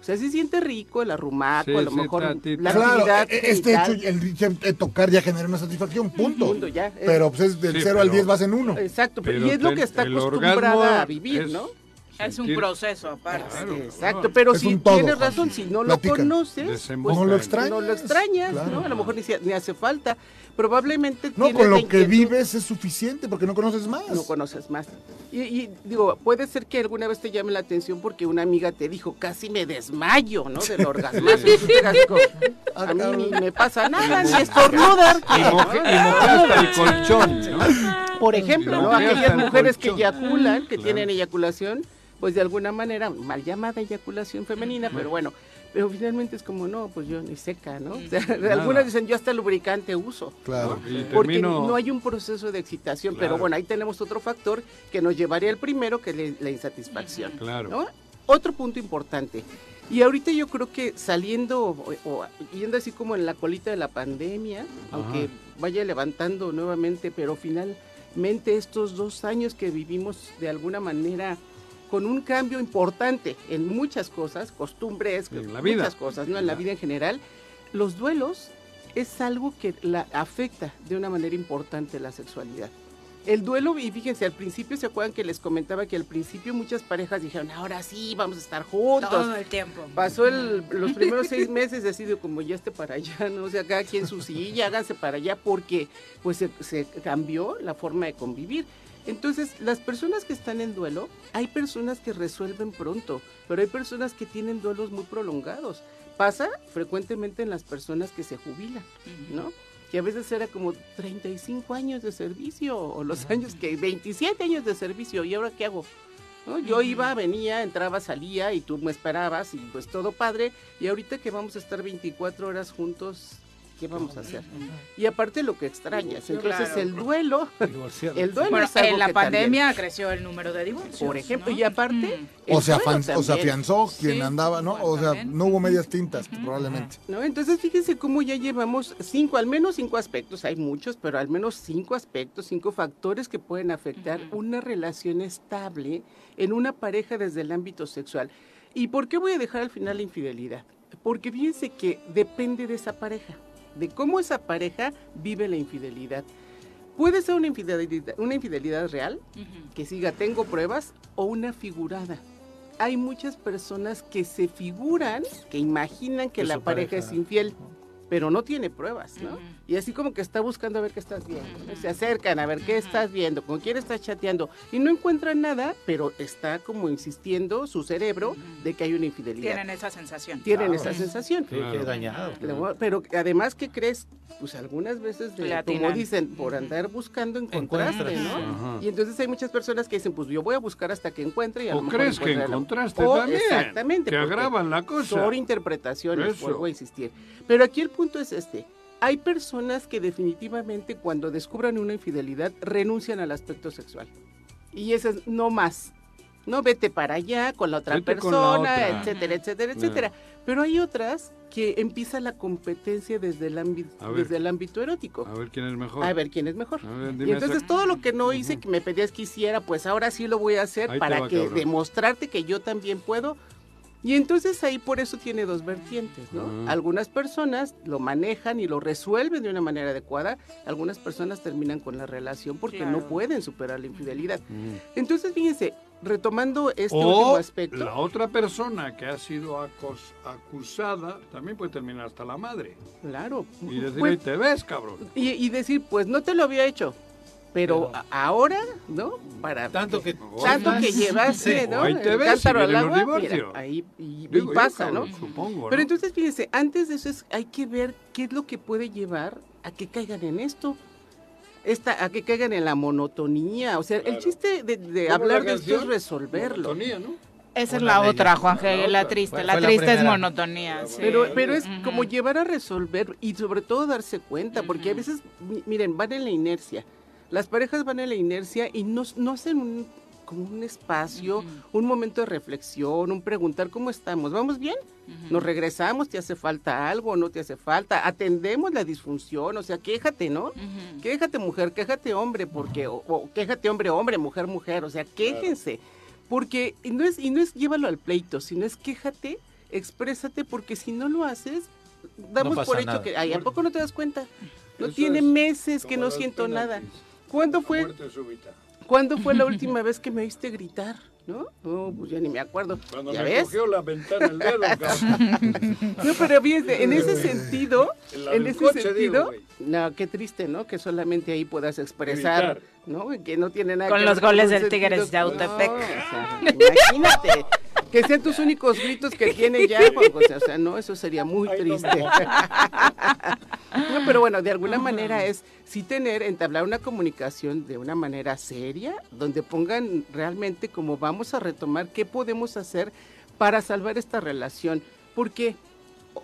O sea, sí siente rico el arrumaco, Sí, a lo sí, mejor tantito. la Claro, actividad e- e- este hecho, genital, el, de tocar ya genera una satisfacción, punto. mundo ya, es- Pero pues es del Sí, 0 al pero- 10 vas en uno. Exacto, pero Pero y es lo ten- que está el orgasmo acostumbrada a vivir, es ¿no? Ah, Es un sentir- proceso aparte. Claro, Exacto, cabrón. pero Es si un todo, tienes Juan. razón, si no Platican. lo conoces, Desemboca No lo en- extrañas. no lo extrañas, Claro. ¿no? A lo mejor ni, se- ni hace falta. Probablemente No, tienes con la lo que inquietud, vives es suficiente porque no conoces más. no conoces más. Y, y, digo, puede ser que alguna vez te llame la atención porque una amiga te dijo, casi me desmayo, ¿no? Del orgasmo. A mí ni me pasa nada, ni estornudar. Y moje- y moje hasta el colchón, ¿no? Por ejemplo, Lo ¿no? que hasta aquellas el mujeres que colchón. eyaculan, que Claro. tienen eyaculación, pues de alguna manera, mal llamada eyaculación femenina, pero bueno, pero finalmente es como, no, pues yo ni seca, ¿no? O sea, algunas dicen, yo hasta lubricante uso. Claro. Y Porque termino- no hay un proceso de excitación, pero Claro. bueno, ahí tenemos otro factor que nos llevaría al primero, que es la- la insatisfacción. Claro. ¿no? Otro punto importante. Y ahorita yo creo que saliendo o, o yendo así como en la colita de la pandemia, aunque vaya levantando nuevamente, pero finalmente estos dos años que vivimos de alguna manera con un cambio importante en muchas cosas, costumbres, En la muchas vida. cosas, ¿no? En la vida en general, los duelos es algo que la afecta de una manera importante la sexualidad. El duelo, y fíjense, al principio se acuerdan que les comentaba que al principio muchas parejas dijeron, ahora sí, vamos a estar juntos. Todo el tiempo. Pasó el- los primeros seis meses así de como ya esté para allá, ¿no? O sea, cada quien su silla, háganse para allá, porque pues se, se cambió la forma de convivir. Entonces, las personas que están en duelo, hay personas que resuelven pronto, pero hay personas que tienen duelos muy prolongados. Pasa frecuentemente en las personas que se jubilan, ¿no? Que a veces era como 35 años de servicio, o los años que 27 años de servicio, ¿y ahora qué hago? ¿no? Yo iba, venía, entraba, salía y tú me esperabas y pues todo padre. Y ahorita que vamos a estar 24 horas juntos, ¿Qué vamos a hacer? Y aparte lo que extrañas. Entonces Claro. el duelo, el duelo Bueno, es algo en la que pandemia también- creció el número de divorcios. por ejemplo, ¿no? y aparte... O el se, duelo afan- o se también. afianzó quien andaba, ¿no? O sea, no hubo medias tintas, probablemente. ¿no? Entonces fíjense cómo ya llevamos cinco, al menos cinco aspectos, hay muchos, pero al menos cinco aspectos, cinco factores que pueden afectar una relación estable en una pareja desde el ámbito sexual. ¿Y por qué voy a dejar al final la infidelidad? Porque fíjense que depende de esa pareja, de cómo esa pareja vive la infidelidad. Puede ser una infidelidad, una infidelidad real, que siga tengo pruebas, o una figurada. Hay muchas personas que se figuran, que imaginan que Que la su pareja, pareja- es infiel, pero no tiene pruebas, ¿no? Y así como que está buscando a ver qué estás viendo. ¿no? Se acercan a ver qué estás viendo, con quién estás chateando, y no encuentran nada, pero está como insistiendo su cerebro de que hay una infidelidad. Tienen esa sensación. Tienen Claro. esa sensación. Qué- qué dañado. Luego, Pero además, ¿qué crees? Pues algunas veces, de- Le como atinan. dicen, por andar buscando encontraste, Encuentras, ¿no? ajá. Y entonces hay muchas personas que dicen, pues yo voy a buscar hasta que encuentre y a O lo mejor crees que encuentra algo. encontraste O, también. Exactamente. Te porque agravan la cosa. Son interpretaciones, Eso. vuelvo a insistir. Pero aquí el punto es este. Hay personas que definitivamente cuando descubran una infidelidad renuncian al aspecto sexual. Y eso es no más. No vete para allá con la otra Vete con la persona, otra. etcétera, etcétera, Claro. etcétera. Pero hay otras que empieza la competencia desde el ámbito, A ver. desde el ámbito erótico. A ver quién es mejor. A ver quién es mejor. A ver, Y dime entonces esa- todo lo que no hice que me pedías que hiciera, pues ahora sí lo voy a hacer Ahí te para va, que cabrón. demostrarte que yo también puedo. Y entonces ahí por eso tiene dos vertientes, ¿no? Ah. Algunas personas lo manejan y lo resuelven de una manera adecuada, algunas personas terminan con la relación porque Claro. no pueden superar la infidelidad. Mm. Entonces, fíjense, retomando este último O aspecto, la otra persona que ha sido acos- acusada también puede terminar hasta la madre. claro. Y decir, pues, "Ahí te ves, cabrón. y- y decir, pues no te lo había hecho, pero, a- ahora, ¿no? Para Tanto que... tanto que llevaste, Sí. ¿no? Ahí te El ves, cántaro y al vienen los agua, mira, divorcios. ahí y, y Digo yo, pasa, ¿no? cabrón, Supongo, Pero ¿no? entonces, fíjense, antes de eso es, hay que ver qué es lo que puede llevar a que caigan en esto. Esta, a que caigan en la monotonía. O sea, el chiste de, de ¿Cómo hablar la de esto es canción? resolverlo. Monotonía, ¿no? Esa es Una la de otra, ellas. Juan G. La otra. triste. Fue- La fue la triste es primera. monotonía. sí. Pero, pero es Ujú. como llevar a resolver y sobre todo darse cuenta, porque a veces, mi- miren, van en la inercia. Las parejas van en la inercia y no, no hacen un, como un espacio, un momento de reflexión, un preguntar cómo estamos, ¿vamos bien? Nos regresamos, ¿te hace falta algo? ¿No te hace falta? Atendemos la disfunción, o sea, quéjate, ¿no? Quéjate mujer, quéjate hombre, porque, o, o quéjate hombre, hombre, mujer, mujer, o sea, quéjense. Porque y no es, y no es llévalo al pleito, sino es quéjate, exprésate, porque si no lo haces, damos pasa por hecho nada. que, ay, ¿a poco no te das cuenta? No Eso tiene es meses que como no los siento nada. penaltis. ¿Cuándo La fue? muerte súbita. ¿Cuándo fue la última vez que me oíste gritar? ¿No? No, pues ya ni me acuerdo. Cuando ¿Ya me ves? cogió la ventana el dedo, cabrón. No, pero fíjate, en ese sentido, En la en del ese coche, digo, sentido, güey. no, qué triste, ¿no? Que solamente ahí puedas expresar, Gritar. ¿no? Y Que no tiene nada Con que los ver goles un del sentido- Tigres de No, Autepec. o sea, imagínate, que sean tus únicos gritos que tiene ya, Juan José, o sea, no, eso sería muy triste. No, pero bueno, de alguna manera es sí tener, entablar una comunicación de una manera seria, donde pongan realmente como vamos a retomar qué podemos hacer para salvar esta relación. Porque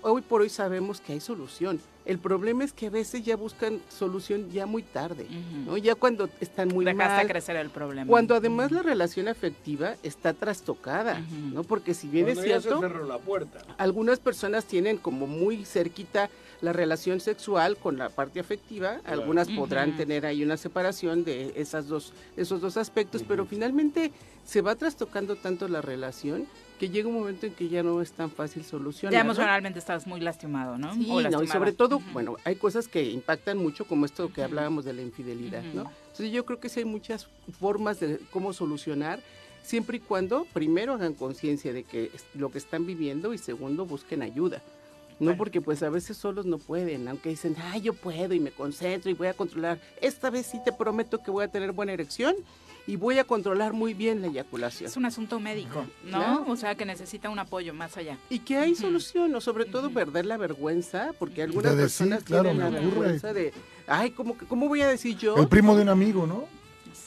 hoy por hoy sabemos que hay solución. El problema es que a veces ya buscan solución ya muy tarde, ¿no? Ya cuando están muy Dejaste mal, crecer el problema. cuando además la relación afectiva está trastocada, ¿no? Porque si bien Cuando es ya cierto, se cerró la puerta. algunas personas tienen como muy cerquita la relación sexual con la parte afectiva, algunas podrán tener ahí una separación de esas dos, esos dos aspectos, pero finalmente se va trastocando tanto la relación que llega un momento en que ya no es tan fácil solucionar. Ya ¿no? emocionalmente estás muy lastimado, ¿no? Sí, O no, y lastimada. sobre todo, bueno, hay cosas que impactan mucho, como esto que hablábamos de la infidelidad, Ujú. ¿no? Entonces yo creo que sí hay muchas formas de cómo solucionar, siempre y cuando primero hagan conciencia de que es lo que están viviendo y segundo busquen ayuda. No, porque pues a veces solos no pueden, aunque dicen, ay, yo puedo y me concentro y voy a controlar. Esta vez sí te prometo que voy a tener buena erección y voy a controlar muy bien la eyaculación. Es un asunto médico, ¿no? Claro. O sea, que necesita un apoyo más allá. Y que hay solución, o sobre todo perder la vergüenza, porque algunas De decir, personas claro, tienen la me ocurre. vergüenza de, ay, ¿cómo, que- ¿cómo voy a decir yo? El primo de un amigo, ¿no?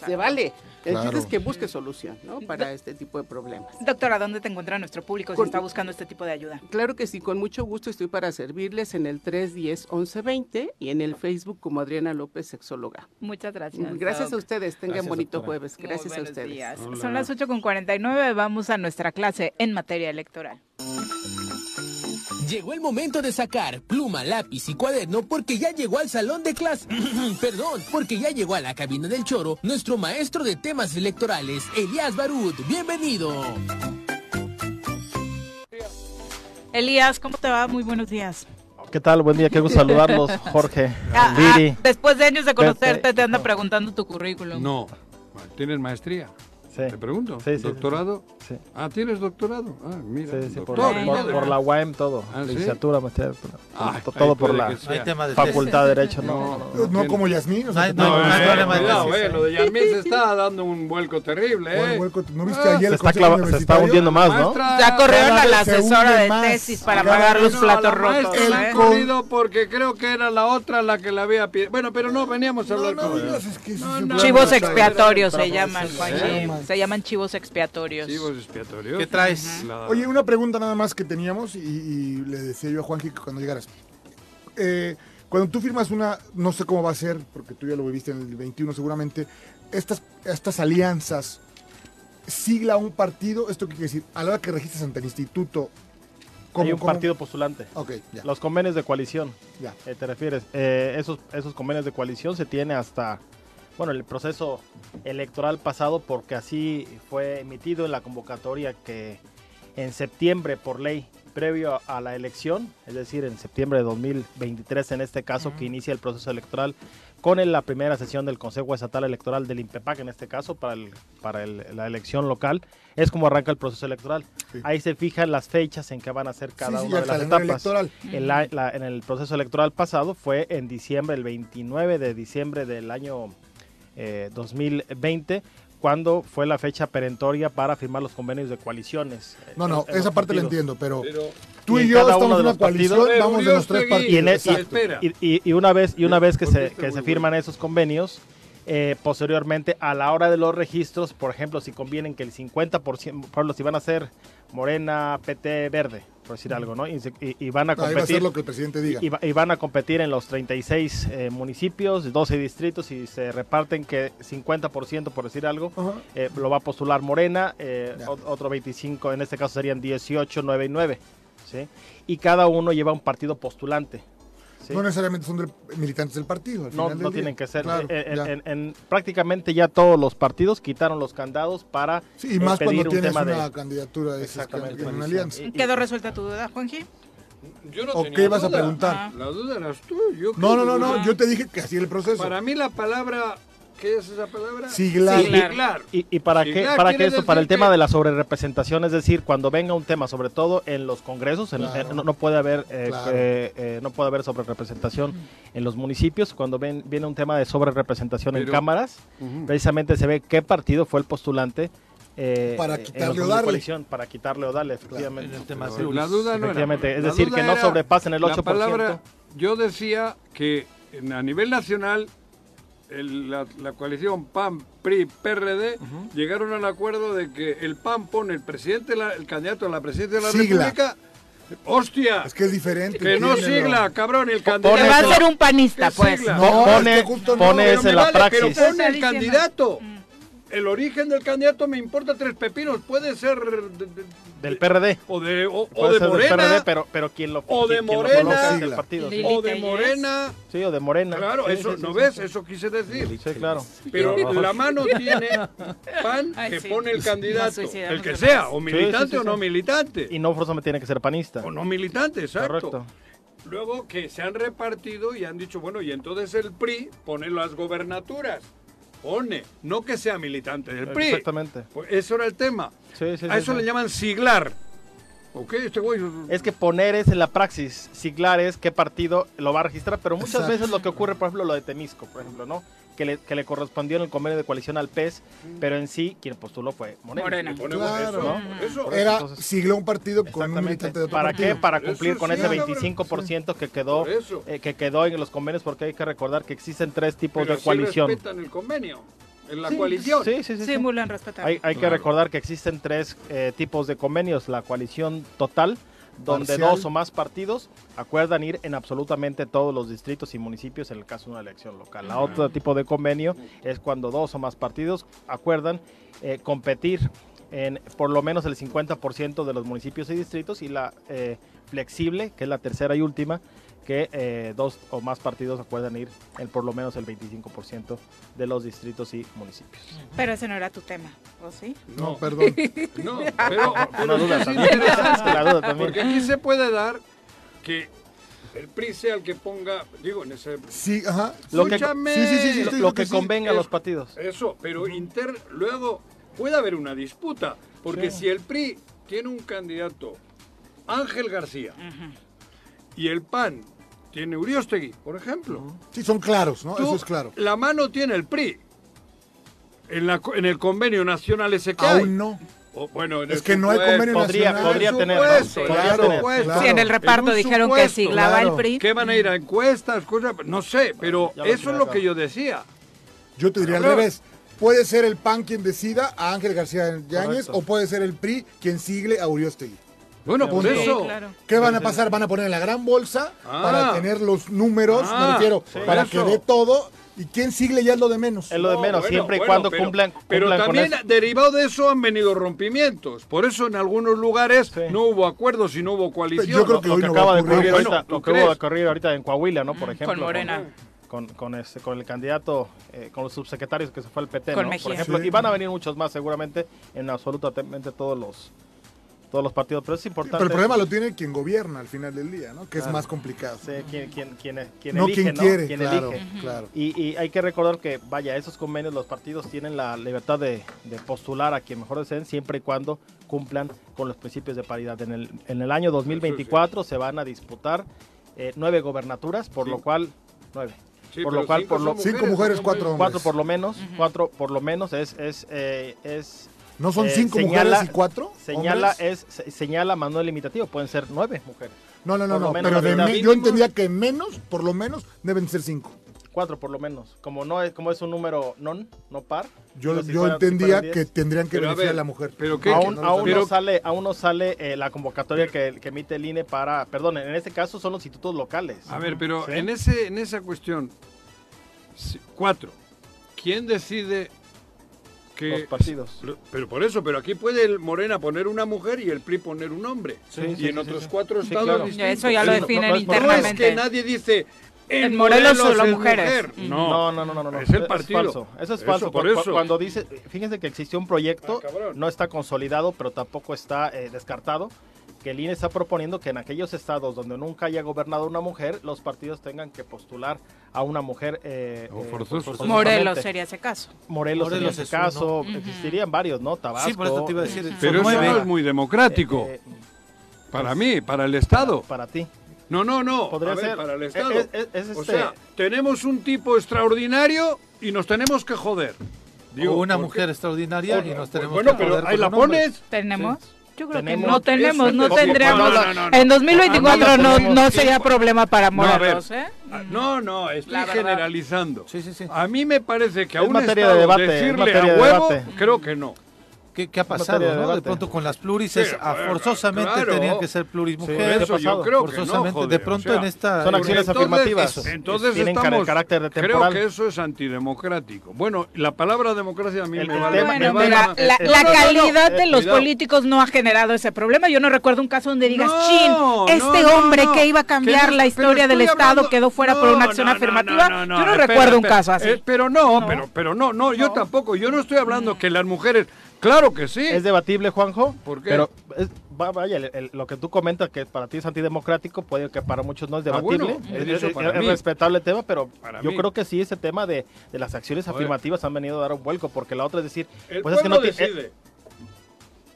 se vale. El chiste Claro. es que busque solución, ¿no? Para este tipo de problemas. Doctora, ¿dónde te encuentra nuestro público si Con- está buscando este tipo de ayuda? Claro que sí, con mucho gusto estoy para servirles en el 310-1120 y en el Facebook como Adriana López, sexóloga. Muchas gracias. Mm, Gracias a Doc. ustedes, tengan Gracias, bonito doctora. jueves. Muy Gracias a buenos ustedes. días. Son las 8.49, vamos a nuestra clase en materia electoral. Llegó el momento de sacar pluma, lápiz y cuaderno porque ya llegó al salón de clase. Perdón, porque ya llegó a la cabina del choro nuestro maestro de temas electorales, Elías Barut. Bienvenido. Elías, ¿cómo te va? Muy buenos días. ¿Qué tal? Buen día, qué gusto saludarlos, Jorge, Ah, ah, Viri. después de años de conocerte, Pepe. te anda preguntando tu currículum. No. ¿Tienes maestría? Te pregunto. Sí, sí, ¿Doctorado? Ah, ¿tienes doctorado? Ah, mira. Sí, sí, por, doctor, por- madre por mía. la UAM todo, ¿Ah, sí? licenciatura, maestría, Ah, to- ahí todo por puede la que sea. No hay tema de Facultad de Derecho, No, no. No, como Yasmín. o sea, que- No, eh, cuidado, tesis, eh, eh. Lo de Yasmín se está dando un vuelco terrible, ¿eh? ¿No viste Ah, ayer el se está clava- consejo se universitario? está hundiendo más, ¿no? Maestra, Ya corrieron a la Se hunde asesora de más. tesis para Cada pagar vez los no, platos la rotos. maestra- ¿eh? El corrido porque creo que era la otra la que la había pedido. Bueno, pero no, veníamos a hablar con No, no, Chivos no, expiatorios no, se no, llaman, no, Juan no, Jim. no, no. Se llaman chivos expiatorios. Chivos expiatorios. ¿Qué traes? La- Oye, una pregunta nada más que teníamos y, y le decía yo a Juanji que cuando llegaras. Eh, cuando tú firmas una, no sé cómo va a ser, porque tú ya lo viviste en el 21 seguramente, estas, estas alianzas, sigla un partido, esto qué quiere decir, a la hora que registras ante el instituto, Hay un partido postulante. Los convenios de coalición. Ya. Eh, ¿Te refieres? Eh, esos, esos convenios de coalición se tiene hasta, bueno, el proceso electoral pasado porque así fue emitido en la convocatoria que en septiembre por ley previo a- a la elección, es decir, en septiembre de 2023 en este caso que inicia el proceso electoral con el- la primera sesión del Consejo Estatal Electoral del INPEPAC en este caso para, el- para el- la elección local, es como arranca el proceso electoral. Ahí se fijan las fechas en que van a ser cada Sí, sí, una el de las calendario etapas. electoral. El a- la- en el proceso electoral pasado fue en diciembre, el 29 de diciembre del año eh, 2020, cuando fue la fecha perentoria para firmar los convenios de coaliciones. eh, No, no, en- en esa los parte la partidos. entiendo, pero, Y tú y, en yo cada estamos uno en de una los partidos- coalición, vamos de los tres partidos. Y, en- e- y- y- y una vez, y una vez que se, que se firman esos convenios, eh, posteriormente a la hora de los registros, por ejemplo, si convienen que el 50%, por ejemplo, si van a ser Morena, PT, Verde, por decir algo, ¿no? Y, se- y- y van a Ahí va a competir. ser lo que el presidente diga. Y, va- y van a competir en los 36 eh, municipios, 12 distritos, y se reparten que 50%, por decir algo, eh, lo va a postular Morena, eh, ot- otro 25, en este caso serían 18, 9 y 9. ¿sí? Y cada uno lleva un partido postulante. ¿sí? No necesariamente son del- militantes del partido. al No, final del no día. tienen que ser. Claro, Eh, en- ya. en- en- prácticamente ya todos los partidos quitaron los candados para Sí, y eh, más pedir cuando un tienes tema una de... candidatura de esas que- en una alianza. ¿Quedó resuelta tu duda, Juanji? Yo no ¿O tenía qué ibas a duda. preguntar? La duda eras tú. Yo No, no, creo no, que- no, yo te dije que así era el proceso. Para mí la palabra, ¿qué es esa palabra? Siglar. Siglar. Y, y para Sí, qué, claro, para quiere qué esto, para el decir tema que- de la sobrerepresentación, es decir, cuando venga un tema, sobre todo en los congresos, en- Claro. en- no, no puede haber eh, Claro. eh, eh, no puede haber sobrerepresentación en los municipios, cuando ven, viene un tema de sobrerepresentación en Pero- cámaras, Ujú. precisamente se ve qué partido fue el postulante eh, Para eh, en los quitarle o grupos de darle. coalición, para quitarle o darle, efectivamente. Pero la duda no era. Efectivamente, es La decir, duda que no era sobrepasen el 8%. La palabra, yo decía que en- a nivel nacional el- la, la coalición PAN, PRI, PRD llegaron al acuerdo de que el PAN pone el presidente, de la- el candidato a la presidencia de la Sigla. República. Hostia, Es que es diferente. que no entiéndelo. sigla, cabrón, el Pone- candidato. Que va a ser un panista, ¿Qué pues. sigla? No, Pone- es que justo no. pone Pero ese me en la Pero praxis. pone el Está diciendo- candidato. Mm. El origen del candidato me importa tres pepinos. Puede ser de- de- del PRD. o de, o, o Puede de ser del Morena. PRD, pero, pero quien lo o de quien lo Morena, coloca es el sigla. partido, sí. o de Morena. Sí, o de Morena. Claro, Sí, eso sí, sí, no sí. ves, eso quise decir. Sí, claro. Pero Qué horror. la mano tiene pan Ay, que sí. pone el candidato, Nos suicidamos el que de sea, paz. o Sí, militante sí, sí, o no sí. militante. Y no forzosamente tiene que ser panista. O no militante, exacto. Correcto. Luego que se han repartido y han dicho, bueno, y entonces el PRI pone las gobernaturas. Pone, no que sea militante del PRI. Exactamente. Pues eso era el tema. Sí, sí, A sí, eso sí. le llaman siglar. ¿Ok? Este güey. Es que poner es en la praxis, siglar es qué partido lo va a registrar, pero muchas Exacto. veces lo que ocurre, por ejemplo, lo de Temisco, por ejemplo, ¿no? Que le, que le correspondió en el convenio de coalición al PES, pero en sí quien postuló fue Morena. Morena. Claro. ¿no? Por eso, Era entonces, sigló un partido con un militante de otro ¿Para partido. qué? Para cumplir con ese 25% que quedó eh, que quedó en los convenios, porque hay que recordar que existen tres tipos Pero de sí coalición. respetan el convenio. en la Sí, coalición. sí, sí, sí, sí. Simulan respetar. Hay, hay que Claro. recordar que existen tres eh, tipos de convenios. La coalición total, donde Parcial. dos o más partidos acuerdan ir en absolutamente todos los distritos y municipios en el caso de una elección local. La Ajá. otro tipo de convenio es cuando dos o más partidos acuerdan eh, competir en por lo menos el 50% de los municipios y distritos y la eh, flexible, que es la tercera y última, que eh, dos o más partidos acuerdan ir en por lo menos el 25% de los distritos y municipios. Pero ese no era tu tema, ¿o sí? No, perdón. No, pero, pero La duda es que es también. interesante, La duda también. Porque aquí se puede dar que el PRI sea el que ponga, digo, en ese... Sí, ajá. Lo que- Escúchame. sí, sí, sí, sí, estoy- lo que convenga a los partidos. Eso, pero inter- luego puede haber una disputa, porque Sí. si el PRI tiene un candidato, Ángel García, y el PAN tiene Uriostegui, por ejemplo. Sí, son claros, ¿no? Tú, Eso es claro. La mano tiene el PRI. En, la co- en el convenio nacional ese que hay. Aún no. O, bueno, en Es el que no hay supuesto. convenio Podría- nacional. podría Por tener, ¿no? supuesto, Podría claro, tener. claro. Sí, en el reparto un dijeron que sí, la va el supuesto. PRI. ¿Qué van a ir a encuestas? cosas? No sé, pero ya lo eso es tiene lo acá. que yo decía. Yo te diría al Claro. revés. Puede ser el PAN quien decida a Ángel García Yáñez o puede ser el PRI quien sigle a Uriostegui. Bueno, por Punto. eso. ¿Qué van a pasar? Van a poner en la gran bolsa Ah. para tener los números, Ah, me refiero, sí. para Eso. que dé todo. ¿Y quién sigle ya es lo de menos? Es lo de No, menos, bueno, siempre y bueno, cuando pero- cumplan, Pero cumplan con también eso. derivado de eso han venido rompimientos. Por eso en algunos lugares no hubo acuerdos y no hubo coalición. Yo creo que lo hoy que no va acaba a de ocurrir. ocurrir Ah, bueno, ahorita, ¿tú lo que hubo de crees? ocurrir ahorita en Coahuila, ¿no? Por ejemplo. Morena. Con, con, este, con el candidato, eh, con los subsecretarios que se fue al PT, Con ¿no? Mejía. Por ejemplo, Sí. y van a venir muchos más seguramente en absolutamente todos los todos los partidos, pero es importante. Pero el problema lo tiene quien gobierna al final del día, ¿no? Que es Claro. más complicado. Sí, quien, quien, quien, quien no elige, quien ¿no? quiere, Quien claro, elige. claro. Y, y hay que recordar que, vaya, esos convenios, los partidos tienen la libertad de, de postular a quien mejor deseen, siempre y cuando cumplan con los principios de paridad. En el, en el año 2024 se van a disputar eh, nueve gobernaturas, por lo cual, nueve. Sí, por pero lo cual, cinco por lo, son Cinco mujeres, cuatro hombres. cuatro por lo menos, cuatro por lo menos es, es, eh, es ¿No son eh, cinco señala- mujeres y cuatro? Señala, hombres? es, se- señala más no es limitativo, pueden ser nueve mujeres. No, no, no, por lo no. menos Pero la de mitad. me- yo entendía que menos, por lo menos, deben ser cinco. Cuatro por lo menos. Como no es, como es un número non, no par. Yo, digo, si yo fueran- si entendía fueran diez. que tendrían que Pero a beneficiar a, ver, la mujer. Pero que Aún, no aún pero- no sale, aún no sale eh, la convocatoria que, que emite el INE para, perdón, en este caso son los institutos locales. A ver, pero Sí. en ese en esa cuestión si- cuatro. ¿Quién decide que Los partidos. Lo- Pero por eso, pero aquí puede el Morena poner una mujer y el PRI poner un hombre. Sí, y sí, en sí, otros sí. cuatro Sí, estados claro. distintos. Eso ya lo No, definen no, no, No es internamente. que nadie dice en En Morelos Morelos solo es mujeres. mujer. Mm. No. no, no, no, no, no. Es el partido. falso. Eso es Eso, falso. por Cu- cu- eso. Cuando dice, fíjense que existió un proyecto, Ah, cabrón. no está consolidado, pero tampoco está eh, descartado, que el INE está proponiendo que en aquellos estados donde nunca haya gobernado una mujer, los partidos tengan que postular a una mujer. eh, O eh, forzoso. forzosamente. Morelos sería ese caso. Morelos, Morelos en es ese caso. Existirían varios, ¿no? Tabasco. Sí, por eso te iba a decir. son Pero eso nueve. no es muy democrático. eh, eh, para mí, para el Estado. para ti. No, no, no. Podría a ver, ser. para el Eh, Estado. eh, eh, es O este- sea, tenemos un tipo extraordinario y nos tenemos que joder. O una ¿por qué? mujer extraordinaria y nos tenemos bueno, que pero joder ahí con la un hombre. pones. ¿Tenemos? Yo creo que Tenemos. no tenemos, no Eso es- tendremos. No, no, no, no. En 2024 No, no no, tenemos. no sería problema para No, a ver. Morelos, ¿eh? Ah, No, no, estoy La verdad. generalizando. Sí, sí, sí. A mí me parece que a Es un materia Estado de debate, es decirle materia a de huevo, debate. creo que no. ¿Qué, qué ha pasado? materia de no? De debate. pronto con las plurises, Sí, ah, bueno, forzosamente claro. tenían que ser Sí, plurismujeres. ¿qué ha Eso yo pasado? creo que no, forzosamente. joder, de o pronto sea, en esta. son acciones entonces- afirmativas. Entonces Tienen car- estamos, carácter de creo temporal. que eso es antidemocrático. Bueno, la palabra democracia a mí El- me el vale- tema- me Bueno, va- vale mira, la, más. la- eh, la no, no, no, calidad eh, de los cuidado. políticos no ha generado ese problema. Yo no recuerdo un caso donde digas, No, chin, este no, no, hombre no. que iba a cambiar Que no- la pero historia del estoy Estado hablando- quedó fuera No, por una no, acción no, afirmativa. no, no, Yo no espera, recuerdo un espera. caso así. Eh, pero no, pero pero no, no, yo tampoco. Yo no estoy Mm. hablando que las mujeres, claro que Pues sí. Es debatible, Juanjo. ¿Por qué? Pero es- va- vaya, el- el- lo que tú comentas que para ti es antidemocrático, puede que para muchos no es Ah, bueno, debatible. he es, dicho es- para es mí. respetable el tema, pero Para yo mí. creo que sí, ese tema de, de las acciones Joder. afirmativas han venido a dar un vuelco, porque la otra es decir, El pues es que pueblo no ti- eh, decide.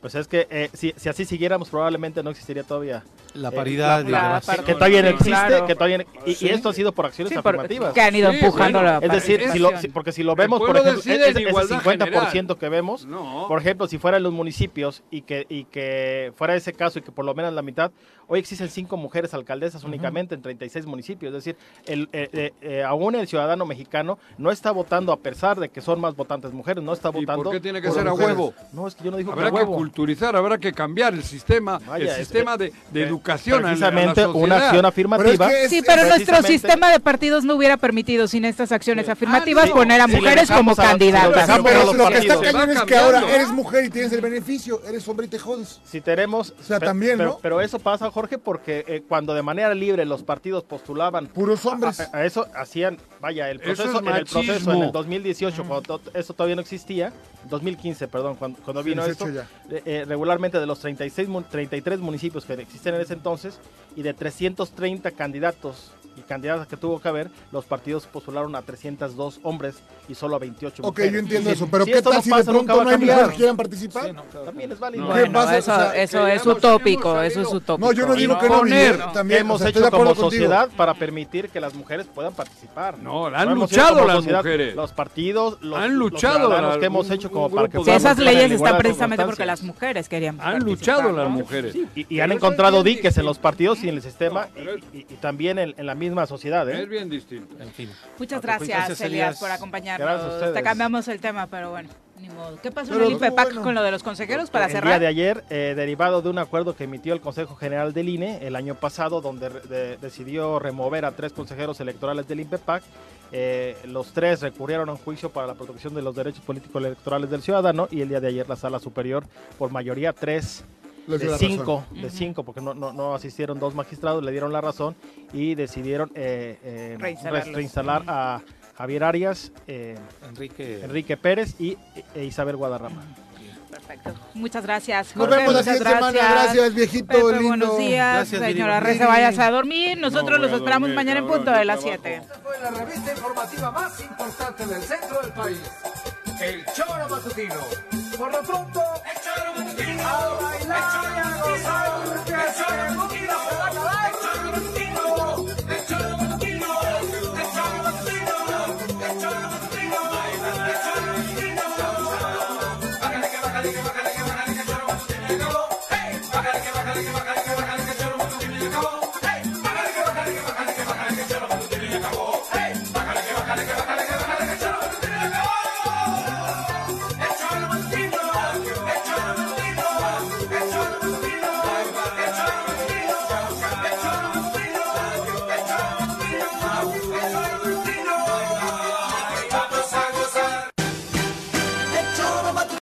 Pues es que eh, si, si así siguiéramos probablemente no existiría todavía La eh, paridad y la- demás. que, Claro. todavía no existe, Claro. que todavía no- y, Sí. y esto ha sido por acciones Sí, por- afirmativas que han ido empujando la Es decir, si lo- si- participación. porque si lo El vemos por pueblo ejemplo, decide en ese- ese igualdad 50% general. que vemos, No. por ejemplo, si fueran los municipios y que y que fuera ese caso y que por lo menos la mitad, hoy existen cinco mujeres alcaldesas únicamente en 36 municipios, es decir, el, eh, eh, eh, aún el ciudadano mexicano no está votando a pesar de que son más votantes mujeres, no está votando ¿Por qué tiene que por ser a mujeres. huevo? No, es que yo no digo que Habrá a huevo. que culturizar, habrá que cambiar el sistema, Vaya, el es- sistema de, de eh, educación a la- a la precisamente una sociedad. acción afirmativa. Pero es que es- Sí, pero nuestro precisamente- sistema de partidos no hubiera permitido sin estas acciones afirmativas Ah, no. poner a Si lo mujeres como dejamos a- si lo candidatas. dejamos a los Pero lo que está partidos. cañón es que ahora eres mujer y tienes el beneficio, eres hombre y te jodes. Si tenemos. O sea, Pe- también, pero, ¿no? pero eso pasa, Jorge, porque eh, cuando de manera libre los partidos postulaban. Puros hombres. A, a eso hacían, vaya, el Eso es proceso, en el machismo. proceso en el 2018, cuando to- eso todavía no existía, 2015, perdón, cuando, cuando Sí, vino 18 esto, eh, eh, regularmente de los 36, mun- 33 municipios que existen en ese entonces y de 330 candidatos y candidatas que tuvo que haber, los partidos postularon a 302 hombres y solo a 28 Ok, mujeres. yo entiendo Si- eso, pero si ¿qué esto tal no si de pasa, nunca pronto va no a hay cambiar? mujeres que quieran participar? También es válido. ¿Qué pasa? O sea, eso es utópico, eso es utópico. No, yo no digo que no, poner Miguel, también, hemos o sea, estoy de hecho acuerdo como contigo. sociedad para permitir que las mujeres puedan participar. No, han hemos luchado hecho como las sociedad, mujeres. Los partidos, los, Han los luchado ciudadanos la- que hemos un- hecho un como grupo para que de- Sí, puedan esas participar en leyes están igualdad de precisamente porque las circunstancias. mujeres querían Han participar, luchado ¿no? las mujeres. Y, y han encontrado diques en los partidos y en el sistema y, y- y también en, en la misma sociedad. ¿eh? Es bien distinto. En fin. Muchas Ok, gracias, pues, gracias, Elías, Elías. por Gracias a acompañarnos. ustedes. Te cambiamos el tema, pero bueno, ni modo. ¿Qué pasó Pero en el estuvo IPEPAC bueno. con lo de los consejeros para El día cerrar? de ayer, eh, derivado de un acuerdo que emitió el Consejo General del INE el año pasado, donde re- de- decidió remover a tres consejeros electorales del INPEPAC, eh, los tres recurrieron a un juicio para la protección de los derechos políticos electorales del ciudadano y el día de ayer la Sala Superior, por mayoría tres Les de dio la cinco, razón. de cinco, porque no, no- no asistieron dos magistrados, le dieron la razón y decidieron eh, eh, Reinstalarlos. re- reinstalar a Javier Arias, eh, Enrique- Enrique Pérez y e Isabel Guadarrama. Perfecto. Muchas gracias, Nos Jorge. vemos la muchas siguiente semana. Gracias, viejito Pepe, lindo. Buenos días, Gracias, Viri. señora Reza, Viri. vayas a dormir. Nosotros voy los a esperamos dormir, mañana en cabrón, punto yo de las trabajo. 7. fue la revista informativa más importante del centro del país. El Choro Matutino. Por lo pronto,